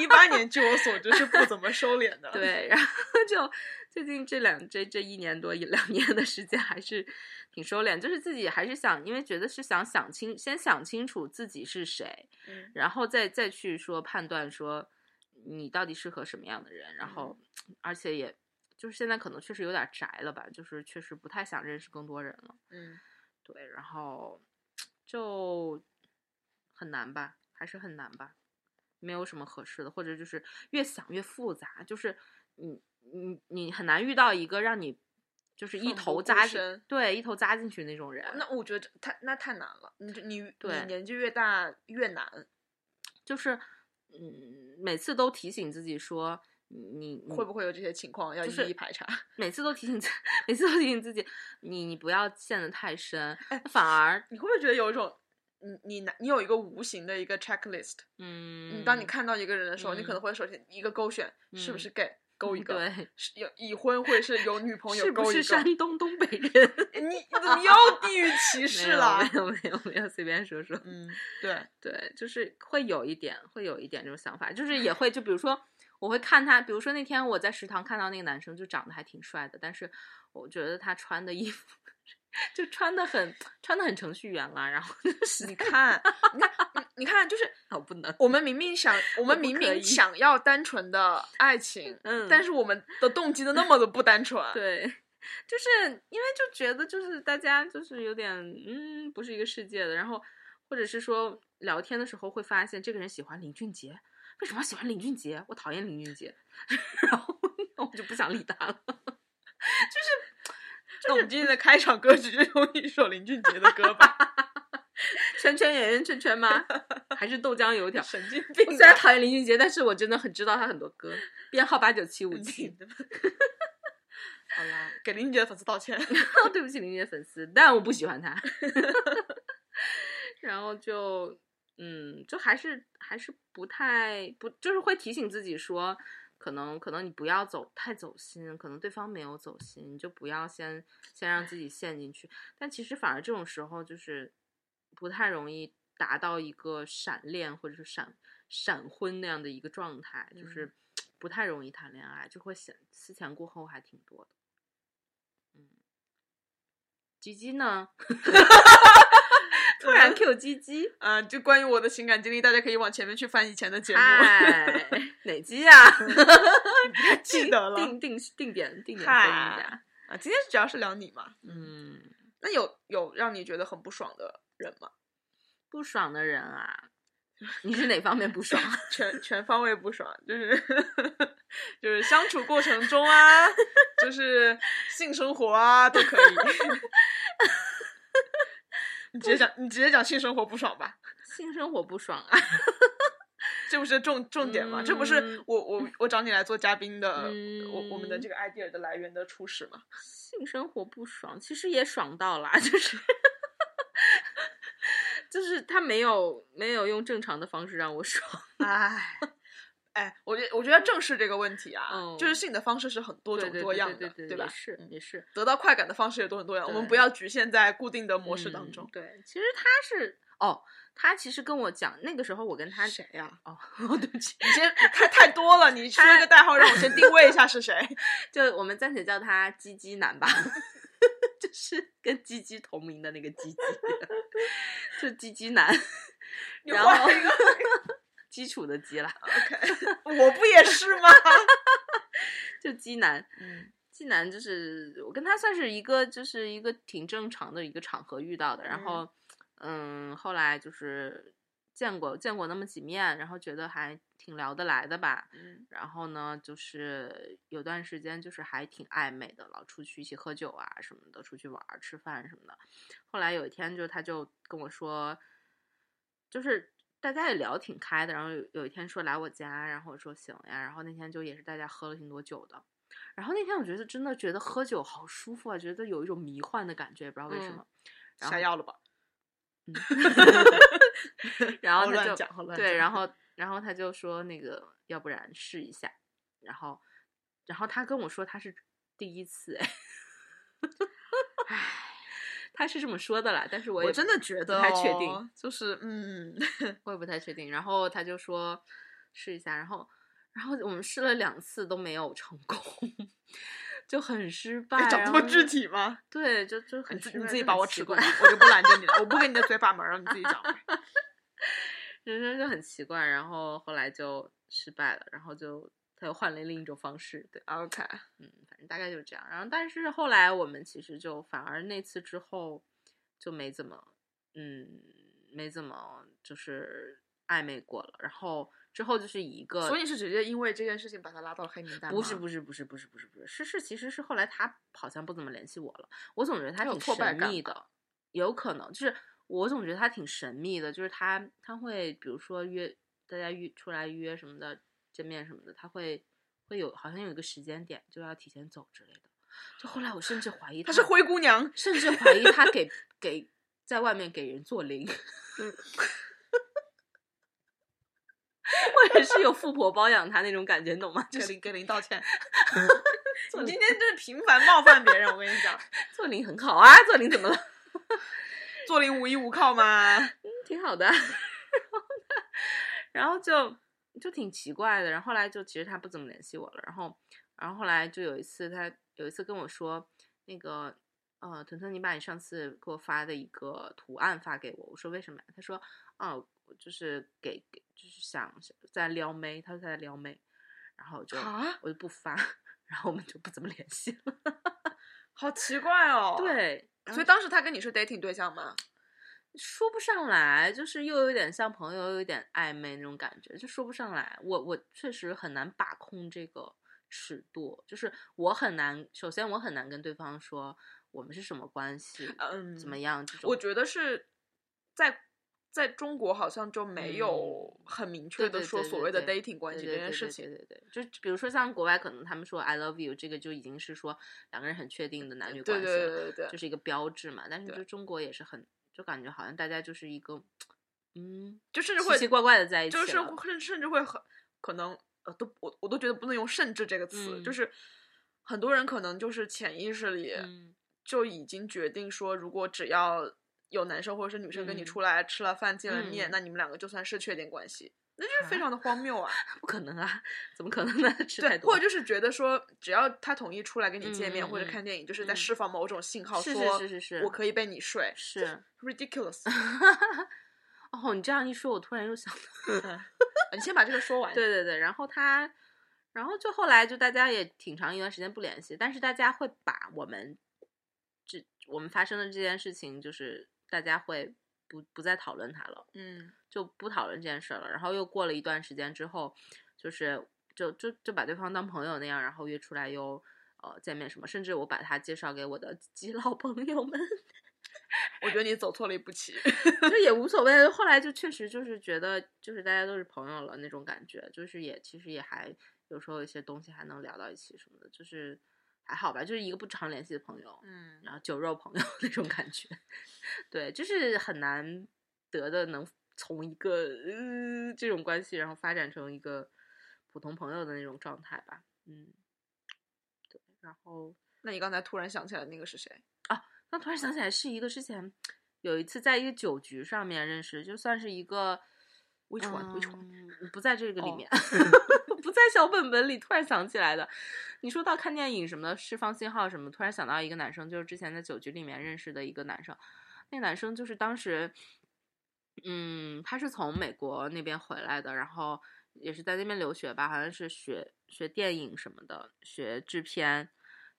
Speaker 1: 一八年据我所知是不怎么收敛的。
Speaker 2: 对，然后就最近这两这这一年多一两年的时间，还是挺收敛，就是自己还是想，因为觉得是想想清，先想清楚自己是谁，
Speaker 1: 嗯，
Speaker 2: 然后再再去说判断说你到底适合什么样的人，然后而且也就是现在可能确实有点宅了吧，就是确实不太想认识更多人了，
Speaker 1: 嗯
Speaker 2: 对，然后就很难吧，还是很难吧，没有什么合适的，或者就是越想越复杂，就是你你你很难遇到一个让你就是一
Speaker 1: 奋不
Speaker 2: 头
Speaker 1: 顾
Speaker 2: 扎进
Speaker 1: 身哦
Speaker 2: 对一头扎进去那种人，
Speaker 1: 那我觉得太那太难了，你这你
Speaker 2: 对
Speaker 1: 你年纪越大越难，
Speaker 2: 就是嗯每次都提醒自己说你你
Speaker 1: 会不会有这些情况要
Speaker 2: 就是
Speaker 1: 一一排查？
Speaker 2: 每次都提醒自 每次都提醒自己你你不要陷得太深，
Speaker 1: 哎
Speaker 2: 反而
Speaker 1: 你会不会觉得有一种，你你拿你有一个无形的一个 checklist，、
Speaker 2: 嗯
Speaker 1: 你当你看到一个人的时候，你可
Speaker 2: 嗯
Speaker 1: 能会首先一个勾选、是不
Speaker 2: 嗯
Speaker 1: 是 gay，勾一
Speaker 2: 嗯
Speaker 1: 个，
Speaker 2: 对
Speaker 1: 是有已婚或者是有女 朋友
Speaker 2: 是
Speaker 1: 勾
Speaker 2: 不
Speaker 1: 一
Speaker 2: 是
Speaker 1: 个，
Speaker 2: 山东东北人？
Speaker 1: 你 你怎么又地域歧视了？
Speaker 2: 没有没有没有没有，随便说说。
Speaker 1: 嗯， 对，
Speaker 2: 对，就是会有一点，会有一点这种想法，就是也会就比如说，我会看他，比如说那天我在食堂看到那个男生，就长得还挺帅的，但是我觉得他穿的衣服 就穿的很穿的很程序员了，然后 就是
Speaker 1: 你看，你看，你你看，就是
Speaker 2: 我不能，
Speaker 1: 我们明明想，我们
Speaker 2: 不
Speaker 1: 明
Speaker 2: 可
Speaker 1: 明
Speaker 2: 以
Speaker 1: 想要单纯的爱 情，
Speaker 2: 嗯
Speaker 1: 但是我们的动机都那么的不单纯，
Speaker 2: 对，就是因为就觉得就是大家就是有点嗯，不是一个世界的，然后或者是说聊天的时候会发现这个人喜欢林俊杰，为什么要喜欢林俊杰？我讨厌林俊杰， 然后我就不想理他了。
Speaker 1: 那我们今天的开场歌曲就用一首林俊杰的歌吧，
Speaker 2: 圈圈圆圆圈圈吗？ 还是豆浆油条？
Speaker 1: 神经病
Speaker 2: 我虽
Speaker 1: 啊
Speaker 2: 然！讨厌林俊杰，但是我真的很知道他很多歌，编号八九七五
Speaker 1: 嗯
Speaker 2: 七。
Speaker 1: 好啦，给林俊杰的粉丝道 歉。
Speaker 2: 对不起林俊杰粉丝，但我不喜欢他。然后就，嗯，就还是还是不太不，就是会提醒自己说，可能可能你不要走太走心，可能对方没有走心，你就不要先先让自己陷进去。但其实反而这种时候就是不太容易达到一个闪恋或者是闪闪婚那样的一个状态，就是不太容易谈恋爱，就会想思前顾后还挺多的。嗯，吉吉呢？突然 Q 吉吉，
Speaker 1: 啊、就关于我的情感经历，大家可以往前面去翻以前的节目，
Speaker 2: 嗨，哎哪吉呀、 啊？
Speaker 1: 记得了
Speaker 2: 定定定点定点
Speaker 1: 嗨
Speaker 2: 分一下。
Speaker 1: 啊。今天主要是聊你嘛，，
Speaker 2: 嗯，
Speaker 1: 那有有让你觉得很不爽的人吗？
Speaker 2: 不爽的人啊，你是哪方面不爽？
Speaker 1: 全全方位不爽，就是 就是相处过程中 啊，就是性生活啊都可以。 你直接讲，你直接讲性生活不爽吧，
Speaker 2: 性生活不爽啊？
Speaker 1: 这不是重重点吗？这不是
Speaker 2: 嗯
Speaker 1: 我我我找你来做嘉宾的，
Speaker 2: 嗯
Speaker 1: 我我们的这个 idea 的来源的初始吗？
Speaker 2: 性生活不爽，其实也爽到啦， 就是就是他没有没有用正常的方式让 我爽。
Speaker 1: 唉，哎，我觉得我觉得要正视这个问题啊，
Speaker 2: 嗯
Speaker 1: 就是性的方式是很多
Speaker 2: 对
Speaker 1: 种
Speaker 2: 对
Speaker 1: 多
Speaker 2: 对
Speaker 1: 样的，
Speaker 2: 对对
Speaker 1: 吧嗯
Speaker 2: 也？是也是。
Speaker 1: 得到快感的方式也多很多样，我们
Speaker 2: 对
Speaker 1: 不要局限在固定的模式当
Speaker 2: 嗯
Speaker 1: 中。
Speaker 2: 对，其实他是哦，他其实跟我讲，那个时候我跟他
Speaker 1: 谁啊呀
Speaker 2: 哦， 哦，对不起，
Speaker 1: 你先太太多了，你说一个代号让我先定位一下是 谁？
Speaker 2: 就我们暂且叫他鸡 鸡男吧，就是跟鸡鸡同名的那个鸡鸡，是鸡鸡男，
Speaker 1: 你
Speaker 2: 然
Speaker 1: 换
Speaker 2: 后
Speaker 1: 一个
Speaker 2: 基础的鸡啦，
Speaker 1: OK，我不也是 吗？
Speaker 2: 就鸡男。
Speaker 1: 嗯
Speaker 2: 纪南就是我跟他算是一个，就是一个挺正常的一个场合遇到的。然后，嗯，后来就是见过见过那么几面，然后觉得还挺聊得来的吧。
Speaker 1: 嗯
Speaker 2: 然后呢，就是有段时间就是还挺暧昧的，老出去一起喝酒啊什么的，出去玩儿、吃饭什么的。后来有一天就他就跟我说，就是大家也聊挺开的，然后有有一天说来我家，然后我说行呀，然后那天就也是大家喝了挺多酒的。然后那天我觉得真的觉得喝酒好舒服啊，觉得有一种迷幻的感觉，也不知道为什
Speaker 1: 嗯
Speaker 2: 么。 然
Speaker 1: 下
Speaker 2: 后
Speaker 1: 药了吧？
Speaker 2: 然后
Speaker 1: 好
Speaker 2: 他
Speaker 1: 乱
Speaker 2: 就
Speaker 1: 讲好乱
Speaker 2: 对，
Speaker 1: 讲
Speaker 2: 然后然后他就说那个，要不然试一下。然后然后他跟我说他是第一次，哎， 他是这么说的啦，但是我也
Speaker 1: 我真的觉得
Speaker 2: 不太确定
Speaker 1: 哦，就是嗯，
Speaker 2: 我也不太确定。然后他就说试一下，然后然后我们试了两次都没有成功， 就很失败。
Speaker 1: 哎讲
Speaker 2: 然
Speaker 1: 这么
Speaker 2: 后
Speaker 1: 具体吗？
Speaker 2: 对，就就很
Speaker 1: 你自
Speaker 2: 失
Speaker 1: 你
Speaker 2: 败
Speaker 1: 自己
Speaker 2: 就
Speaker 1: 把
Speaker 2: 很
Speaker 1: 我
Speaker 2: 奇
Speaker 1: 吃过
Speaker 2: 怪
Speaker 1: 来，我就不拦着你了，我不给你的嘴把门了，你自己讲呗。
Speaker 2: 人生就很奇怪，然后后来就失败了，然后就他又换了另一种方式，对，
Speaker 1: OK，
Speaker 2: 嗯，反正大概就是这样。然后但是后来我们其实就反而那次之后就没怎么，嗯，没怎么就是暧昧过了。然后之后就是以一个，
Speaker 1: 所以是直接因为这件事情把他拉到黑名单吗？
Speaker 2: 不是不是不是不是不是不是是是其实是后来他好像不怎么联系我了，我总觉得
Speaker 1: 他
Speaker 2: 他
Speaker 1: 有
Speaker 2: 挺
Speaker 1: 挫败
Speaker 2: 神
Speaker 1: 感
Speaker 2: 秘的，有可能就是我总觉得他挺神秘的，就是他他会比如说约大家约出来约什么的见面什么的，他会会有好像有一个时间点就要提前走之类的，就后来我甚至怀疑
Speaker 1: 她是灰姑娘。
Speaker 2: 甚至怀疑他给给在外面给人做零，
Speaker 1: 嗯
Speaker 2: 或者是有富婆包养他那种感觉，你懂吗？就
Speaker 1: 给
Speaker 2: 是
Speaker 1: 林给林道歉。
Speaker 2: 做
Speaker 1: 你今
Speaker 2: 零
Speaker 1: 天真是频繁冒犯别人，我跟你讲，
Speaker 2: 做零很好啊，做零怎么了？
Speaker 1: 做零无依无靠吗？
Speaker 2: 挺好 的。啊然后呢，然后就就挺奇怪的。然后后来就其实他不怎么联系我了。然后，然后后来就有一次他有一次跟我说，那个呃，屯屯，你把你上次给我发的一个图案发给我。我说为什么呀？他说啊，我就是给给就是想在撩妹，他说他在撩妹，然后我就
Speaker 1: 啊，
Speaker 2: 我就不发， 然后我们就不怎么联系了。
Speaker 1: 好奇怪哦。，
Speaker 2: 对，然后
Speaker 1: 所以当时他跟你是 dating 对象吗？
Speaker 2: 说不上来，就是又有点像朋友，又有点暧昧那种感觉，就说不上来。我我确实很难把控这个尺度，就是我很难，首先我很难跟对方说我们是什么关系，
Speaker 1: 嗯，
Speaker 2: 怎么？样这种。
Speaker 1: 我觉得是在在中国好像就没有很明确
Speaker 2: 对
Speaker 1: 的
Speaker 2: 对
Speaker 1: 说
Speaker 2: 对
Speaker 1: 所
Speaker 2: 对
Speaker 1: 谓的
Speaker 2: 对
Speaker 1: dating 关
Speaker 2: 对
Speaker 1: 系
Speaker 2: 对
Speaker 1: 这件
Speaker 2: 对
Speaker 1: 事
Speaker 2: 对
Speaker 1: 情。
Speaker 2: 对对对，就比如说像国外，可能他们说 “I love you” 这个就已经是说两个人很确定的男女
Speaker 1: 呃对
Speaker 2: 关
Speaker 1: 对
Speaker 2: 系
Speaker 1: 对
Speaker 2: 了，
Speaker 1: 对对
Speaker 2: 就
Speaker 1: 对，
Speaker 2: 是一个标志嘛。但是
Speaker 1: 对
Speaker 2: 就中国也是很，就感觉好像大家就是一个，嗯，
Speaker 1: 就甚至
Speaker 2: 奇
Speaker 1: 会
Speaker 2: 奇怪怪的在一起
Speaker 1: 就
Speaker 2: 了，
Speaker 1: 是会甚甚至会很可能呃，都我我都觉得不能用“甚至”这个词，就
Speaker 2: 嗯
Speaker 1: 是很多人可能就是潜意识里
Speaker 2: 嗯
Speaker 1: 就已经决定说，如果只要有男生或者是女生跟你
Speaker 2: 嗯
Speaker 1: 出来吃了饭、见了面，
Speaker 2: 嗯
Speaker 1: 那你们两个就算是确定关系，那就是非
Speaker 2: 啊
Speaker 1: 常的荒 谬啊！
Speaker 2: 不可能啊，怎么可能呢？ 吃太
Speaker 1: 对，
Speaker 2: 多，
Speaker 1: 或者就是觉得说，只要他同意出来跟你见面、
Speaker 2: 嗯嗯
Speaker 1: 或者
Speaker 2: 嗯
Speaker 1: 看电影，就是在
Speaker 2: 嗯
Speaker 1: 释放某种信号
Speaker 2: 是
Speaker 1: 说，
Speaker 2: 是是是是
Speaker 1: 我可以被你 睡
Speaker 2: 是。
Speaker 1: ，ridiculous 。呃
Speaker 2: 哦，你这样一说，我突然又想到，
Speaker 1: 你先把这个说完。
Speaker 2: 对对对，然后他，然后就后来就大家也挺长一段时间不联系，但是大家会把我们这我们发生的这件事情，就是大家会不不再讨论它了，
Speaker 1: 嗯，
Speaker 2: 就不讨论这件事了。然后又过了一段时间之后，就是就就就把对方当朋友那样，然后约出来又呃见面什么，甚至我把他介绍给我的 基佬朋友们。
Speaker 1: 我觉得你走错了一步棋。
Speaker 2: 就也无所谓。后来就确实就是觉得，就是大家都是朋友了那种感觉，就是也其实也还有时候一些东西还能聊到一起什么的，就是还好吧，就是一个不常联系的朋友，
Speaker 1: 嗯
Speaker 2: 然后酒肉朋友 那种感觉。对，就是很难得的能从一个呃这种关系，然后发展成一个普通朋友的那种状态吧。嗯，对，然后。
Speaker 1: 那你刚才突然想起来那个是谁？
Speaker 2: 那突然想起来，是一个之前有一次在一个酒局上面认识，就算是一个
Speaker 1: Which one? Which
Speaker 2: 嗯不在这个里
Speaker 1: 哦
Speaker 2: 面， 不在小本本里。突然想起来的。你说到看电影什么的，释放信号什么，突然想到一个男生，就是之前在酒局里面认识的一个男生。那男生就是当时嗯，他是从美国那边回来的，然后也是在那边留学吧，好像是学学电影什么的，学制片，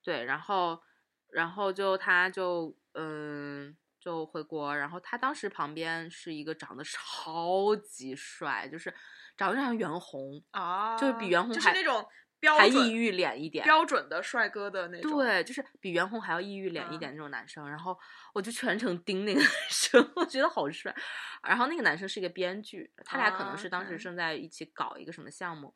Speaker 2: 对，然后然后就他就嗯就回国，然后他当时旁边是一个长得超级帅，就是长得像袁弘，
Speaker 1: 啊，
Speaker 2: 就是比袁弘
Speaker 1: 就是
Speaker 2: 还
Speaker 1: 那种标
Speaker 2: 还
Speaker 1: 准
Speaker 2: 抑郁脸一点，
Speaker 1: 标准的帅哥的那种。嗯
Speaker 2: 对，就是比袁弘还要抑郁脸一点那种男生，然后我就全程盯那个男生， 我觉得好帅。然后那个男生是一个编剧，他俩可能是当时
Speaker 1: 啊 OK
Speaker 2: 正在一起搞一个什么项目。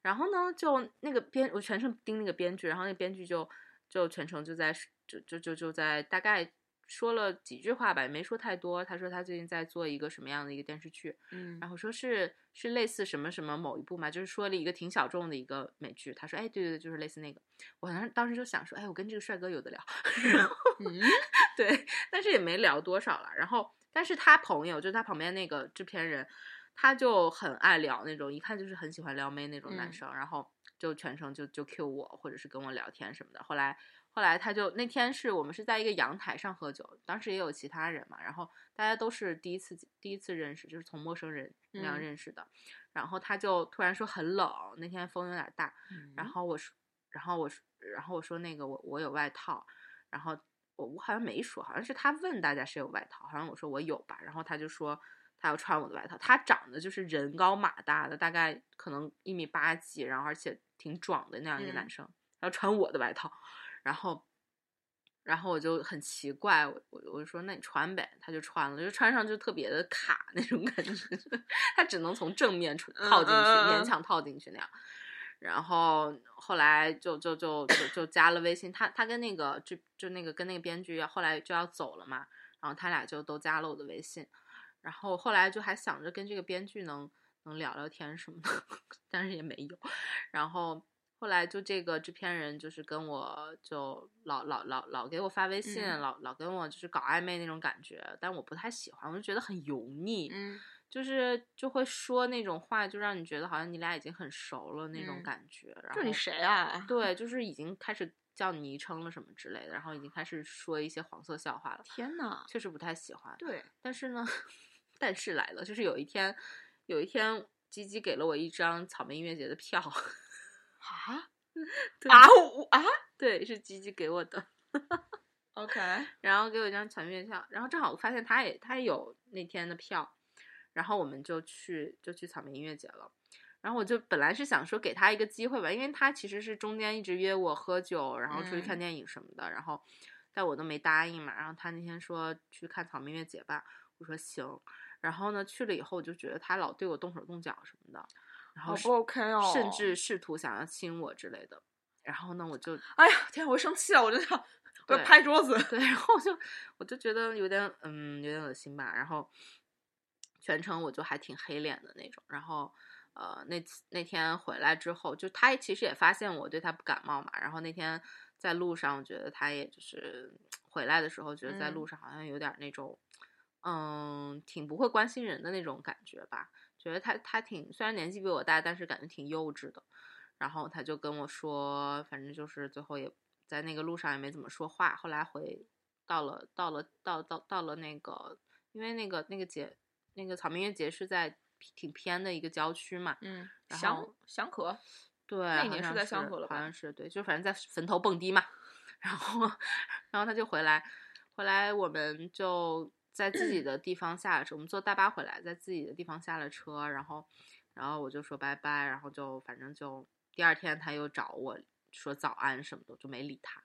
Speaker 2: 然后呢，就那个编，我全程盯那个编剧，然后那个编剧就就全程就在就就就就在大概说了几句话吧，也没说太多。他说他最近在做一个什么样的一个电视剧，
Speaker 1: 嗯
Speaker 2: 然后说是是类似什么什么某一部嘛，就是说了一个挺小众的一个美剧。他说，哎，对对对，就是类似那个。我当时当时就想说，哎，我跟这个帅哥有的聊，然后
Speaker 1: 嗯，
Speaker 2: 对，但是也没聊多少了。然后，但是他朋友就是他旁边那个制片人，他就很爱聊那种，一看就是很喜欢撩妹那种男
Speaker 1: 嗯
Speaker 2: 生，然后就全程就就 Q 我，或者是跟我聊天什么的。后来后来他就那天是我们是在一个阳台上喝酒，当时也有其他人嘛，然后大家都是第一次第一次认识，就是从陌生人那样
Speaker 1: 嗯
Speaker 2: 认识的。然后他就突然说很冷，那天风有点大，
Speaker 1: 嗯
Speaker 2: 然后我说，然后我说，然后我说那个我我有外套，然后我我好像没说，好像是他问大家谁有外套，好像我说我有吧，然后他就说他要穿我的外套，他长得就是人高马大的，大概可能一米八几，然后而且挺壮的那样一个男
Speaker 1: 嗯
Speaker 2: 生，他要穿我的外套，然后。然后我就很奇怪，我我我就说那你穿呗，他就穿了，就穿上就特别的卡那种感觉， 他只能从正面穿套进去，
Speaker 1: 嗯嗯嗯
Speaker 2: 勉强套进去那样。然后后来就就就就就加了微信，他他跟那个就就那个跟那个编剧要后来就要走了嘛，然后他俩就都加了我的微信，然后后来就还想着跟这个编剧能能聊聊天什么的， 但是也没有。然后后来就这个制片人就是跟我就老老老老给我发微信，
Speaker 1: 嗯
Speaker 2: 老老跟我就是搞暧昧那种感觉，但我不太喜欢，我就觉得很油腻，
Speaker 1: 嗯
Speaker 2: 就是就会说那种话，就让你觉得好像你俩已经很熟了那种
Speaker 1: 嗯
Speaker 2: 感觉。然
Speaker 1: 就
Speaker 2: 后
Speaker 1: 你谁啊？
Speaker 2: 对，就是已经开始叫你昵称了什么之类的，然后已经开始说一些黄色笑话了，
Speaker 1: 天呐，
Speaker 2: 确实不太喜欢。
Speaker 1: 对，
Speaker 2: 但是呢， 但是来了，就是有一天，有一天，吉吉给了我一张草莓音乐节的票，
Speaker 1: 啊
Speaker 2: 对
Speaker 1: 啊我啊
Speaker 2: 对，是吉吉给我的，
Speaker 1: ，OK，
Speaker 2: 然后给我一张草莓音乐票，然后正好我发现他也他也有那天的票，然后我们就去就去草莓音乐节了。然后我就本来是想说给他一个机会吧，因为他其实是中间一直约我喝酒，然后出去看
Speaker 1: 嗯
Speaker 2: 电影什么的，然后但我都没答应嘛。然后他那天说去看草莓音乐节吧，我说行。然后呢，去了以后我就觉得他老对我动手动脚什么的，然后
Speaker 1: 好
Speaker 2: 是
Speaker 1: 不 OK 哦，
Speaker 2: 甚至试图想要亲我之类的。然后呢，我就
Speaker 1: 哎呀，天啊，我生气了，我真的要我要
Speaker 2: 对
Speaker 1: 拍桌子。
Speaker 2: 对，然后我就我就觉得有点嗯有点恶心吧，然后全程我就还挺黑脸的那种，然后呃那次那天回来之后，就他其实也发现我对他不感冒嘛，然后那天在路上，我觉得他也就是回来的时候，觉得在
Speaker 1: 嗯
Speaker 2: 路上好像有点那种嗯挺不会关心人的那种感觉吧，觉得他他挺虽然年纪比我大，但是感觉挺幼稚的。然后他就跟我说，反正就是最后也在那个路上也没怎么说话。后来回到了到了到到到了那个，因为那个那个节那个草莓音乐节是在挺偏的一个郊区嘛，
Speaker 1: 嗯，
Speaker 2: 然
Speaker 1: 祥
Speaker 2: 后
Speaker 1: 祥和，
Speaker 2: 对，
Speaker 1: 那
Speaker 2: 好
Speaker 1: 年是
Speaker 2: 像
Speaker 1: 在香河了
Speaker 2: 好
Speaker 1: 吧
Speaker 2: 像是对，就反正在坟头蹦迪嘛。然后，然后他就回来，回来我们就在自己的地方下了车，我们坐大巴回来，在自己的地方下了车，然后，然后我就说拜拜，然后就反正就第二天他又找我说早安什么的，我就没理他。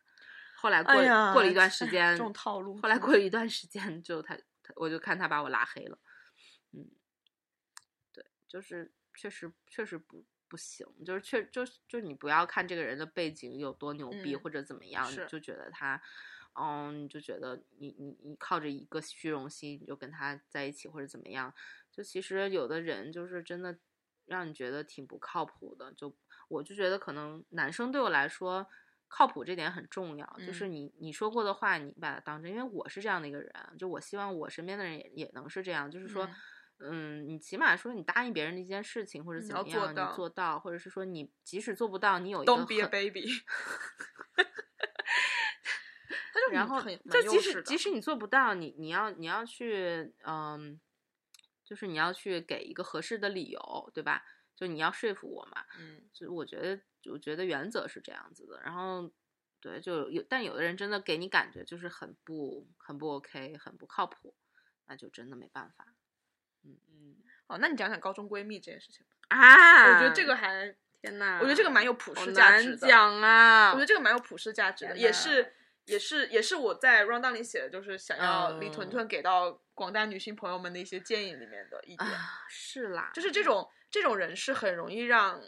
Speaker 2: 后来过、
Speaker 1: 哎呀
Speaker 2: 过了一段时
Speaker 1: 哎呀
Speaker 2: 间，
Speaker 1: 这种套路
Speaker 2: 后来
Speaker 1: 真
Speaker 2: 过了一段时间，就他他我就看他把我拉黑了，嗯，对，就是确实确实不不行，就是确就是就你不要看这个人的背景有多牛逼、
Speaker 1: 嗯
Speaker 2: 或者怎么样，你
Speaker 1: 是
Speaker 2: 就觉得他，嗯，你就觉得你你你靠着一个虚荣心你就跟他在一起或者怎么样，就其实有的人就是真的让你觉得挺不靠谱的，就我就觉得可能男生对我来说。靠谱这点很重要，就是
Speaker 1: 嗯
Speaker 2: 你你说过的话，你把它当真。因为我是这样的一个人，啊就我希望我身边的人也也能是这样，就是说，
Speaker 1: 嗯
Speaker 2: 嗯，你起码说你答应别人的一件事情或者
Speaker 1: 你
Speaker 2: 怎
Speaker 1: 要
Speaker 2: 么
Speaker 1: 做
Speaker 2: 样，
Speaker 1: 到
Speaker 2: 你做到，或者是说你即使做不到，你有一个
Speaker 1: ，Don't
Speaker 2: 很
Speaker 1: be a baby。他就
Speaker 2: 然
Speaker 1: 很
Speaker 2: 后
Speaker 1: 很
Speaker 2: 就
Speaker 1: 蛮幼
Speaker 2: 即使
Speaker 1: 稚
Speaker 2: 即
Speaker 1: 的
Speaker 2: 使你做不到，你你要你要去嗯，就是你要去给一个合适的理由，对吧？就你要说服我嘛。
Speaker 1: 嗯，
Speaker 2: 就我觉得，我觉得原则是这样子的。然后，对，就有，但有的人真的给你感觉就是很不、很不 OK，很不靠谱，那就真的没办法。嗯嗯
Speaker 1: 哦，那你讲讲高中闺蜜这件事情吧。
Speaker 2: 啊，
Speaker 1: 我觉得这个还，
Speaker 2: 天呐，
Speaker 1: 我觉得这个蛮有普
Speaker 2: 好
Speaker 1: 世价值
Speaker 2: 难
Speaker 1: 的。
Speaker 2: 讲啊。
Speaker 1: 我觉得这个蛮有普世价值的，
Speaker 2: 天
Speaker 1: 也
Speaker 2: 哪
Speaker 1: 是也是也是我在 round down 里写的，就是想要李屯屯给到广大女性朋友们的一些建议里面的一点，
Speaker 2: 啊，是啦，
Speaker 1: 就是这种这种人是很容易让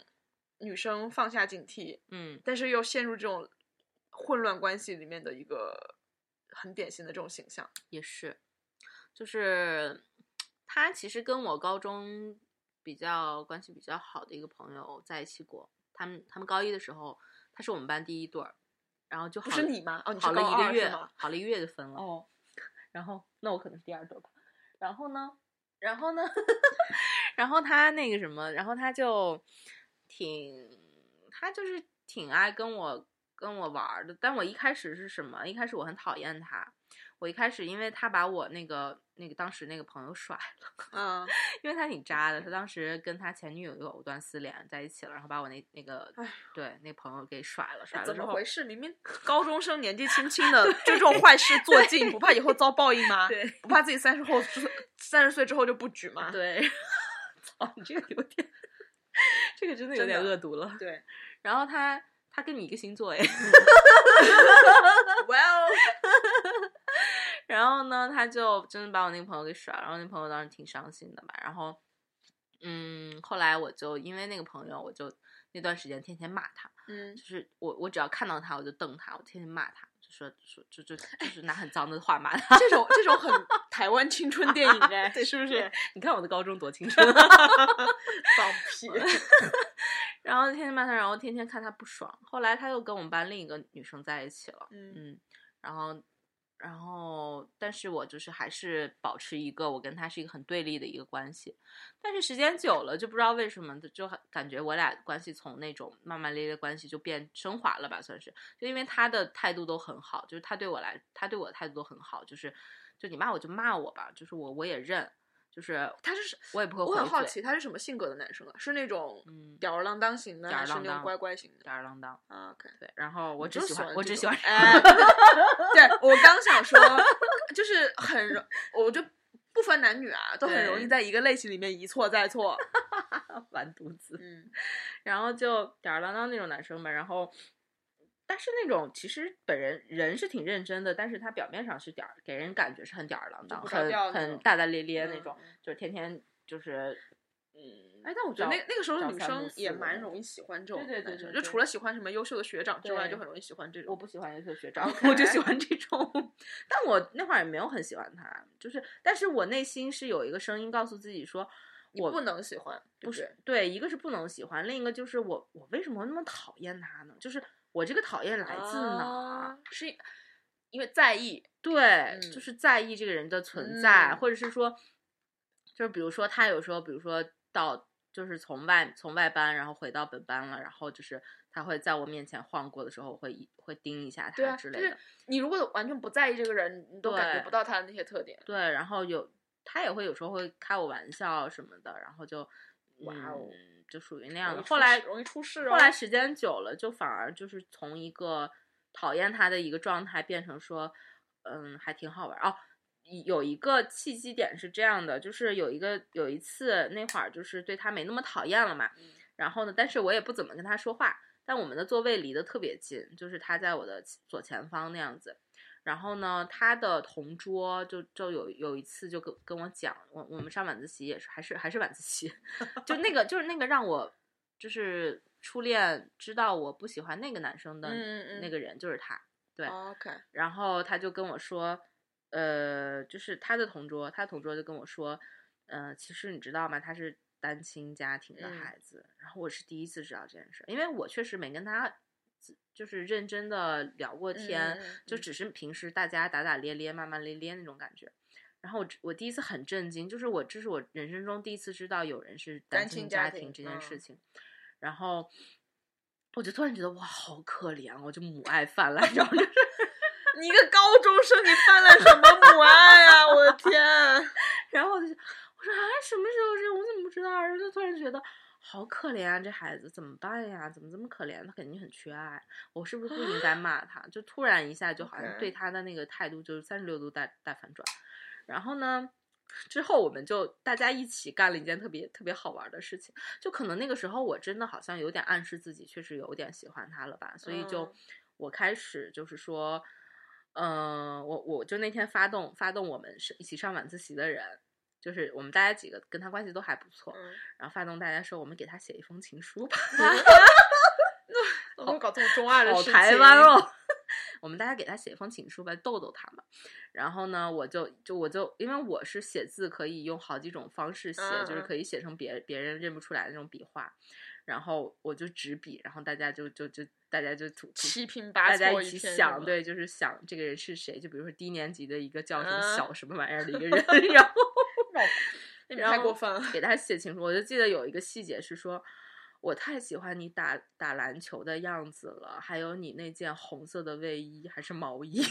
Speaker 1: 女生放下警惕，
Speaker 2: 嗯
Speaker 1: 但是又陷入这种混乱关系里面的一个很典型的这种形 象。
Speaker 2: 也是，就是他其实跟我高中比较关系比较好的一个朋友在一起过，他们他们高一的时候，他是我们班第一对儿，然后就好
Speaker 1: 不是
Speaker 2: 了
Speaker 1: 你吗？哦，你是
Speaker 2: 好了
Speaker 1: 高
Speaker 2: 一
Speaker 1: 二
Speaker 2: 个
Speaker 1: 是
Speaker 2: 月
Speaker 1: 吗，
Speaker 2: 好了一个月就分了。
Speaker 1: 哦，
Speaker 2: 然后那我可能是第二朵吧。然后呢，然后呢， 然后他那个什么，然后他就挺，他就是挺爱跟我跟我玩儿的。但我一开始是什么？一开始我很讨厌他。我一开始因为他把我那个那个当时那个朋友甩了，
Speaker 1: 嗯，
Speaker 2: 因为他挺渣的，他当时跟他前女友有藕断丝连在一起了，然后把我那那个
Speaker 1: 哎呦
Speaker 2: 对那朋友给甩了，甩了
Speaker 1: 哎怎
Speaker 2: 之
Speaker 1: 么
Speaker 2: 后
Speaker 1: 回事？明明高中生年纪轻轻 的，就这种坏事做尽，不怕以后遭报应 吗？
Speaker 2: 对
Speaker 1: 不怕自己三十后三十岁之后就不举吗？
Speaker 2: 对， 操，你这个有 点，这个真的有
Speaker 1: 真
Speaker 2: 点
Speaker 1: 的
Speaker 2: 恶毒了。
Speaker 1: 对，
Speaker 2: 然后他他跟你一个星座哎，
Speaker 1: 哇哦，
Speaker 2: 然后呢，他就真的把我那个朋友给甩了，然后那朋友当时挺伤心的吧。然后，嗯，后来我就因为那个朋友，我就那段时间天天骂他，
Speaker 1: 嗯
Speaker 2: 就，是我我只要看到他我就瞪他，我天天骂他，就说说就 就就是拿很脏的话骂他。
Speaker 1: 这种这种 很台湾青春 电影哎，是不是？
Speaker 2: 你看我的高中多 青春。
Speaker 1: 放屁！
Speaker 2: 然后天天骂他，然后天天看他不爽。后来他又跟我们班另一个女生在一起了，
Speaker 1: 嗯
Speaker 2: 嗯，然后，然后，但是我就是还是保持一个我跟他是一个很对立的一个关系，但是时间久了就不知道为什么，就很感觉我俩关系从那种慢慢咧咧关系就变升华了吧，算是，就因为他的态度都很好，就是他对我来，他对我的态度都很好，就是就你骂我就骂我吧，就是我我也认，就是
Speaker 1: 他是
Speaker 2: 我也不会
Speaker 1: 我
Speaker 2: 回
Speaker 1: 很好
Speaker 2: 嘴，
Speaker 1: 奇他是什么性格的男生啊？是那种
Speaker 2: 嗯，
Speaker 1: 吊儿郎当型的，
Speaker 2: 吊儿
Speaker 1: 还是
Speaker 2: 郎
Speaker 1: 那种
Speaker 2: 当
Speaker 1: 乖乖型的
Speaker 2: 吊儿郎当。
Speaker 1: 啊？OK，
Speaker 2: 对，然后我
Speaker 1: 你
Speaker 2: 只
Speaker 1: 就
Speaker 2: 喜欢，
Speaker 1: 欢
Speaker 2: 我
Speaker 1: 这
Speaker 2: 只喜
Speaker 1: 种
Speaker 2: 欢，
Speaker 1: 哎，对我刚想说，就是很容，我就不分男女啊，都很容易
Speaker 2: 对
Speaker 1: 在一个类型里面一错再错。
Speaker 2: 完犊子，
Speaker 1: 嗯
Speaker 2: 然后就吊儿郎当那种男生吧，然后，但是那种其实本人人是挺认真的，但是他表面上是吊儿，给人感觉是很吊儿郎
Speaker 1: 就
Speaker 2: 当，
Speaker 1: 不着调
Speaker 2: 很
Speaker 1: 那
Speaker 2: 很
Speaker 1: 种
Speaker 2: 大大咧咧那
Speaker 1: 嗯
Speaker 2: 种，就是天天就是，嗯，
Speaker 1: 哎，但我觉得那
Speaker 2: 找
Speaker 1: 那个时候
Speaker 2: 找
Speaker 1: 的女
Speaker 2: 三
Speaker 1: 生
Speaker 2: 不四
Speaker 1: 也
Speaker 2: 的
Speaker 1: 蛮
Speaker 2: 那
Speaker 1: 容易喜欢这种
Speaker 2: 对对
Speaker 1: 男
Speaker 2: 对
Speaker 1: 生，
Speaker 2: 对
Speaker 1: 就
Speaker 2: 对
Speaker 1: 除了喜欢什么优秀的学长之外，就
Speaker 2: 对
Speaker 1: 很容易喜欢这
Speaker 2: 我
Speaker 1: 种。
Speaker 2: 不喜欢优秀学 长，我就喜欢这种。 但我那会儿也没有很喜欢他，就是，但是我内心是有一个声音告诉自己说，
Speaker 1: 你
Speaker 2: 我
Speaker 1: 不能喜欢，对
Speaker 2: 不
Speaker 1: 对
Speaker 2: 是对，一个是不能喜欢，另一个就是我我为什么那么讨厌他呢？就是我这个讨厌来自哪儿？
Speaker 1: 啊是因因为在意，
Speaker 2: 对，就
Speaker 1: 嗯
Speaker 2: 是在意这个人的存在，
Speaker 1: 嗯
Speaker 2: 或者是说，就是比如说他有时候，比如说到就是从外从外班，然后回到本班了，然后就是他会在我面前晃过的时候，我会一会盯一下
Speaker 1: 对
Speaker 2: 他
Speaker 1: 啊，
Speaker 2: 之
Speaker 1: 就
Speaker 2: 类
Speaker 1: 是
Speaker 2: 的，
Speaker 1: 你如果完全不在意这个人，你都感觉
Speaker 2: 对
Speaker 1: 不到他的那些特点。
Speaker 2: 对，然后有他也会有时候会开我玩笑什么的，然后就
Speaker 1: 哇哦
Speaker 2: 嗯，就属于那
Speaker 1: 那
Speaker 2: 样的。后来
Speaker 1: 容易出事哦，
Speaker 2: 后来时间久了，就反而就是从一个讨厌他的一个状态变成说，嗯，还挺好玩儿哦。有一个契机点是这样的，就是有一个有一次那会儿就是对他没那么讨厌了嘛，
Speaker 1: 嗯
Speaker 2: 然后呢，但是我也不怎么跟他说话，但我们的座位离得特别近，就是他在我的左前方那样子。然后呢，他的同桌就就有有一次就跟跟我讲，我我们上晚自习也是还是还是晚自习，就那个就是那个让我就是初恋知道我不喜欢那个男生的
Speaker 1: 嗯嗯嗯
Speaker 2: 那个人就是他，对，
Speaker 1: OK，
Speaker 2: 然后他就跟我说，呃，就是他的同桌，他的同桌就跟我说，呃，其实你知道吗？他是单亲家庭的
Speaker 1: 嗯
Speaker 2: 孩子。然后我是第一次知道这件事儿，因为我确实没跟他自就是认真的聊过天，
Speaker 1: 嗯嗯嗯
Speaker 2: 就
Speaker 1: 嗯
Speaker 2: 只是平时大家打打咧咧、骂骂咧咧那种感觉。然后我我第一次很震惊，就是我这是我人生中第一次知道有人是单
Speaker 1: 单
Speaker 2: 亲
Speaker 1: 亲家
Speaker 2: 庭
Speaker 1: 庭
Speaker 2: 这件事
Speaker 1: 嗯
Speaker 2: 情，然后我就突然觉得哇，好可怜，啊我就母爱泛滥， 然后就
Speaker 1: 你一个高 中生，你犯了什么母爱啊？我的天！
Speaker 2: 然后我就想我说啊什么觉得好可怜啊，这孩子怎么办呀？怎么这么可怜？他肯定很缺爱，我是不是不应该骂他？就突然一下，就好像对他的那个态度就是三十六度大大反转。然后呢，之后我们就大家一起干了一件特别特别好玩的事情，就可能那个时候我真的好像有点暗示自己，确实有点喜欢他了吧，所以就
Speaker 1: 嗯
Speaker 2: 我开始就是说，嗯、我我就那天发动发动我们是一起上晚自习的人。就是我们大家几个跟他关系都还不错，
Speaker 1: 嗯
Speaker 2: 然后发动大家说我们给他写一封情书吧，
Speaker 1: 怎么会搞这么中二的
Speaker 2: 好
Speaker 1: 事情？
Speaker 2: 台湾 哦。我们大家给他写一封情书吧，逗逗他嘛。然后呢，我就就我就因为我是写字，可以用好几种方式写，
Speaker 1: 嗯
Speaker 2: 就是
Speaker 1: 嗯
Speaker 2: 可以写成别别人认不出来的那种笔画。然后我就执笔，然后大家就就就大家就吐吐
Speaker 1: 七拼
Speaker 2: 大
Speaker 1: 八
Speaker 2: 家
Speaker 1: 凑
Speaker 2: 一起
Speaker 1: 片
Speaker 2: 想，
Speaker 1: 是吗，
Speaker 2: 对，就是想这个人是谁，就比如说低年级的一个叫什么
Speaker 1: 嗯
Speaker 2: 小什么玩意儿的一个 人， 然后
Speaker 1: 那我 那你
Speaker 2: 然
Speaker 1: 太
Speaker 2: 后
Speaker 1: 过分了。
Speaker 2: 给他写情书。我就记得有一个细节是说，我太喜欢你打打篮球的样子了，还有你那件红色的卫衣还是毛衣，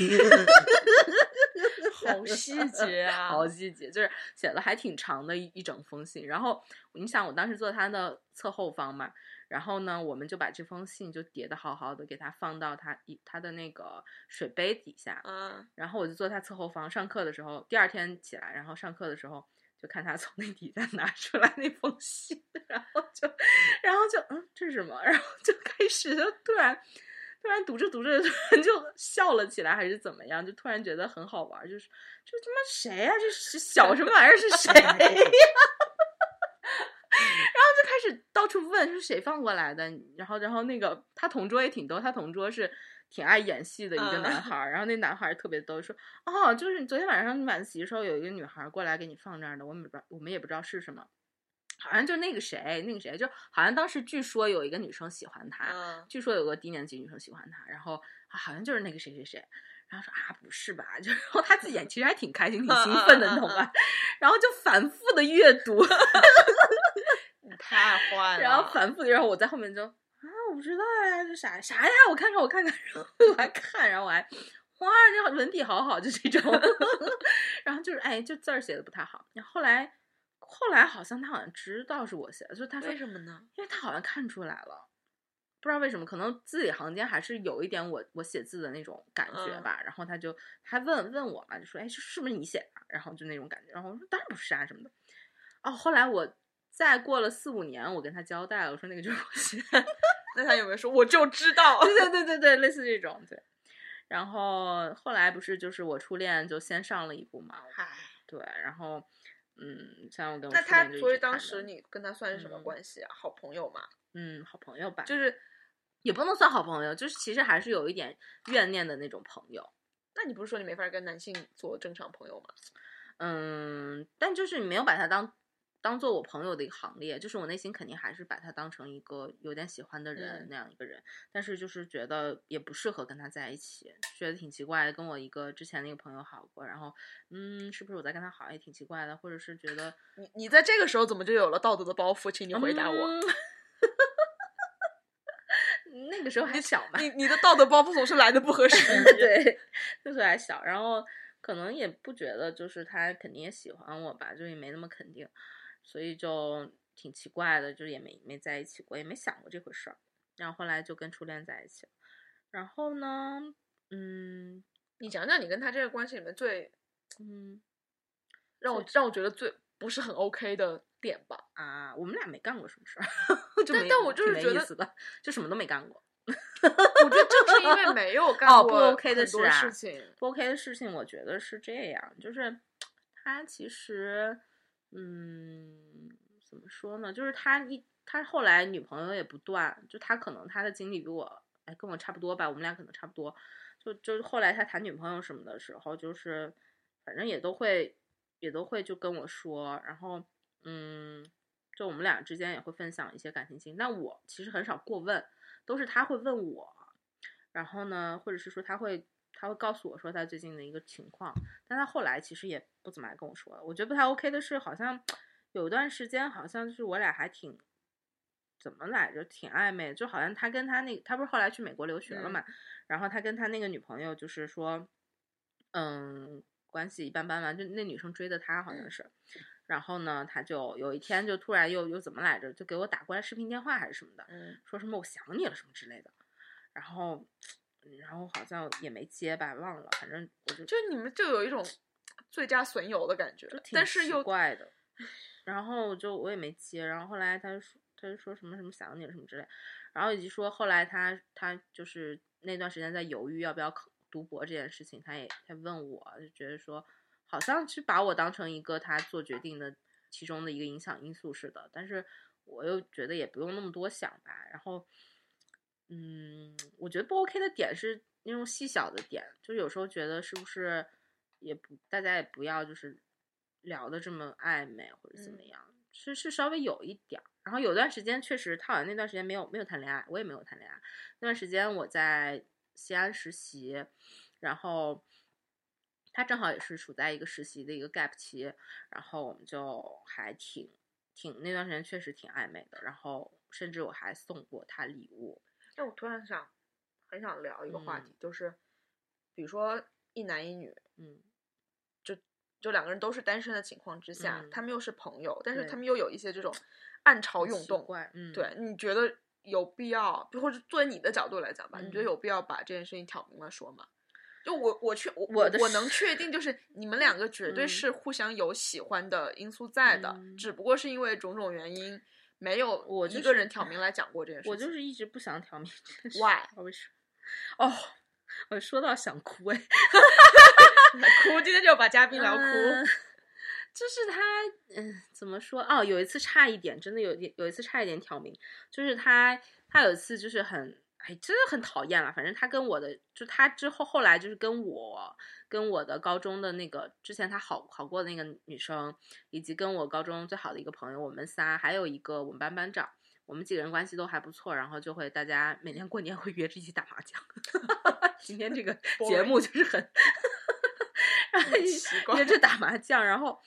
Speaker 1: 好细节啊！
Speaker 2: 好细节，就是写了还挺长的一一整封信。然后你想，我当时坐他的侧后方嘛，然后呢，我们就把这封信就叠的好好的，给他放到他一他的那个水杯底下，
Speaker 1: 嗯，
Speaker 2: 然后我就坐他侧后方，上课的时候，第二天起来，然后上课的时候就看他 从那底下拿出来那封信，然后就，然后就，嗯，这是什么？ 然后就开始就突然，突然读着读着，突然就 笑了起来，还是怎么样？就突然觉得很好玩，就是这他妈谁呀、这是小什么玩意儿？是谁呀、然后 就开始到处问是谁放过来的，然后然后那个他同桌也挺逗，他同桌是挺爱演戏的一个
Speaker 1: 嗯
Speaker 2: 男孩儿，然后那男孩儿特别逗，说哦，就是你昨天晚上你晚自习的时候有一个女孩儿过来给你放这儿的，我们也不知道我们也不知道是什么，好像就那个谁那个谁，就好像当时据说有一个女生喜欢他，
Speaker 1: 嗯
Speaker 2: 据说有个低年级女生喜欢他，然后、啊好像就是那个谁谁谁，然后说啊不是吧， 就然后他自己也其实还挺开心、挺兴奋的，你懂吧？然后就反复的阅读，
Speaker 1: 你太坏了。
Speaker 2: 然后反复的，然后我在后面就啊我不知道呀，这啥啥呀，我看看我看 看，然后 我还看，然后我还哇这文笔好好，就这种， 然后就是哎就字儿写的不太好，然后后来后来好像他好像知道是我写的，就是他说
Speaker 1: 为什么呢？
Speaker 2: 因为他好像看出来了，不知道为什么，可能字里行间还是有一点我我写字的那种感觉
Speaker 1: 嗯
Speaker 2: 吧。然后他就他问问我嘛，就说：“哎，这是不是你写的啊？”然后就那种感觉。然后我说：“当然不是啊，什么的。”哦，后来我再过了四五年，我跟他交代了，我说那个就是我写的。
Speaker 1: 那他有没有说我就知道？
Speaker 2: 对对对对对，类似这种对。然后后来不是就是我初恋就先上了一步嘛，
Speaker 1: 嗨，
Speaker 2: 对，然后嗯，像我跟我
Speaker 1: 那
Speaker 2: 初
Speaker 1: 他
Speaker 2: 恋就一
Speaker 1: 所以
Speaker 2: 直看
Speaker 1: 当
Speaker 2: 着
Speaker 1: 时你跟他算是什么
Speaker 2: 嗯
Speaker 1: 关系啊？好朋友嘛，
Speaker 2: 嗯好朋友吧，
Speaker 1: 就是
Speaker 2: 也不能算好朋友，就是其实还是有一点怨念的那种朋友。
Speaker 1: 那你不是说你没法跟男性做正常朋友吗？
Speaker 2: 嗯，但就是你没有把他当当做我朋友的一个行列，就是我内心肯定还是把他当成一个有点喜欢的人、
Speaker 1: 嗯
Speaker 2: 那样一个人，但是就是觉得也不适合跟他在一起，觉得挺奇怪的。跟我一个之前那个朋友好过，然后嗯，是不是我在跟他好也挺奇怪的，或者是觉得
Speaker 1: 你你在这个时候怎么就有了道德的包袱？请你回答我。
Speaker 2: 嗯 那个时候还小嘛，
Speaker 1: 你你的道德包袱总是来的不合 时 宜。
Speaker 2: 对，那时候还小，然后可能也不觉得就是他肯定也喜欢我吧，就也没那么肯定，所以就挺奇怪的，就也没没在一起过，也没想过这回事儿。然后后来就跟初恋在一起了，然后呢，嗯
Speaker 1: 你讲讲你跟他这个关系里面最
Speaker 2: 嗯
Speaker 1: 让我让我觉得最不是很 OK 的点吧？
Speaker 2: 啊，我们俩没干过什么事儿， 就
Speaker 1: 但
Speaker 2: 没
Speaker 1: 但我就
Speaker 2: 挺
Speaker 1: 是
Speaker 2: 没
Speaker 1: 觉
Speaker 2: 意
Speaker 1: 得
Speaker 2: 思的，就什么都没干过。
Speaker 1: 我觉得正是因为没有干
Speaker 2: 哦
Speaker 1: 过
Speaker 2: 不 OK 的
Speaker 1: 很多
Speaker 2: 事啊
Speaker 1: 事情，
Speaker 2: 不 OK 的事情，我觉得是这样，就是他其实，嗯，怎么说呢？就是他一他后来女朋友也不断，就他可能他的经历比我，哎，跟我差不多吧，我们俩可能差不多。就就是后来他谈女朋友什么的时候，就是反正也都会也都会就跟我说，然后嗯，就我们俩之间也会分享一些感情经历，但我其实很少过问，都是他会问我，然后呢，或者是说他会他会告诉我说他最近的一个情况，但他后来其实也不怎么爱跟我说了。我觉得不太 OK 的是，好像有一段时间好像就是我俩还挺。怎么来着？挺暧昧，就好像他跟他那他不是后来去美国留学了嘛，然后他跟他那个女朋友就是说，嗯，关系一般般吧，就那女生追的他好像
Speaker 1: 嗯
Speaker 2: 是，然后呢，他就有一天就突然又又怎么来着，就给我打过来视频电话还是什么的，
Speaker 1: 嗯
Speaker 2: 说什么我想你了什么之类的，然后然后好像也没接吧，忘了，反正我就
Speaker 1: 就你们就有一种最佳损友的感觉
Speaker 2: 就，挺
Speaker 1: 但是
Speaker 2: 奇
Speaker 1: 又
Speaker 2: 怪的。然后我就我也没接，然后后来他就说他就说什么什么想你了什么之类，然后以及说后来他他就是那段时间在犹豫要不要考读博这件事情，他也他问我就觉得说好像是把我当成一个他做决定的其中的一个影响因素似的，但是我又觉得也不用那么多想吧。然后，嗯，我觉得不 OK 的点是那种细小的点，就有时候觉得是不是也不大家也不要就是聊的这么暧昧或者怎么
Speaker 1: 嗯
Speaker 2: 样，是是稍微有一点儿。然后有段时间确实，他好像那段时间没有没有谈恋爱，我也没有谈恋爱。那段时间我在西安实习，然后他正好也是处在一个实习的一个 gap 期，然后我们就还挺挺那段时间确实挺暧昧的，然后甚至我还送过他礼物，
Speaker 1: 哎，我突然想，很想聊一个话
Speaker 2: 嗯
Speaker 1: 题，就是比如说一男一女，
Speaker 2: 嗯，
Speaker 1: 就两个人都是单身的情况之下，
Speaker 2: 嗯
Speaker 1: 他们又是朋友，但是
Speaker 2: 对
Speaker 1: 他们又有一些这种暗潮
Speaker 2: 好
Speaker 1: 涌哦动。
Speaker 2: 怪，嗯，
Speaker 1: 对，你觉得有必要，或者作为你的角度来讲吧，你觉得
Speaker 2: 嗯
Speaker 1: 有必要把这件事情挑明了说吗？就我我确我
Speaker 2: 我的
Speaker 1: 我能确定，就是你们两个绝对
Speaker 2: 嗯
Speaker 1: 是互相有喜欢的因素在的，
Speaker 2: 嗯
Speaker 1: 只不过是因为种种原因，没有
Speaker 2: 我就
Speaker 1: 一个
Speaker 2: 是
Speaker 1: 人挑 明来讲过这件事情。
Speaker 2: 我就是一直不想挑明这件事
Speaker 1: Why？
Speaker 2: 不知道为什么？哦， 我说到想哭哎，
Speaker 1: 哭，今天就把嘉宾聊哭。
Speaker 2: 嗯就是他，嗯，怎么说？哦，有一次差一点，真的有有一次差一点挑明，就是他，他有一次就是很，哎，真的很讨厌了。反正他跟我的，就他之后后来就是跟我，跟我的高中的那个之前他好好过的那个女生，以及跟我高中最好的一个朋友，我们仨，还有一个我们班班长，我们几个人关系都还不错，然后就会大家每年过年会约着一起打麻将。 今 天这个节目就是很然后
Speaker 1: 很
Speaker 2: 一
Speaker 1: 奇怪
Speaker 2: 约着打麻将，然后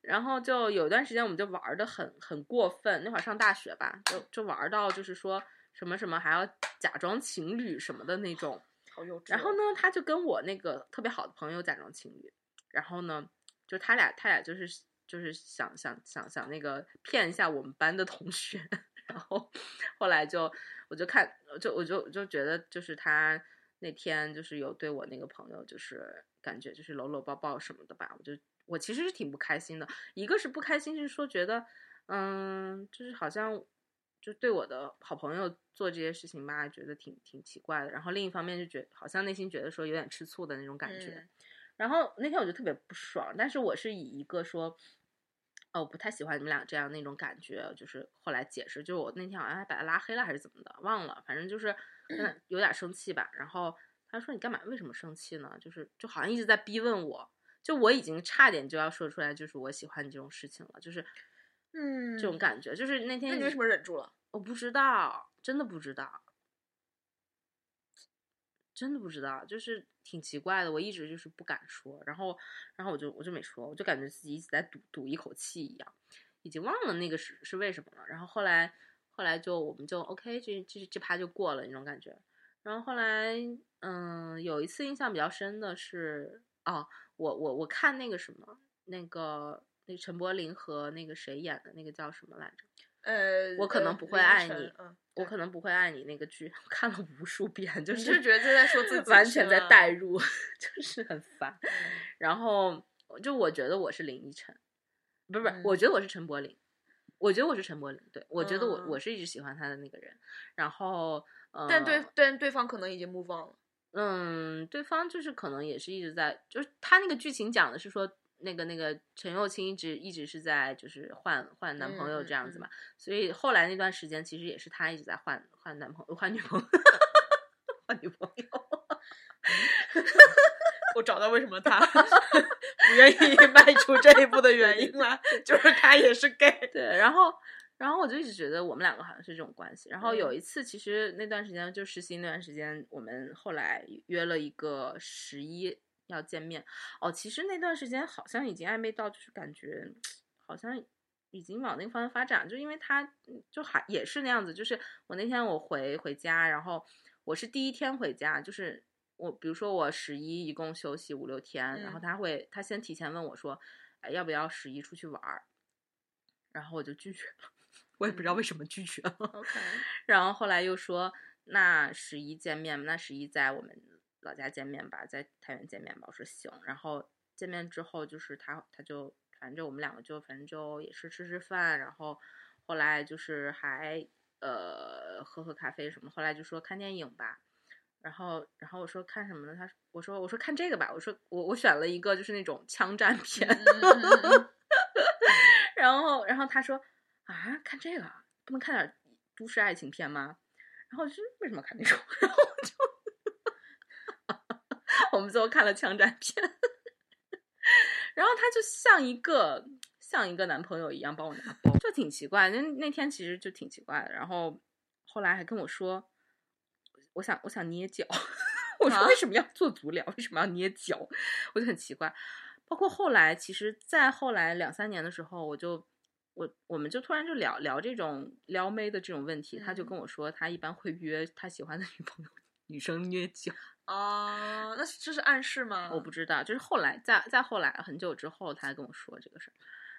Speaker 2: 然后就有段时间我们就玩的很很过分，那会儿上大学吧，就就玩到就是说什么什么还要假装情侣什么的那种。
Speaker 1: 好幼稚哦。
Speaker 2: 然后呢，他就跟我那个特别好的朋友假装情侣，然后呢，就他俩他俩就是就是想想想想那个骗一下我们班的同学，然后后来就我就看就我就我就觉得就是他那天就是有对我那个朋友就是感觉就是搂搂抱抱什么的吧，我就我其实是挺不开心的，一个是不开心是说觉得嗯，就是好像就对我的好朋友做这些事情吧，觉得挺挺奇怪的。然后另一方面就觉好像内心觉得说有点吃醋的那种感觉。
Speaker 1: 嗯
Speaker 2: 然后那天我就特别不爽，但是我是以一个说，哦，我不太喜欢你们俩这样那种感觉，就是后来解释，就是我那天好像还把他拉黑了还是怎么的，忘了，反正就是跟他有点生气吧。然后他说你干嘛？为什么生气呢？就是就好像一直在逼问我。就我已经差点就要说出来，就是我喜欢你这种事情了，就是
Speaker 1: 嗯，
Speaker 2: 这种感觉。就是那天
Speaker 1: 那你
Speaker 2: 已
Speaker 1: 为什么忍住了？
Speaker 2: 我不知道，真的不知道，真的不知道，就是挺奇怪的。我一直就是不敢说，然后，然后我就我就没说，我就感觉自己一直在赌赌一口气一样，已经忘了那个是是为什么了。然后后来后来就我们就 OK，这这这趴就过了那种感觉。然后后来，嗯，有一次印象比较深的是，哦，我我我看那个什么，那个那个陈柏霖和那个谁演的那个叫什么来着？
Speaker 1: 呃，
Speaker 2: 我可能
Speaker 1: 呃
Speaker 2: 不会
Speaker 1: 凌
Speaker 2: 爱
Speaker 1: 晨
Speaker 2: 你
Speaker 1: 嗯，
Speaker 2: 我
Speaker 1: 对
Speaker 2: 可能不会爱你那个剧， 我看了无数遍，就
Speaker 1: 你
Speaker 2: 是
Speaker 1: 就觉得在说 自己
Speaker 2: 完
Speaker 1: 是
Speaker 2: 全在
Speaker 1: 吗嗯
Speaker 2: 代入， 就是很烦。然后就我觉得我是林依晨，不是不是，我
Speaker 1: 嗯
Speaker 2: 觉得我是陈柏霖，我觉得我是陈柏霖，对我觉得我、
Speaker 1: 嗯
Speaker 2: 我是一直喜欢他的那个人。然后，呃、
Speaker 1: 但对，但对方可能已经 move on 了。
Speaker 2: 嗯，对方就是可能也是一直在，就是他那个剧情讲的是说，那个那个陈幼卿一直一直是在就是换换男朋友
Speaker 1: 嗯
Speaker 2: 这样子
Speaker 1: 嗯
Speaker 2: 嘛，所以后来那段时间其实也是他一直在换换男朋友换女朋友 换女朋友，
Speaker 1: 我找到为什么他不愿 意迈出这一步的原因了，就是他也是 gay。
Speaker 2: 对，然后然后我就一直觉得我们两个好像是这种关系。然后有
Speaker 1: 嗯
Speaker 2: 一次，其实那段时间就实习那段时间，我们后来约了一个十一要见面。哦，其实那段时间好像已经暧昧到，就是感觉好像。已经往那个方向发展，就因为他就还也是那样子，就是我那天我回回家，然后我是第一天回家，就是我比如说我十一一共休息五六天，然后
Speaker 1: 嗯
Speaker 2: 他会他先提前问我说，哎要不要十一出去玩儿，然后我就拒绝了， 我也不知道为什么拒绝了。
Speaker 3: OK，
Speaker 2: 然后后来又说，那十一见面，那十一在我们老家见面吧，在太原见面吧。我说行。然后见面之后，就是他他就反正我们两个就反正就也是吃吃饭，然后后来就是还呃喝喝咖啡什么。后来就说看电影吧。然后，然后我说看什么呢？他说我说我说看这个吧。我说我我选了一个就是那种枪战片，
Speaker 1: 嗯
Speaker 2: 然后，然后他说啊，看这个啊不能看点都市爱情片吗？然后我就为什么看那种？ 然后我就，我们最后看了枪战片， 然后他就像一个像一个男朋友一样帮我拿包，就挺奇怪。那那天其实就挺奇怪的。然后后来还跟我说，我想我想捏脚。 我说
Speaker 3: 啊
Speaker 2: 为什么要做足疗？为什么要捏脚？我就很奇怪。包括后来，其实再后来两三年的时候，我就我我们就突然就聊聊这种撩妹的这种问题，他就
Speaker 3: 嗯
Speaker 2: 跟我说，他一般会约他喜欢的女朋友女生约酒，
Speaker 1: 哦，那是这是暗示吗？
Speaker 2: 我不知道，就是后来再再后来很久之后，他跟我说这个事儿，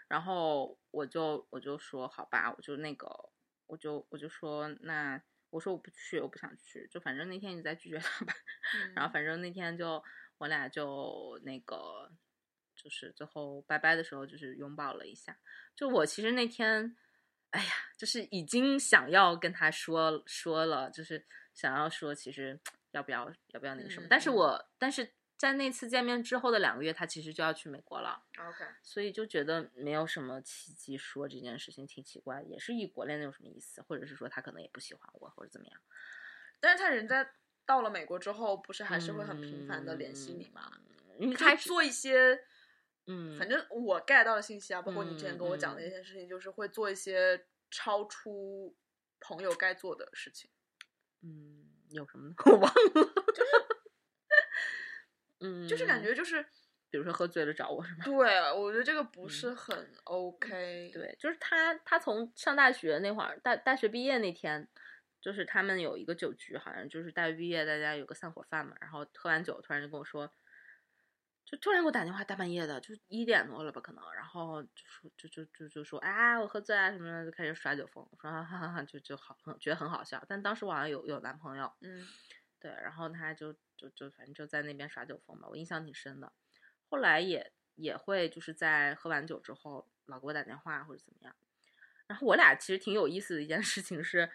Speaker 2: 然后我就我就说好吧，我就那个我就我就说那我说我不去，我不想去，就反正那天你再拒绝他吧，
Speaker 1: 嗯，
Speaker 2: 然后反正那天就我俩就那个，就是最后拜拜的时候就是拥抱了一下。就我其实那天，哎呀，就是已经想要跟他说说了，就是想要说其实要不要要不要那个什么，但是
Speaker 1: 嗯嗯嗯
Speaker 2: 我但是在那次见面之后的两个月，他其实就要去美国了。
Speaker 1: OK，
Speaker 2: 所以就觉得没有什么契机说这件事情，挺奇怪，也是异国恋那有什么意思，或者是说他可能也不喜欢我，或者怎么样。
Speaker 1: 但是他人家到了美国之后，不是还是会很频繁的联系你吗？
Speaker 2: 嗯？一
Speaker 1: 还
Speaker 2: 开始，
Speaker 1: 做一些，
Speaker 2: 嗯，
Speaker 1: 反正我 get 到的信息啊，包括你之前跟我讲的
Speaker 2: 嗯嗯
Speaker 1: 一些事情，就是会做一些超出朋友该做的事情。
Speaker 2: 嗯，有什么呢？ 我忘了。嗯，
Speaker 1: 就是感，觉就是，
Speaker 2: 比如说喝醉了找我是吗？
Speaker 1: 对我觉得这个不
Speaker 2: 嗯
Speaker 1: 是很 OK。，
Speaker 2: 对，就是他，他从上大学那会儿，大大学毕业那天，就是他们有一个酒局，好像就是大学毕业大家有个散伙饭嘛，然后喝完酒突然就跟我说。就突然给我打电话，大半夜的，就一点多了吧，可能，然后就说就就就就说啊，我喝醉啊什么的，就开始耍酒疯。我说哈哈哈哈，就就好，很觉得很好笑。但当时我好像有有男朋友，
Speaker 1: 嗯，
Speaker 2: 对，然后他就就就反正就在那边耍酒疯吧，我印象挺深的。后来也也会就是在喝完酒之后老给我打电话或者怎么样。然后我俩其实挺有意思的一件事情是，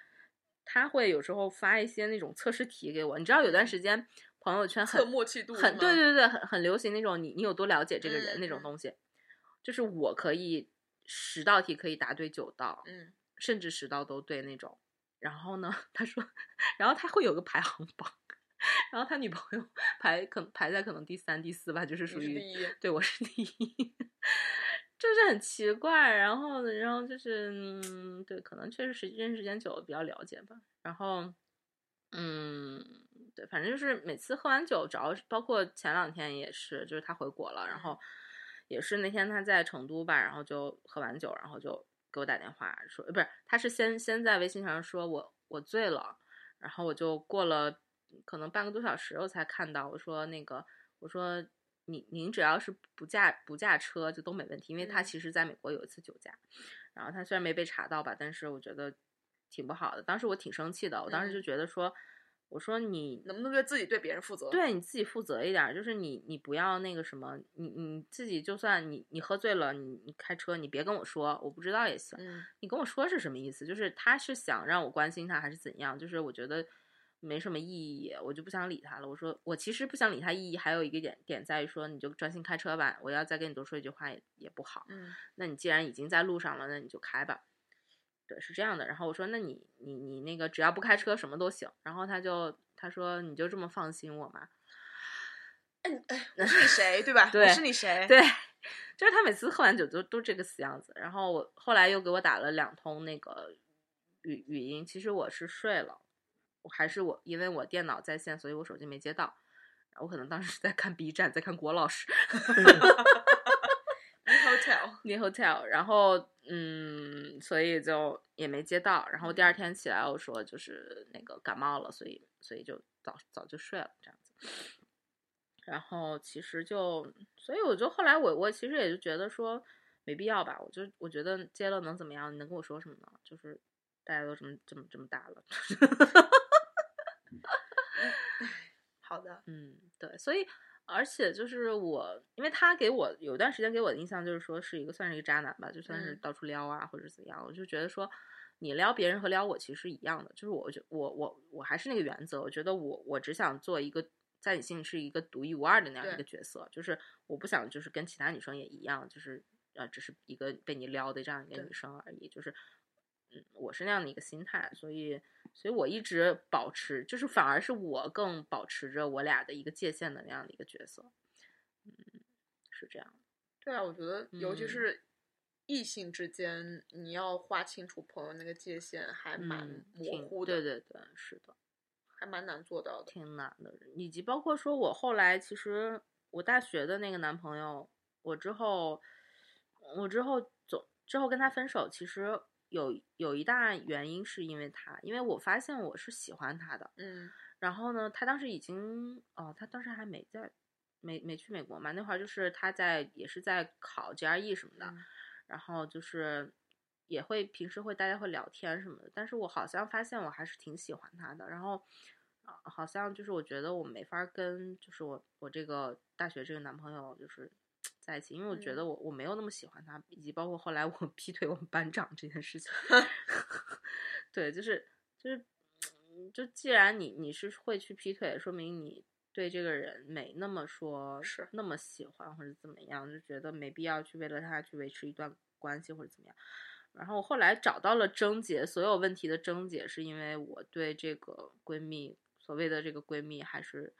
Speaker 2: 他会有时候发一些那种测试题给我。你知道有段时间朋友圈
Speaker 1: 测
Speaker 2: 很
Speaker 1: 默契度
Speaker 2: 很
Speaker 1: 是
Speaker 2: 对
Speaker 1: 吗，
Speaker 2: 对对，很很流行那种你你有多了解这个人那
Speaker 1: 嗯
Speaker 2: 种
Speaker 1: 嗯
Speaker 2: 东西，就是我可以十道题可以答对九道，
Speaker 1: 嗯，
Speaker 2: 甚至十道都对那种。然后呢， 他说，然后他会有个排行榜，然后他女朋友排可能排在可能第三、第四吧，就是
Speaker 1: 你
Speaker 2: 属
Speaker 1: 是
Speaker 2: 于
Speaker 1: 第一。
Speaker 2: 对我是第一， 就是很奇怪。然后呢，然后就是，嗯，对，可能确实时间时间久了比较了解吧。然后，嗯，对，反正就是每次喝完酒，只要是包括前两天也是，就是他回国了，然后也是那天他在成都吧，然后就喝完酒，然后就给我打电话说，呃不是，他是先先在微信上说我我醉了，然后我就过了可能半个多小时，我才看到我说那个我说您您只要是不驾不驾车就都没问题，因为他
Speaker 1: 嗯
Speaker 2: 其实在美国有一次酒驾，然后他虽然没被查到吧，但是我觉得挺不好的，当时我挺生气的，我当时就
Speaker 1: 嗯
Speaker 2: 觉得说。我说你
Speaker 1: 能不能对自己对别人负责？，
Speaker 2: 对你自己负责一点儿，就是你你不要那个什么，你你自己就算你你喝醉了，你你开车，你别跟我说，我不知道也行。
Speaker 1: 嗯，
Speaker 2: 你跟我说是什么意思？就是他是想让我关心他，还是怎样？就是我觉得没什么意义，我就不想理他了。我说我其实不想理他，意义还有一个点点在于说，你就专心开车吧。我要再跟你多说一句话也也不好。
Speaker 1: 嗯，
Speaker 2: 那你既然已经在路上了，那你就开吧。对，是这样的。然后我说，那你你你那个只要不开车什么都行。然后他就他说你就这么放心我吗？
Speaker 1: 我是你谁，对吧？
Speaker 2: 对
Speaker 1: 我是你谁？
Speaker 2: 对， 就是他每次喝完酒都都这个死样子。然后我后来又给我打了两通那个语语音，其实我是睡了，我还是我因为我电脑在线，所以我手机没接到。我可能当时在看 B 站，在看郭老师
Speaker 1: ，New Hotel，
Speaker 2: 那 hotel，然后嗯，所以就也没接到。然后第二天起来，我说就是那个感冒了，所以所以就早早就睡了这样子。然后其实就，所以我就后来我我其实也就觉得说，没必要吧？我就我觉得接了能怎么样？你能跟我说什么呢？就是大家都这么这么这么大了，
Speaker 1: 好的，
Speaker 2: 嗯，对，所以而且就是我，因为他给我有段时间给我的印象就是说是一个算是一个渣男吧，就算是
Speaker 1: 嗯
Speaker 2: 到处撩啊、或者怎样，我就觉得说你撩别人和撩我其实是一样的，就是我觉我我我还是那个原则，我觉得我我只想做一个。在你心里是一个独一无二的那样一
Speaker 1: 对
Speaker 2: 个角色，就是我不想就是跟其他女生也一样，就是呃，只是一个被你撩的这样一个
Speaker 1: 对
Speaker 2: 女生而已，就是嗯，我是那样的一个心态，所以所以我一直保持，就是反而是我更保持着我俩的一个界限的那样的一个角色，嗯，是这样，
Speaker 1: 对啊，我觉得尤其
Speaker 2: 嗯
Speaker 1: 是异性之间，你要划清楚朋友那个界限，还蛮
Speaker 2: 嗯
Speaker 1: 模
Speaker 2: 挺
Speaker 1: 糊的，
Speaker 2: 对对对，是的，
Speaker 1: 还蛮难做到的。
Speaker 2: 挺难的，以及包括说我后来其实我大学的那个男朋友，我之后我之后总之后跟他分手，其实有有一大原因是因为他，因为我发现我是喜欢他的。
Speaker 1: 嗯
Speaker 2: 然后呢，他当时已经哦，他当时还没在没没去美国嘛，那会儿就是他在也是在考 GRE 什么的，
Speaker 1: 嗯
Speaker 2: 然后就是也会平时会大家会聊天什么的，但是我好像发现我还是挺喜欢他的，然后。啊好像就是我觉得我没法儿跟，就是我我这个大学这个男朋友就是在一起，因为我觉
Speaker 1: 嗯
Speaker 2: 得我我没有那么喜欢他，以及包括后来我 劈腿我们班长这件 事情， 对，就是就是嗯就既然你你是会去劈腿，说明你对这个人没那么说
Speaker 1: 是
Speaker 2: 那么喜欢或者怎么样，就觉得没必要去为了他去维持一段关系或者怎么样。然后我后来找到了症结，所有问题的症结是因为我对这个闺蜜，所谓的这个闺蜜还是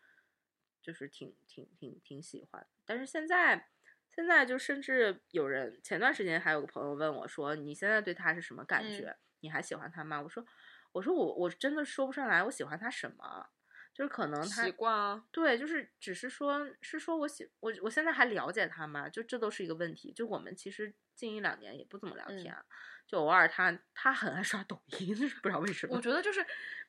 Speaker 2: 就是挺挺挺挺喜欢，但是现在现在就甚至有人前段时间还有个朋友问我说，你现在对她是什么感
Speaker 1: 嗯
Speaker 2: 觉？你还喜欢她吗？我说我说我我真的说不上来，我喜欢她什么？就是可能她
Speaker 1: 习惯啊，
Speaker 2: 对，就是只是说，是说我喜我我现在还了解他吗？就这都是一个问题。就我们其实近一两年也不怎么聊
Speaker 1: 嗯
Speaker 2: 天，啊就偶尔他他很爱刷抖音，就是不知道为什么。
Speaker 1: 我觉得就是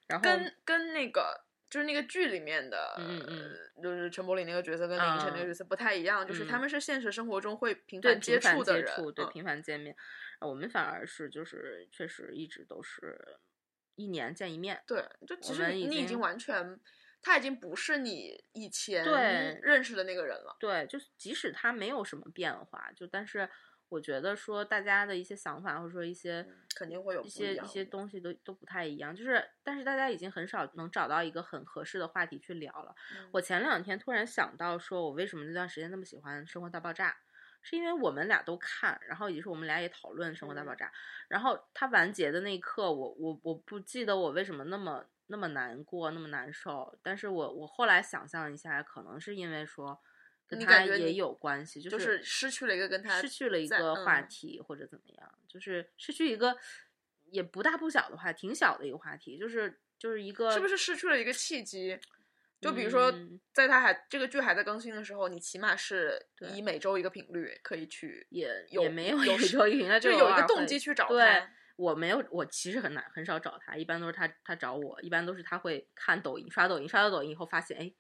Speaker 2: 然后
Speaker 1: 跟跟那个。就是那个剧里面的，
Speaker 2: 嗯嗯
Speaker 1: 就是陈柏霖那个角色跟林依晨那个
Speaker 2: 嗯
Speaker 1: 角色不太一样，就是他
Speaker 2: 嗯
Speaker 1: 们是现实生活中会频
Speaker 2: 对
Speaker 1: 繁
Speaker 2: 频繁
Speaker 1: 触的
Speaker 2: 接
Speaker 1: 人，
Speaker 2: 触，对
Speaker 1: 嗯
Speaker 2: 频繁见面，啊我们反而是就是确实一直都是一年见一面。
Speaker 1: 对，就
Speaker 2: 我
Speaker 1: 其实
Speaker 2: 们已
Speaker 1: 你已经
Speaker 2: 经
Speaker 1: 完全，他已经不是你以前
Speaker 2: 对
Speaker 1: 认识的那个人了。
Speaker 2: 对，就是即使他没有什么变化，就但是我觉得说大家的一些想法或者说一些、
Speaker 1: 嗯肯定会有
Speaker 2: 一
Speaker 1: 不一
Speaker 2: 些一
Speaker 1: 样
Speaker 2: 些
Speaker 1: 的
Speaker 2: 东西都都不太一样，就是但是大家已经很少能找到一个很合适的话题去聊了。
Speaker 1: 嗯
Speaker 2: 我前两天突然想到，说我为什么那段时间那么喜欢《生活大爆炸》，是因为我们俩都看，然后也是我们俩也讨论《生活大爆
Speaker 1: 嗯
Speaker 2: 炸》然后它完结的那一刻，我我我不记得我为什么那么那么难过，那么难受，但是我我后来想象一下，可能是因为说跟
Speaker 1: 你
Speaker 2: 他
Speaker 1: 感觉
Speaker 2: 也
Speaker 1: 你
Speaker 2: 有关系，就
Speaker 1: 就是是失去了一个跟他
Speaker 2: 失去了一
Speaker 1: 在
Speaker 2: 个话
Speaker 1: 嗯
Speaker 2: 题或者怎么样，就是失去一个也不大不小的话，挺小的一个话题，就是就是一个
Speaker 1: 是不是失去了一个契机？就比如说
Speaker 2: 嗯，
Speaker 1: 在他还、这个剧还在更新的时候，你起码是
Speaker 2: 对
Speaker 1: 以每周一个频率可以 去，
Speaker 2: 也
Speaker 1: 有
Speaker 2: 也没有
Speaker 1: 有
Speaker 2: 有
Speaker 1: 时
Speaker 2: 有一个
Speaker 1: 就
Speaker 2: 偶
Speaker 1: 有一
Speaker 2: 尔
Speaker 1: 个动
Speaker 2: 会
Speaker 1: 机去找
Speaker 2: 对
Speaker 1: 他。
Speaker 2: 我没有，我其实很难很少找他，一般都是他他找我，一般都是他会看抖音，刷抖音，刷到抖音以后发现，哎，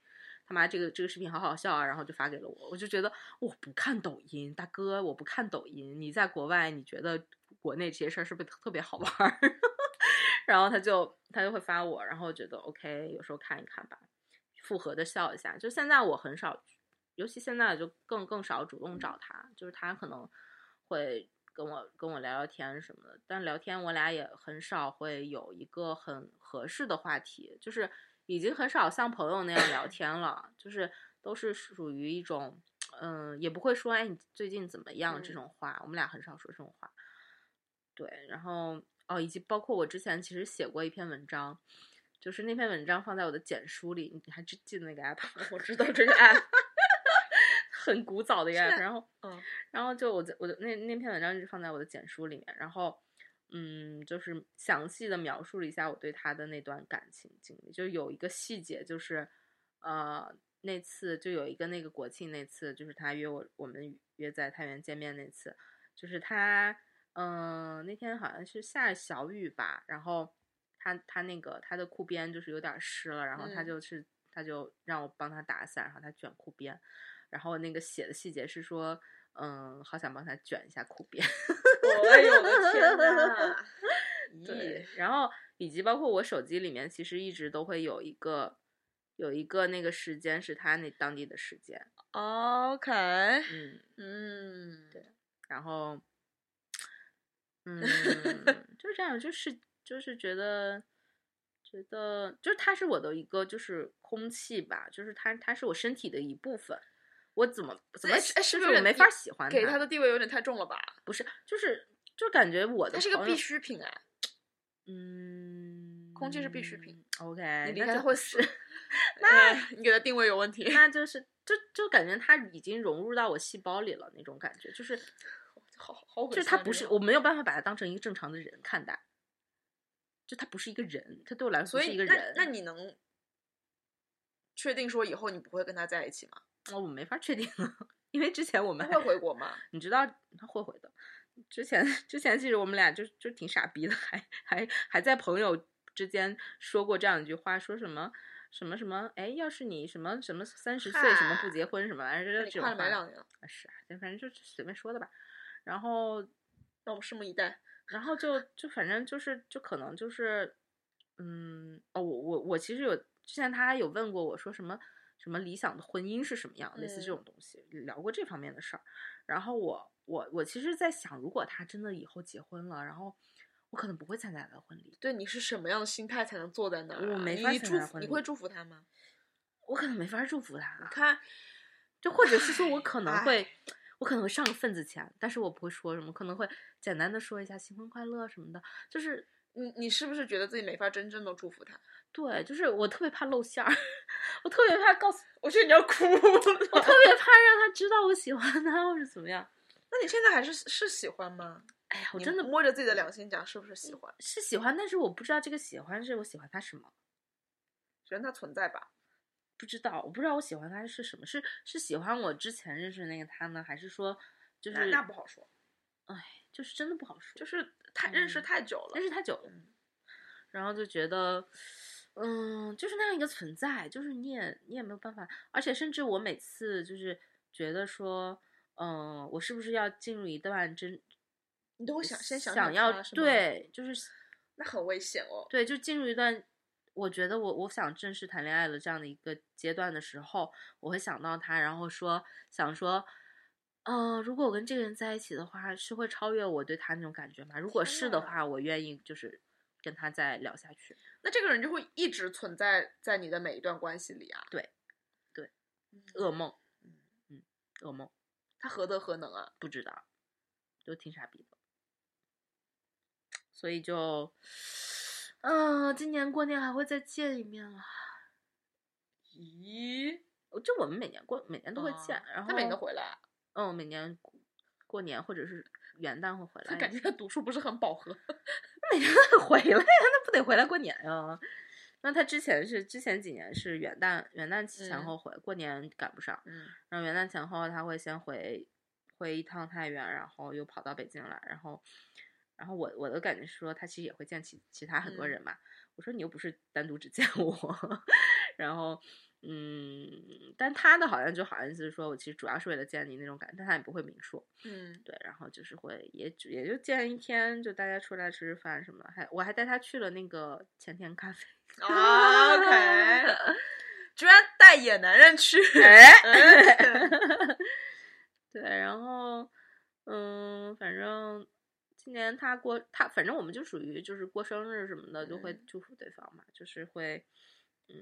Speaker 2: 他妈这个这个视频好好笑啊，然后就发给了我，我就觉得我不看抖音，大哥，我不看抖音，你在国外，你觉得国内这些事儿是不是特别好玩儿？ 然后他就他就会发我，然后觉得 OK，有时候看一看吧，复合的笑一下。就现在我很少，尤其现在就更更少主动找他，就是他可能会跟我跟我聊聊天什么的，但聊天我俩也很少会有一个很合适的话题，就是已经很少像朋友那样聊天了，就是都是属于一种。嗯，也不会说哎，你最近怎么样
Speaker 1: 嗯
Speaker 2: 这种话，我们俩很少说这种话。对，然后哦，以及包括我之前其实写过一篇文章，就是那篇文章放在我的简书里，你还记记得那个 app？
Speaker 1: 我知道这个 app，
Speaker 2: 很古早的一个
Speaker 1: 是
Speaker 2: app，
Speaker 1: 啊
Speaker 2: 然后
Speaker 1: 嗯，
Speaker 2: 然后就我在我的那那篇文章一直放在我的简书里面，然后嗯，就是详细的描述了一下我对他的那段感情经历，就有一个细节就是，呃，那次就有一个那个国庆那次，就是他约我我们约在太原见面那次，就是他嗯、呃那天好像是下着小雨吧，然后他他那个他的裤边就是有点湿了，然后他
Speaker 1: 嗯
Speaker 2: 就是、他就让我帮他打伞，然后他卷裤边。然后那个写的细节是说，嗯，好想帮他卷一下裤边。
Speaker 1: 哎呦我的 天呐！
Speaker 2: 对，然后以及包括我手机里面，其实一直都会有一个有一个那个时间是他那当地的时间，
Speaker 1: ，OK，
Speaker 2: 嗯，
Speaker 1: 嗯，
Speaker 2: 哦对然后，嗯，就这样，就是就是觉得觉得就是它是我的一个就是空气吧，就是它它是我身体的一部分。我怎么怎么
Speaker 1: 哎是哎是
Speaker 2: 就
Speaker 1: 不是
Speaker 2: 我没
Speaker 1: 你
Speaker 2: 法喜欢
Speaker 1: 给
Speaker 2: 它
Speaker 1: 他的地位有点太重了吧？
Speaker 2: 不是就是就感觉我的
Speaker 1: 它是个
Speaker 2: 朋
Speaker 1: 必
Speaker 2: 友
Speaker 1: 需品哎，
Speaker 2: 嗯，
Speaker 1: 空气是必需品。
Speaker 2: OK，
Speaker 1: 你离
Speaker 2: 那
Speaker 1: 开
Speaker 2: 就
Speaker 1: 它会
Speaker 2: 不
Speaker 1: 死
Speaker 2: 是。
Speaker 1: 哎你给他定位有问题。
Speaker 2: 那就是就就感觉它已经融入到我细胞里了那种感 觉，就是
Speaker 1: 好好
Speaker 2: 就是它不是我没有办法把它当成一个正常的人看待，就它不是一个人，它对我来说
Speaker 1: 所
Speaker 2: 不是
Speaker 1: 以
Speaker 2: 一个人，
Speaker 1: 那那你能确定说以后你不会跟他在一起吗？
Speaker 2: 我我没法确定， 因为之前我
Speaker 1: 他
Speaker 2: 们还
Speaker 1: 会回国 吗？
Speaker 2: 你知道他会回的，之前之前其实我们俩就就挺傻逼的，还还还在朋友之间说过这样一句话，说什么。什么什么？哎，要是你什么什么三十岁什么不
Speaker 1: 嗨
Speaker 2: 结婚什么玩意
Speaker 1: 那
Speaker 2: 儿，
Speaker 1: 你
Speaker 2: 这
Speaker 1: 跨了
Speaker 2: 种
Speaker 1: 没
Speaker 2: 话
Speaker 1: 两年了，
Speaker 2: 啊，是啊，就反正就是随便说的吧。然后，
Speaker 1: 让我们拭目以待。
Speaker 2: 然后就就反正就是就可能就是，嗯，哦，我我我其实有之前他还有问过我说什么什么理想的婚姻是什么样，类似这
Speaker 1: 嗯
Speaker 2: 种东西，聊过这方面的事儿。然后我我我其实，在想，如果他真的以后结婚了，然后我可能不会参加他的婚礼，
Speaker 1: 对，你是什么样的心态才能坐在那儿啊？
Speaker 2: 我没
Speaker 1: 你
Speaker 2: 法
Speaker 1: 你
Speaker 2: 参
Speaker 1: 祝
Speaker 2: 加
Speaker 1: 福
Speaker 2: 婚
Speaker 1: 你
Speaker 2: 礼
Speaker 1: 会祝福他吗？
Speaker 2: 我可能没法祝福他
Speaker 1: 你，看，
Speaker 2: 就或者是说 我可
Speaker 1: 唉
Speaker 2: 能会。我可能会上个份子钱，但是我不会说什么，可能会简单的说一下新婚快乐什么的，就是
Speaker 1: 你你是不是觉得自己没法真正的祝福他？
Speaker 2: 对，就是我特别怕露馅儿， 我特别怕告诉，
Speaker 1: 我觉得你 要哭
Speaker 2: 我特
Speaker 1: 了。
Speaker 2: 别怕让他知道我喜欢他或者怎么样。
Speaker 1: 那你现在还是是喜欢吗？
Speaker 2: 哎呀，我
Speaker 1: 你
Speaker 2: 真的嗯
Speaker 1: 摸着自己的良心讲，是不是喜欢？
Speaker 2: 是喜欢，但是我不知道这个喜欢是我喜欢他什么，
Speaker 1: 只能它存在吧。
Speaker 2: 不知道，我不知道我喜欢他是什么，是是喜欢我之前认识的那个他呢，还是说就
Speaker 1: 那
Speaker 2: 是
Speaker 1: 那不好说，
Speaker 2: 就是真的不好说，
Speaker 1: 就是太认识
Speaker 2: 嗯
Speaker 1: 太久了
Speaker 2: 认。识太久了，
Speaker 1: 嗯
Speaker 2: 然后就觉得，嗯，就是那样一个存在，就是你也你也没有办法，而且甚至我每次就是觉得说，嗯，我是不是要进入一段真
Speaker 1: 你都会想先想
Speaker 2: 想
Speaker 1: 想
Speaker 2: 要
Speaker 1: 他是吗，
Speaker 2: 对，就是
Speaker 1: 那很危险哦。
Speaker 2: 对，就进入一段我觉得我我想正式谈恋爱了这样的一个阶段的时候，我会想到他，然后说想说，嗯、如果我跟这个人在一起的话，是会超越我对他那种感觉吗？如果
Speaker 1: 天
Speaker 2: 是的
Speaker 1: 呐
Speaker 2: 话，我愿意就是跟他再聊下去。
Speaker 1: 那这个人就会一直存在在你的每一段关系里啊。
Speaker 2: 对，对
Speaker 1: 嗯，
Speaker 2: 噩梦
Speaker 1: 嗯，
Speaker 2: 嗯，噩梦，
Speaker 1: 他何德何能啊？
Speaker 2: 不知道，都挺傻逼的。所以就，嗯、今年过年还会再见一面了。
Speaker 1: 咦，
Speaker 2: 我就我们每年过每年都会见，然
Speaker 1: 哦
Speaker 2: 后
Speaker 1: 他每年回来啊，
Speaker 2: 嗯，每年过过年或者是元旦会回来
Speaker 1: 他
Speaker 2: 一次，
Speaker 1: 感觉他读书不是很饱和。
Speaker 2: 每年都得 回来呀，那不得回来过年呀？那他之前是之前几年是元旦元旦前
Speaker 1: 嗯
Speaker 2: 后回，过年赶不上，
Speaker 1: 嗯，
Speaker 2: 然后元旦前后他会先回回一趟太原，然后又跑到北京来，然后然后我我的感觉是说他其实也会见其其他很多
Speaker 1: 嗯
Speaker 2: 人嘛，我说你又不是单独只见我， 然后嗯，但他的好像就好像就是说我其实主要是为了见你那种感觉，但他也不会明说，
Speaker 1: 嗯，
Speaker 2: 对，然后就是会也只也就见一天，就大家出来吃吃饭什么的，还我还带他去了那个前田咖啡，
Speaker 1: 啊 OK，居然带野男人 去，嗯
Speaker 2: 哎， 对，然后，嗯，反正今年他过他，反正我们就属于就是过生日什么的，就会
Speaker 1: 嗯
Speaker 2: 祝福对方嘛，就是会，嗯，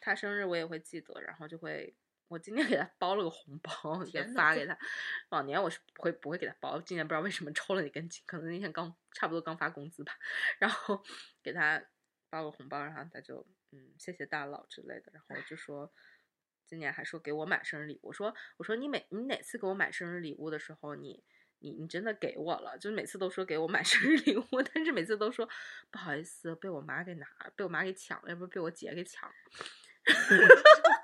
Speaker 2: 他生日我也会记得，然后就会。我今天给他包了个红包，也
Speaker 1: 天呐
Speaker 2: 发
Speaker 1: 这
Speaker 2: 给他。往年我是不会不会给他包，今年不知道为什么抽了一根筋，可能那天刚差不多刚发工资吧，然后给他包个红包，然后他就嗯谢谢大佬之类的，然后就说今年还说给我买生日礼物，我说我说你每你哪次给我买生日礼物的时候，你你你真的给我了，就是每次都说给我买 生日礼物，但是每次都说不好意思被我妈给拿被我妈给抢了，要不被我姐给抢了，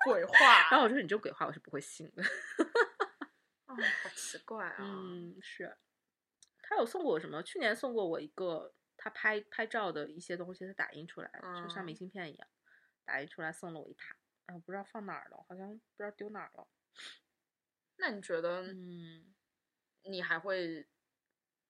Speaker 1: 鬼话
Speaker 2: 然
Speaker 1: 啊，
Speaker 2: 后我说你这种鬼话我是不会信的，
Speaker 1: 哦好奇怪啊。
Speaker 2: 嗯是，他有送过我什么？去年送过我一个他拍拍照的一些东西，他打印出来，就像明
Speaker 1: 嗯
Speaker 2: 信片一样，打印出来送了我一沓，哎，我不知道放哪儿了，好像不知道丢哪儿了，
Speaker 1: 那你觉得
Speaker 2: 嗯。
Speaker 1: 你还会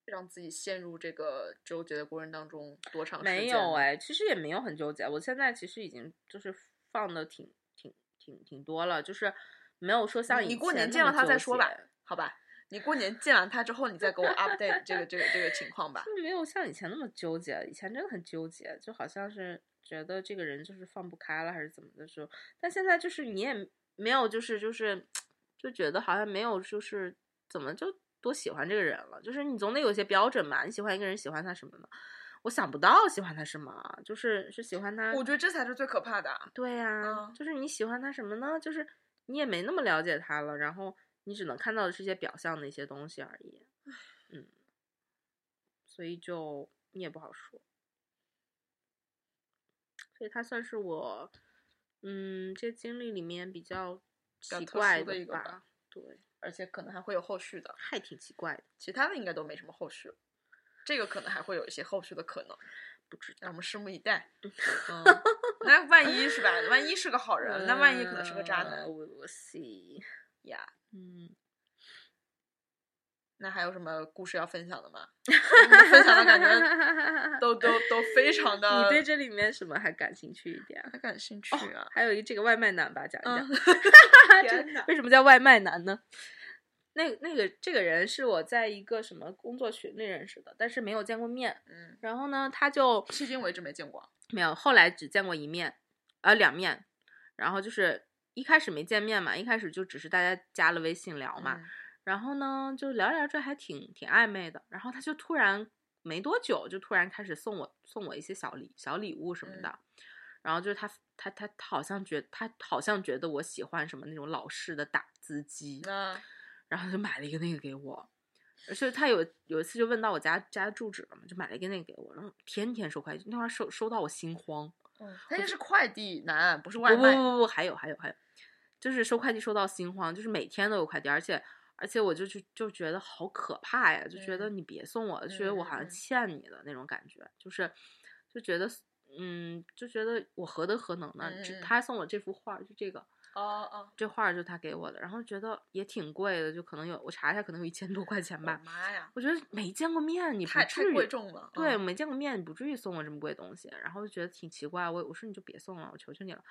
Speaker 1: 让自己陷入这个纠结的过程当中多长时间？
Speaker 2: 没有哎，其实也没有很纠结。我现在其实已经就是放的挺挺挺挺多了，就是没有说像以前
Speaker 1: 你过年见
Speaker 2: 那
Speaker 1: 了
Speaker 2: 么
Speaker 1: 他再
Speaker 2: 纠
Speaker 1: 说
Speaker 2: 结
Speaker 1: 吧，好吧？你过年见完他之后，你再给我 update 这个这个这个情 况吧。
Speaker 2: 就没有像以前那么纠结，以前真的很纠结，就好像是觉得这个人就是放不开了还是怎么的时候，但现在就是你也没有就是就是就觉得好像没有就是怎么就多喜欢这个人了，就是你总得有一些标准吧，你喜欢一个人喜欢他什么呢？我想不到喜欢他什么，啊就是是喜欢他，
Speaker 1: 我觉得这才是最可怕的啊。
Speaker 2: 对呀、
Speaker 1: 嗯
Speaker 2: 就是你喜欢他什么呢？就是你也没那么了解他了，然后你只能看到的是一些表象的一些东西而已。嗯，所以就你也不好说。所以他算是我，嗯，这经历里面比较
Speaker 1: 较
Speaker 2: 奇
Speaker 1: 特
Speaker 2: 怪
Speaker 1: 殊的一个
Speaker 2: 吧
Speaker 1: 吧？
Speaker 2: 对，
Speaker 1: 而且可能还会有后续的，
Speaker 2: 还挺奇怪的，
Speaker 1: 其他的应该都没什么后续了。这个可能还会有一些后续的可能，
Speaker 2: 不知道。
Speaker 1: 让我们拭目以待。嗯， 那万一是吧？万一是个好人，那万一可能是个渣
Speaker 2: 呃
Speaker 1: 男
Speaker 2: 我 我 see，
Speaker 1: 呀。
Speaker 2: 嗯，
Speaker 1: 那还有什么故事要分享的 吗？我们分享的感觉 都都都非常的，
Speaker 2: 你对这里面什么还感兴趣一点啊？
Speaker 1: 还感兴趣啊？
Speaker 2: 还有一这个外卖男吧，讲一讲。
Speaker 1: 嗯天
Speaker 2: 这
Speaker 1: 哪
Speaker 2: 为什么叫外卖男呢？那那个这个人是我在一个什么工作群里认识的，但是没有见过面。
Speaker 1: 嗯，
Speaker 2: 然后呢，他就
Speaker 1: 迄今为止没见过。
Speaker 2: 没有，后来只见过一面，呃，两面。然后就是一开始没见面嘛，一开始就只是大家加了微信聊嘛。
Speaker 1: 嗯
Speaker 2: 然后呢，就聊着聊着还挺挺暧昧的。然后他就突然没多久，就突然开始送我送我一些小礼小礼物什么的。然后就是他他他他好像觉他好像觉得我喜欢什么那种老式的打字机，
Speaker 1: 那
Speaker 2: 然后就买了一个那个给我。而且他有有一次就问到我家家住址了嘛，就买了一个那个给我，然后天天收快递，那会儿收收到我心慌。
Speaker 1: 他应该是快递男，啊不是外
Speaker 2: 不不
Speaker 1: 卖。
Speaker 2: 不哦不，还有还有还有，就是收快递收到心慌，就是每天都有快递，而且而且我就去就觉得好可怕呀，就觉得
Speaker 1: 嗯
Speaker 2: 你别送我了，就觉得我好
Speaker 1: 嗯嗯嗯
Speaker 2: 像欠你的那种感觉，就是就觉得嗯，就觉得我何德何能呢？
Speaker 1: 嗯嗯
Speaker 2: 只
Speaker 1: 嗯
Speaker 2: 他送我这幅画，就这个
Speaker 1: 哦哦，
Speaker 2: 这画就是他给我的，然后觉得也挺贵的，就可能有我查一下，可能有一千多块钱
Speaker 1: 我的
Speaker 2: 吧。
Speaker 1: 妈呀，
Speaker 2: 我觉得没见过面，你不
Speaker 1: 嗯太太
Speaker 2: 至于
Speaker 1: 贵重了。
Speaker 2: 对，
Speaker 1: 嗯
Speaker 2: 没见过面，你不至于送我这么贵的东西。然后就觉得挺奇怪，我我说你就别送了，我求求你了。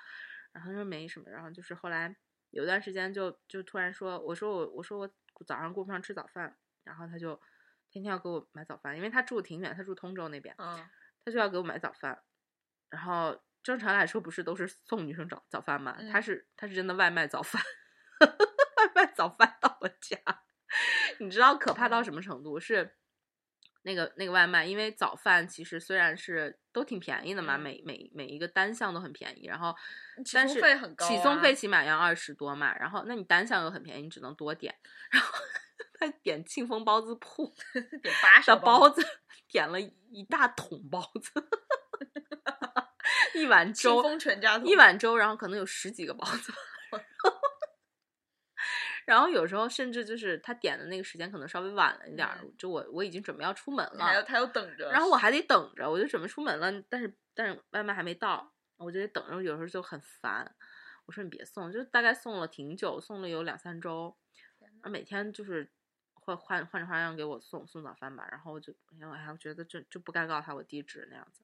Speaker 2: 然后他说没什么，然后就是后来有段时间就就突然说，我说我我说我早上顾不上吃早饭，然后他就天天要给我买早饭，因为他住挺远，他住通州那边，
Speaker 1: 嗯
Speaker 2: 他就要给我买早饭。然后正常来说不是都是送女生早早饭吗？他
Speaker 1: 嗯
Speaker 2: 是他是真的外卖早饭， 外卖早饭到我家，你知道可怕到
Speaker 1: 嗯
Speaker 2: 什么程度？是那个那个外卖，因为早饭其实虽然是都挺便宜的嘛，
Speaker 1: 嗯
Speaker 2: 每每每一个单项都很便宜，然后
Speaker 1: 起
Speaker 2: 但
Speaker 1: 送
Speaker 2: 是
Speaker 1: 费很高
Speaker 2: 起送
Speaker 1: 啊
Speaker 2: 费起码要二十多嘛，然后那你单项又很便宜，你只能多点，然后 他点庆丰包子铺。
Speaker 1: 点八十
Speaker 2: 的
Speaker 1: 个包
Speaker 2: 包子，点了一大桶包子， 一碗
Speaker 1: 清
Speaker 2: 粥，
Speaker 1: 风全家桶
Speaker 2: 一碗粥，然后可能有十几个包子。 然后有时候甚至就是他点的那个时间可能稍微晚了一点儿，
Speaker 1: 嗯
Speaker 2: 就我我已经准备要出门
Speaker 1: 你还要
Speaker 2: 了，
Speaker 1: 他要等着。
Speaker 2: 然后我还得等着，我就准备出门了，但是但是外卖还没到，我就得等着，有时候就很烦。我说你别送，就大概送了挺久，送了有两三周，啊，每天就是换换换着花样给我送送早饭吧，然后我就然后还觉得就就不该告诉他我地址那样子，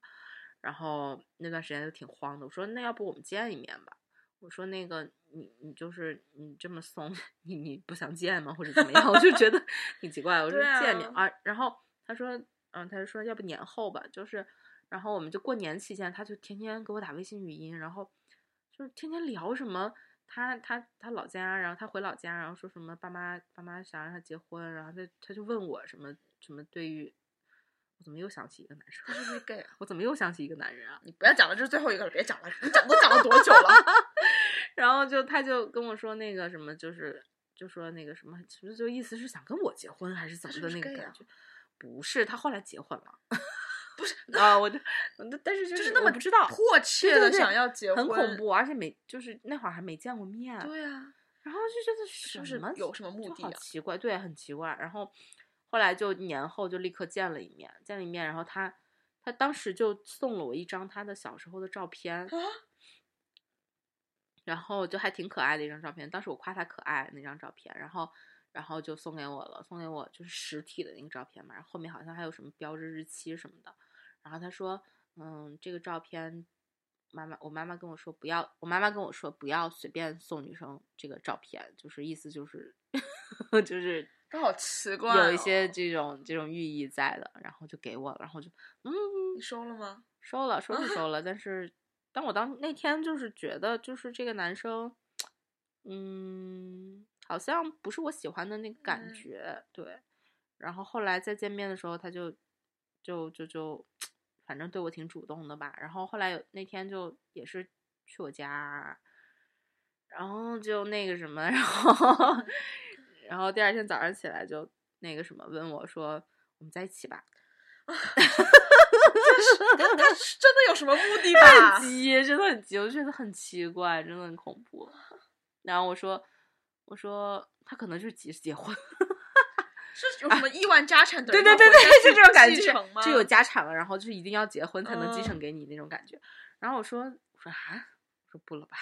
Speaker 2: 然后那段时间就挺慌的，我说那要不我们见一面吧。我说那个你你就是你这么怂， 你你不想见吗？或者怎么样？我就觉得挺奇怪。我说
Speaker 1: 对啊
Speaker 2: 见面啊然后他说嗯，他就说要不年后吧，就是然后我们就过年期间，他就天天给我打微信语音，然后就是天天聊什么他他他老家，然后他回老家，然后说什么爸妈爸妈想让他结婚，然后他他就问我什么什么对于我怎么又想起一个男
Speaker 1: 他
Speaker 2: 生，
Speaker 1: 是不是 gay 啊？
Speaker 2: 我怎么又想起一个男人啊？
Speaker 1: 你不要讲了，这是最后一个了，别讲了，你讲都讲了多久了？
Speaker 2: 然后就他就跟我说那个什么，就是就说那个什么，其实就意思是想跟我结婚还是怎
Speaker 1: 他
Speaker 2: 么
Speaker 1: 是不
Speaker 2: 的那
Speaker 1: 是
Speaker 2: 个
Speaker 1: gay
Speaker 2: 感
Speaker 1: 啊
Speaker 2: 觉。不是，他后来结婚了
Speaker 1: 不 是，
Speaker 2: 啊！我就，但 是就
Speaker 1: 就是是那
Speaker 2: 我
Speaker 1: 么
Speaker 2: 不知道，
Speaker 1: 迫切
Speaker 2: 对
Speaker 1: 的
Speaker 2: 对
Speaker 1: 想要结
Speaker 2: 很
Speaker 1: 婚，
Speaker 2: 恐。怖，而且没就是那会儿还没见过面，
Speaker 1: 对啊，
Speaker 2: 然后就觉得什
Speaker 1: 是
Speaker 2: 么
Speaker 1: 不是有什么目
Speaker 2: 就
Speaker 1: 的
Speaker 2: 好
Speaker 1: 啊
Speaker 2: 奇怪，对，很奇怪。然后后来就年后就立刻见了一面，见了一面，然后他他当时就送了我一张他的小时候的照片，
Speaker 1: 啊，
Speaker 2: 然后就还挺可爱的一张照片。当时我夸他可爱那张照片，然后然后就送给我了，送给我就是实体的那个照片嘛，然后后面好像还有什么标志日期什么的。然后他说，嗯，这个照片，妈妈，我妈妈跟我说不要，我妈妈跟我说不要随便送女生这个照片，就是意思就是 就是
Speaker 1: 他好奇怪、哦，
Speaker 2: 有一些这种这种寓意在的，然后就给我了，然后就嗯，
Speaker 1: 你收了吗？
Speaker 2: 收了，收是收了，但是但我当那天就是觉得就是这个男生，嗯，好像不是我喜欢的那个感觉，对。然后后来再见面的时候，他就就就就，反正对我挺主动的吧。然后后来有那天就也是去我家，然后就那个什么， 然后然后第二天早上起来就那个什么问我说我们在一起吧，
Speaker 1: 他
Speaker 2: 啊
Speaker 1: 他是真的有什么目 的吧
Speaker 2: 很？急，真的很急，我觉得很奇怪，真的很恐怖。然后我说我说他可能就是急着结婚。
Speaker 1: 是有什么亿万家产的
Speaker 2: 啊对
Speaker 1: 人
Speaker 2: 对
Speaker 1: 要
Speaker 2: 对
Speaker 1: 回家
Speaker 2: 对，
Speaker 1: 继
Speaker 2: 就这种感觉，
Speaker 1: 继
Speaker 2: 就是
Speaker 1: 承吗？
Speaker 2: 就有家产了，然后就是一定要结婚才能继
Speaker 1: 嗯
Speaker 2: 承给你那种感觉。然后我说，我说啊，我说不了吧。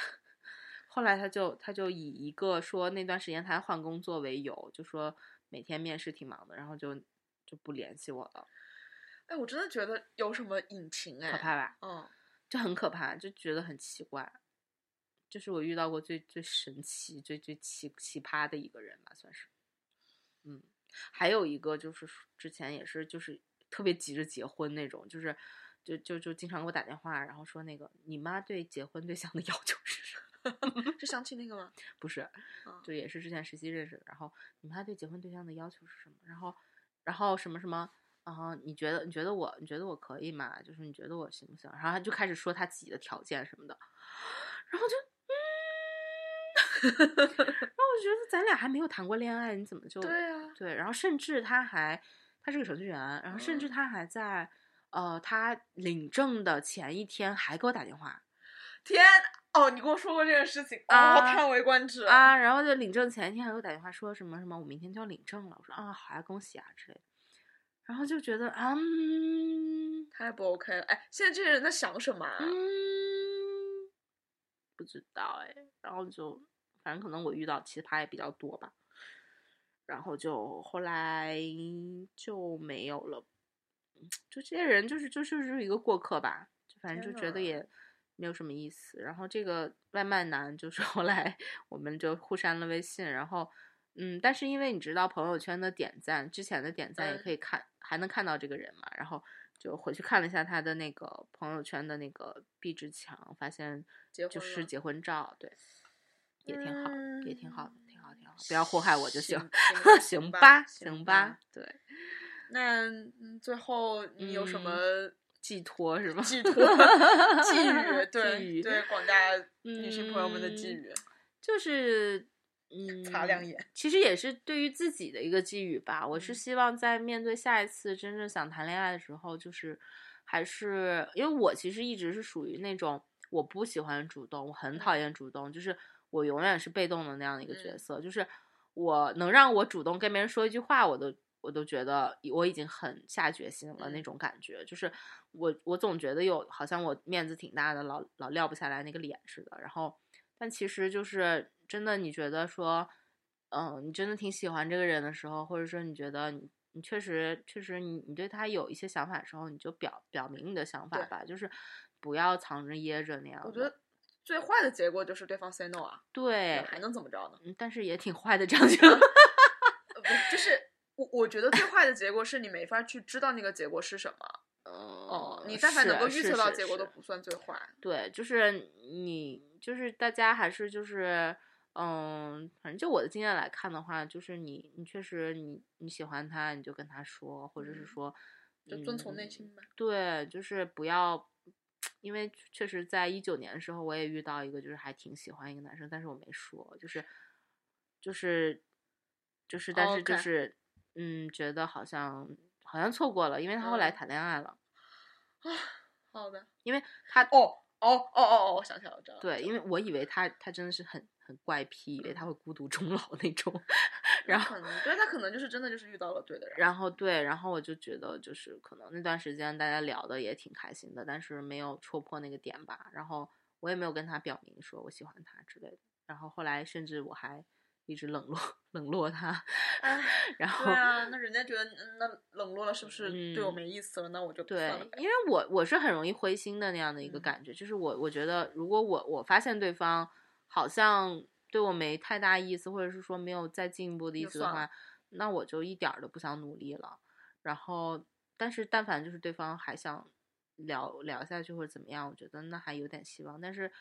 Speaker 2: 后来他就他就以一个说那段时间他换工作为由，就说每天面试挺忙的，然后就就不联系我了，
Speaker 1: 哎，我真的觉得有什么隐情哎，
Speaker 2: 可怕吧？
Speaker 1: 嗯，
Speaker 2: 就很可怕，就觉得很奇怪。就是我遇到过最最神奇、最最奇奇葩的一个人吧，算是。嗯，还有一个就是说之前也是就是特别急着结婚那种，就是就就就经常给我打电话，然后说那个你妈对结婚对象的 要求是什么？
Speaker 1: 是相亲那个吗？
Speaker 2: 不是，
Speaker 1: 嗯
Speaker 2: 就也是之前实习认识的。然后你妈对结婚对象的要求是什么？然后，然后什么什么？然后你觉得你觉得我你觉得我可以吗？就是你觉得我行不行？然后他就开始说他自己的条件什么的，然后就嗯， 然后我觉得咱俩还没有谈过恋爱，你怎么就
Speaker 1: 对啊，
Speaker 2: 对，然后甚至他还，他是个程序员，然后甚
Speaker 1: 嗯
Speaker 2: 至他还在，呃，他领证的前一天还给我打电话
Speaker 1: 天哦，你跟我说过这件事情，哦，
Speaker 2: 啊
Speaker 1: 叹为观止了
Speaker 2: 啊，然后就领证前一天还给我打电话说什么什么，我明天就要领证了，我说啊，好呀，恭喜啊之类的，然后就觉得啊，嗯，
Speaker 1: 太不 OK 了！哎，现在这些人在想什么啊？
Speaker 2: 嗯
Speaker 1: 嗯
Speaker 2: 不知道哎，然后就反正可能我遇到奇葩也比较多吧，然后就后来就没有了，嗯就这些人就是就就是一个过客吧，就反正
Speaker 1: 天
Speaker 2: 就觉得
Speaker 1: 呐
Speaker 2: 也没有什么意思。然后这个外卖男就是后来我们就互删了微信，然后嗯，但是因为你知道朋友圈的点赞，之前的点赞也
Speaker 1: 嗯
Speaker 2: 可以看，还能看到这个人嘛，然后。就回去看了一下他的那个朋友圈的那个壁纸墙，发现
Speaker 1: 结
Speaker 2: 就
Speaker 1: 婚
Speaker 2: 是
Speaker 1: 了
Speaker 2: 结婚照，对，也挺好，也挺好的，
Speaker 1: 嗯
Speaker 2: 挺好，挺好，不
Speaker 1: 不
Speaker 2: 要祸害我就行。
Speaker 1: 行
Speaker 2: 行
Speaker 1: 吧，
Speaker 2: 行
Speaker 1: 吧
Speaker 2: 吧。，对，
Speaker 1: 那嗯最后你有什
Speaker 2: 嗯
Speaker 1: 么
Speaker 2: 寄托是吗？
Speaker 1: 寄托、寄语？对
Speaker 2: 寄语
Speaker 1: 对，广大女性朋友们的寄
Speaker 2: 嗯
Speaker 1: 语。
Speaker 2: 就是嗯，
Speaker 1: 擦亮眼。
Speaker 2: 其实也是对于自己的一个寄语吧。我是
Speaker 1: 嗯
Speaker 2: 希望在面对下一次真正想谈恋爱的时候，就是还是因为我其实一直是属于那种我不喜欢主动，我很讨厌主动，就是我永远是被动的那样的一个角
Speaker 1: 嗯
Speaker 2: 色。就是我能让我主动跟别人说一句话，我都我都觉得我已经很下决心了那
Speaker 1: 嗯
Speaker 2: 种感觉。就是我我总觉得有好像我面子挺大的，老老撂不下来那个脸似的。然后，但其实就是真的，你觉得说，嗯，你真的挺喜欢这个人的时候，或者说你觉得你。你确实，确实你，你对他有一些想法的时候，你就表表明你的想法
Speaker 1: 对
Speaker 2: 吧，就是不要藏着掖着那样的。
Speaker 1: 我觉得最坏的结果就是对方 say no 啊，那
Speaker 2: 对，
Speaker 1: 还能怎么着呢？
Speaker 2: 嗯但是也挺坏的，这样就
Speaker 1: 呃不就是我我觉得最坏的结果是你没法去知道那个结果是什么。
Speaker 2: 哦
Speaker 1: 哦，你但凡能够预测到结果，
Speaker 2: 是
Speaker 1: 都
Speaker 2: 是
Speaker 1: 不算最坏。
Speaker 2: 对，就是你就是大家还是就是嗯，反正就我的经验来看的话，就是你你确实你你喜欢他，你就跟他说，或者是
Speaker 1: 嗯
Speaker 2: 说
Speaker 1: 就遵从内
Speaker 2: 嗯
Speaker 1: 心吧。
Speaker 2: 对，就是不要，因为确实在一九年的时候，我也遇到一个就是还挺喜欢一个男生，但是我没说，就是就是就是，但是就
Speaker 1: 哦 OK
Speaker 2: 是嗯，觉得好像好像错过了，因为他后来
Speaker 1: 嗯
Speaker 2: 谈恋爱了，
Speaker 1: 好的。
Speaker 2: 因为他
Speaker 1: 哦哦哦哦哦，我想起来了，我知道了。
Speaker 2: 对，因为我以
Speaker 1: 嗯
Speaker 2: 为他他真的是很很怪癖，以为他会孤独终老那种，
Speaker 1: 嗯有
Speaker 2: 然后
Speaker 1: 可能对他可能就是真的就是遇到了对的人。
Speaker 2: 然后对，然后我就觉得就是可能那段时间大家聊的也挺开心的，但是没有戳破那个点吧。然后我也没有跟他表明说我喜欢他之类的。然后后来甚至我还一直冷落 冷落他，
Speaker 1: 哎
Speaker 2: 然后
Speaker 1: 对啊，那人家觉得嗯那冷落了，是不是对我
Speaker 2: 嗯
Speaker 1: 没意思了？那我就不
Speaker 2: 对
Speaker 1: 算了，呗
Speaker 2: 因为我我是很容易灰心的那样的一个
Speaker 1: 嗯
Speaker 2: 感觉，就是我我觉得如果我我发现对方好像对我没太大意思，或者是说没有再进一步的意
Speaker 1: 就
Speaker 2: 思的
Speaker 1: 算
Speaker 2: 话
Speaker 1: 了，
Speaker 2: 那我就一点儿都不想努力了。然后，但是但凡就是对方还想聊聊下去或者怎么样，我觉得那还有点希望。但是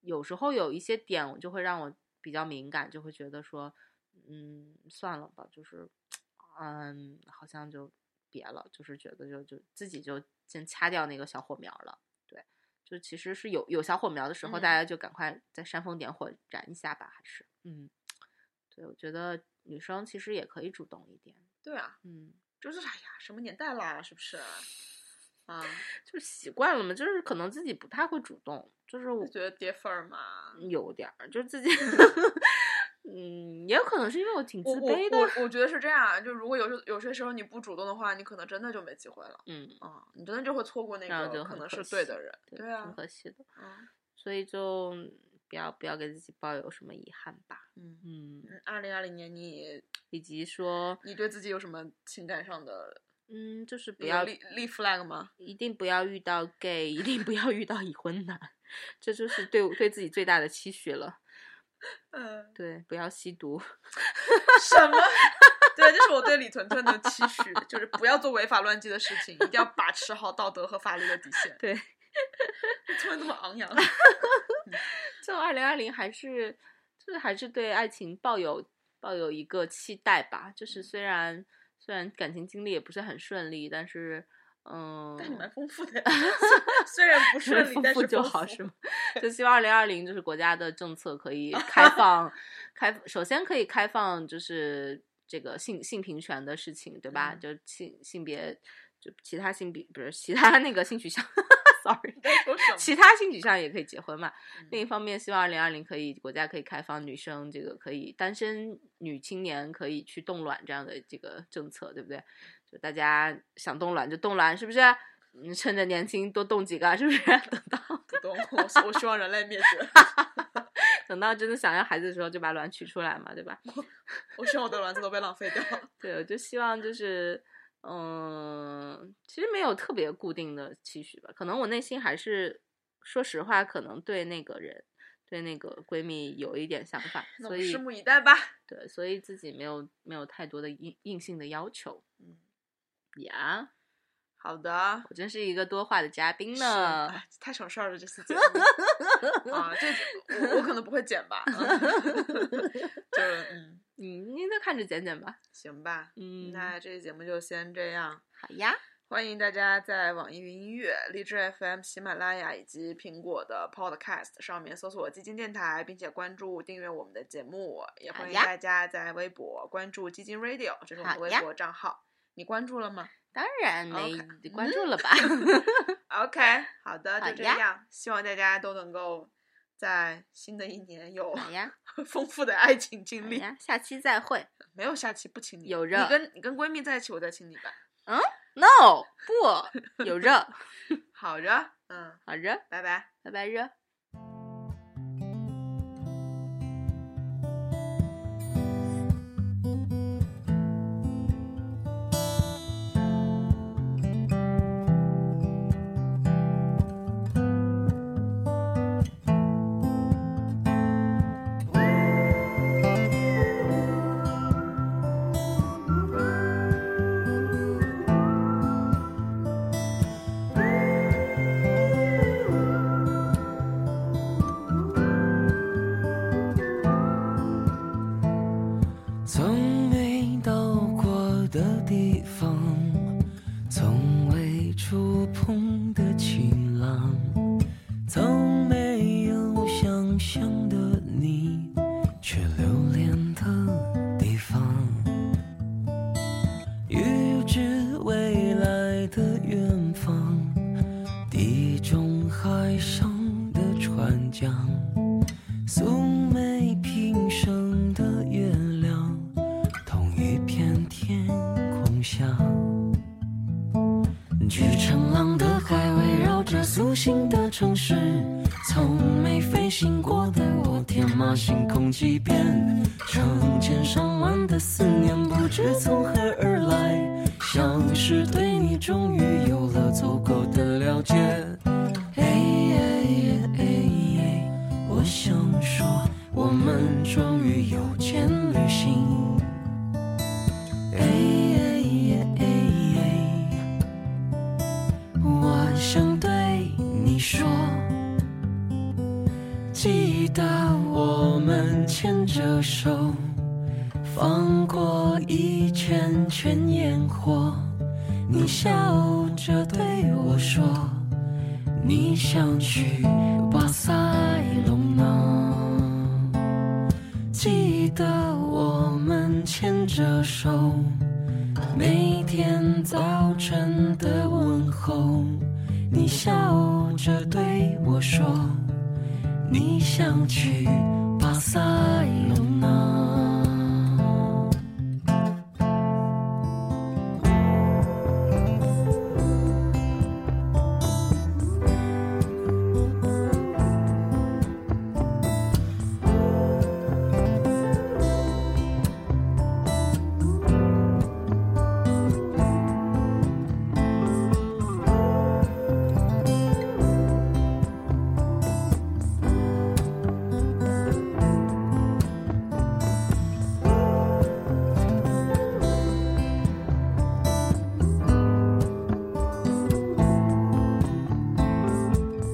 Speaker 2: 有时候有一些点，我就会让我比较敏感，就会觉得说，嗯，算了吧，就是，嗯，好像就别了，就是觉得就就自己就先掐掉那个小火苗了。对，就其实是有有小火苗的时候，大
Speaker 1: 嗯
Speaker 2: 家就赶快再煽风点火燃一下吧，还是，嗯，对，我觉得女生其实也可以主动一点，
Speaker 1: 对啊，
Speaker 2: 嗯。
Speaker 1: 就是哎呀，什么年代啦，是不是？啊，
Speaker 2: 就习惯了嘛，就是可能自己不太会主动，就是我
Speaker 1: 就觉得跌份儿嘛。
Speaker 2: 有点儿，就是 自己，嗯，也有可能是因为我挺自
Speaker 1: 我我
Speaker 2: 卑的，
Speaker 1: 我我觉得是这样，啊就如果有时有些时候你不主动的话，你可能真的就没机会了
Speaker 2: 嗯，
Speaker 1: 啊、你真的就会错过那
Speaker 2: 然后
Speaker 1: 个
Speaker 2: 就
Speaker 1: 可
Speaker 2: 很
Speaker 1: 能
Speaker 2: 可
Speaker 1: 是对
Speaker 2: 惜
Speaker 1: 的人。
Speaker 2: 对，
Speaker 1: 对啊
Speaker 2: 挺，可惜的，
Speaker 1: 嗯
Speaker 2: 所以就不要不要给自己抱有什么遗憾吧，
Speaker 1: 嗯
Speaker 2: 嗯，
Speaker 1: 嗯，二零二零年你
Speaker 2: 以及说，
Speaker 1: 你对自己有什么情感上的
Speaker 2: 嗯，就是不
Speaker 1: 有
Speaker 2: 要
Speaker 1: 立立 flag 吗？
Speaker 2: 一定不要遇到 gay，一定不要遇到已婚男， 这就是对我对自己最大的期许了，
Speaker 1: 嗯，
Speaker 2: 对，不要吸毒，
Speaker 1: 什么？ 对，这是我对李屯屯的期许，就是不要做违法乱纪的事情，一定要把持好道德和法律的底 线。嗯
Speaker 2: 对。
Speaker 1: 突然这么昂扬，
Speaker 2: 就二零二零还是就是还是对爱情抱有抱有一个期待吧，
Speaker 1: 嗯
Speaker 2: 就是虽然虽然感情经历也不是很顺利，但是嗯，
Speaker 1: 但你蛮丰富的 呀，虽虽然 不顺 利，
Speaker 2: 丰
Speaker 1: 但
Speaker 2: 富
Speaker 1: 是
Speaker 2: 就
Speaker 1: 丰
Speaker 2: 好
Speaker 1: 富
Speaker 2: 是吗？就希望二零二零就是国家的政策可以开放，开首先可以开放就是这个性性平权的事情，对吧？
Speaker 1: 嗯
Speaker 2: 就性性别就其他性别不是其他那个性取向 ，sorry，
Speaker 1: 在说什么
Speaker 2: 其他性取向也可以结婚嘛。另一
Speaker 1: 嗯
Speaker 2: 方面，希望二零二零可以国家可以开放女生这个可以单身女青年可以去冻卵这样的这个政策，对不对？就大家想冻卵就冻卵，是不是？嗯，趁着年轻多冻几个，啊是不是？等到
Speaker 1: 不懂，我希我希望人类灭绝，
Speaker 2: 等到真的想要孩子的时候，就把卵取出来嘛，对吧？
Speaker 1: 我希望我的卵子都被浪费掉。
Speaker 2: 对，我就希望就是，嗯，其实没有特别固定的期许吧。可能我内心还是，说实话，可能对那个人，对那个闺蜜有一点想法，
Speaker 1: 那我
Speaker 2: 所
Speaker 1: 们
Speaker 2: 以
Speaker 1: 拭目以待吧。
Speaker 2: 对，所以自己没有没有太多的硬硬性的要求
Speaker 1: 嗯，
Speaker 2: 呀。
Speaker 1: 好的。
Speaker 2: 我真是一个多话的嘉宾
Speaker 1: 是
Speaker 2: 呢。
Speaker 1: 哎太省事儿了，这次节目 啊，这我我可能不会剪吧， 嗯就是嗯，
Speaker 2: 嗯，您就看着剪剪吧。
Speaker 1: 行吧，
Speaker 2: 嗯，
Speaker 1: 那这期节目就先这样。
Speaker 2: 好呀，
Speaker 1: 欢迎大家在网易云音乐、荔枝 FM、喜马拉雅以及苹果的 Podcast 上面搜索“基金电台”，并且关注订阅我们的节目。也
Speaker 2: 好
Speaker 1: 欢迎
Speaker 2: 呀
Speaker 1: 大家在微博关注“基金 Radio”，这是我们的
Speaker 2: 好
Speaker 1: 微
Speaker 2: 呀
Speaker 1: 博账号。你关注了吗
Speaker 2: 当然没
Speaker 1: OK 嗯
Speaker 2: 你关注了 吧？
Speaker 1: ？OK，好的，
Speaker 2: 好
Speaker 1: 就这
Speaker 2: 呀
Speaker 1: 样。希望大家都能够在新的一年有
Speaker 2: 好呀，
Speaker 1: 丰富的爱情
Speaker 2: 好
Speaker 1: 经历。
Speaker 2: 呀，下期再会。
Speaker 1: 没有下期不亲你，
Speaker 2: 有
Speaker 1: 你
Speaker 2: 热
Speaker 1: 跟你跟闺蜜在一起，我再亲你吧。
Speaker 2: No，不，有 热，
Speaker 1: 好着，嗯，
Speaker 2: 好热，
Speaker 1: 拜拜。
Speaker 2: 拜拜热。
Speaker 3: 从没到过的地方，从未触碰的晴朗，从没有想象的你，却留恋的地方。预知未来的远方，地中海上的船桨。素昧平生的月亮，同一片天空下，巨长浪的海围绕着这苏醒的城市，从没飞行过的我，天马行空几遍，成千上万的思念不知从何而来，像是对你终于有了足够的了解。哎哎哎哎，我想说，我们终于有钱旅行。哎哎哎哎哎，我想对你说，记得我们牵着手，放过一圈圈烟火。你笑着对我说，你想去巴塞隆纳。记得我们牵着手，每天早晨的问候。你笑着对我说，你想去巴塞隆那。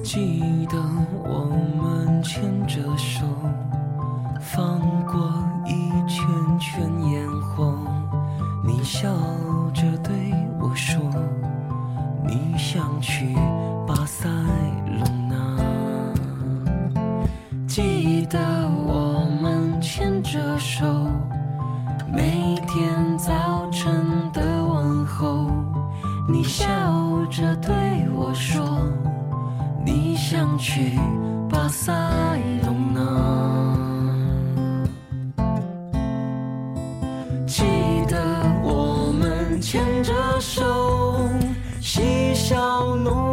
Speaker 3: 记得我们牵着手，放过一圈圈烟火。你笑着对我说，你想去巴塞隆那。记得我们牵着手，每天早晨的问候。你笑着对我说。你想去巴塞隆那？记得我们牵着手，嬉笑怒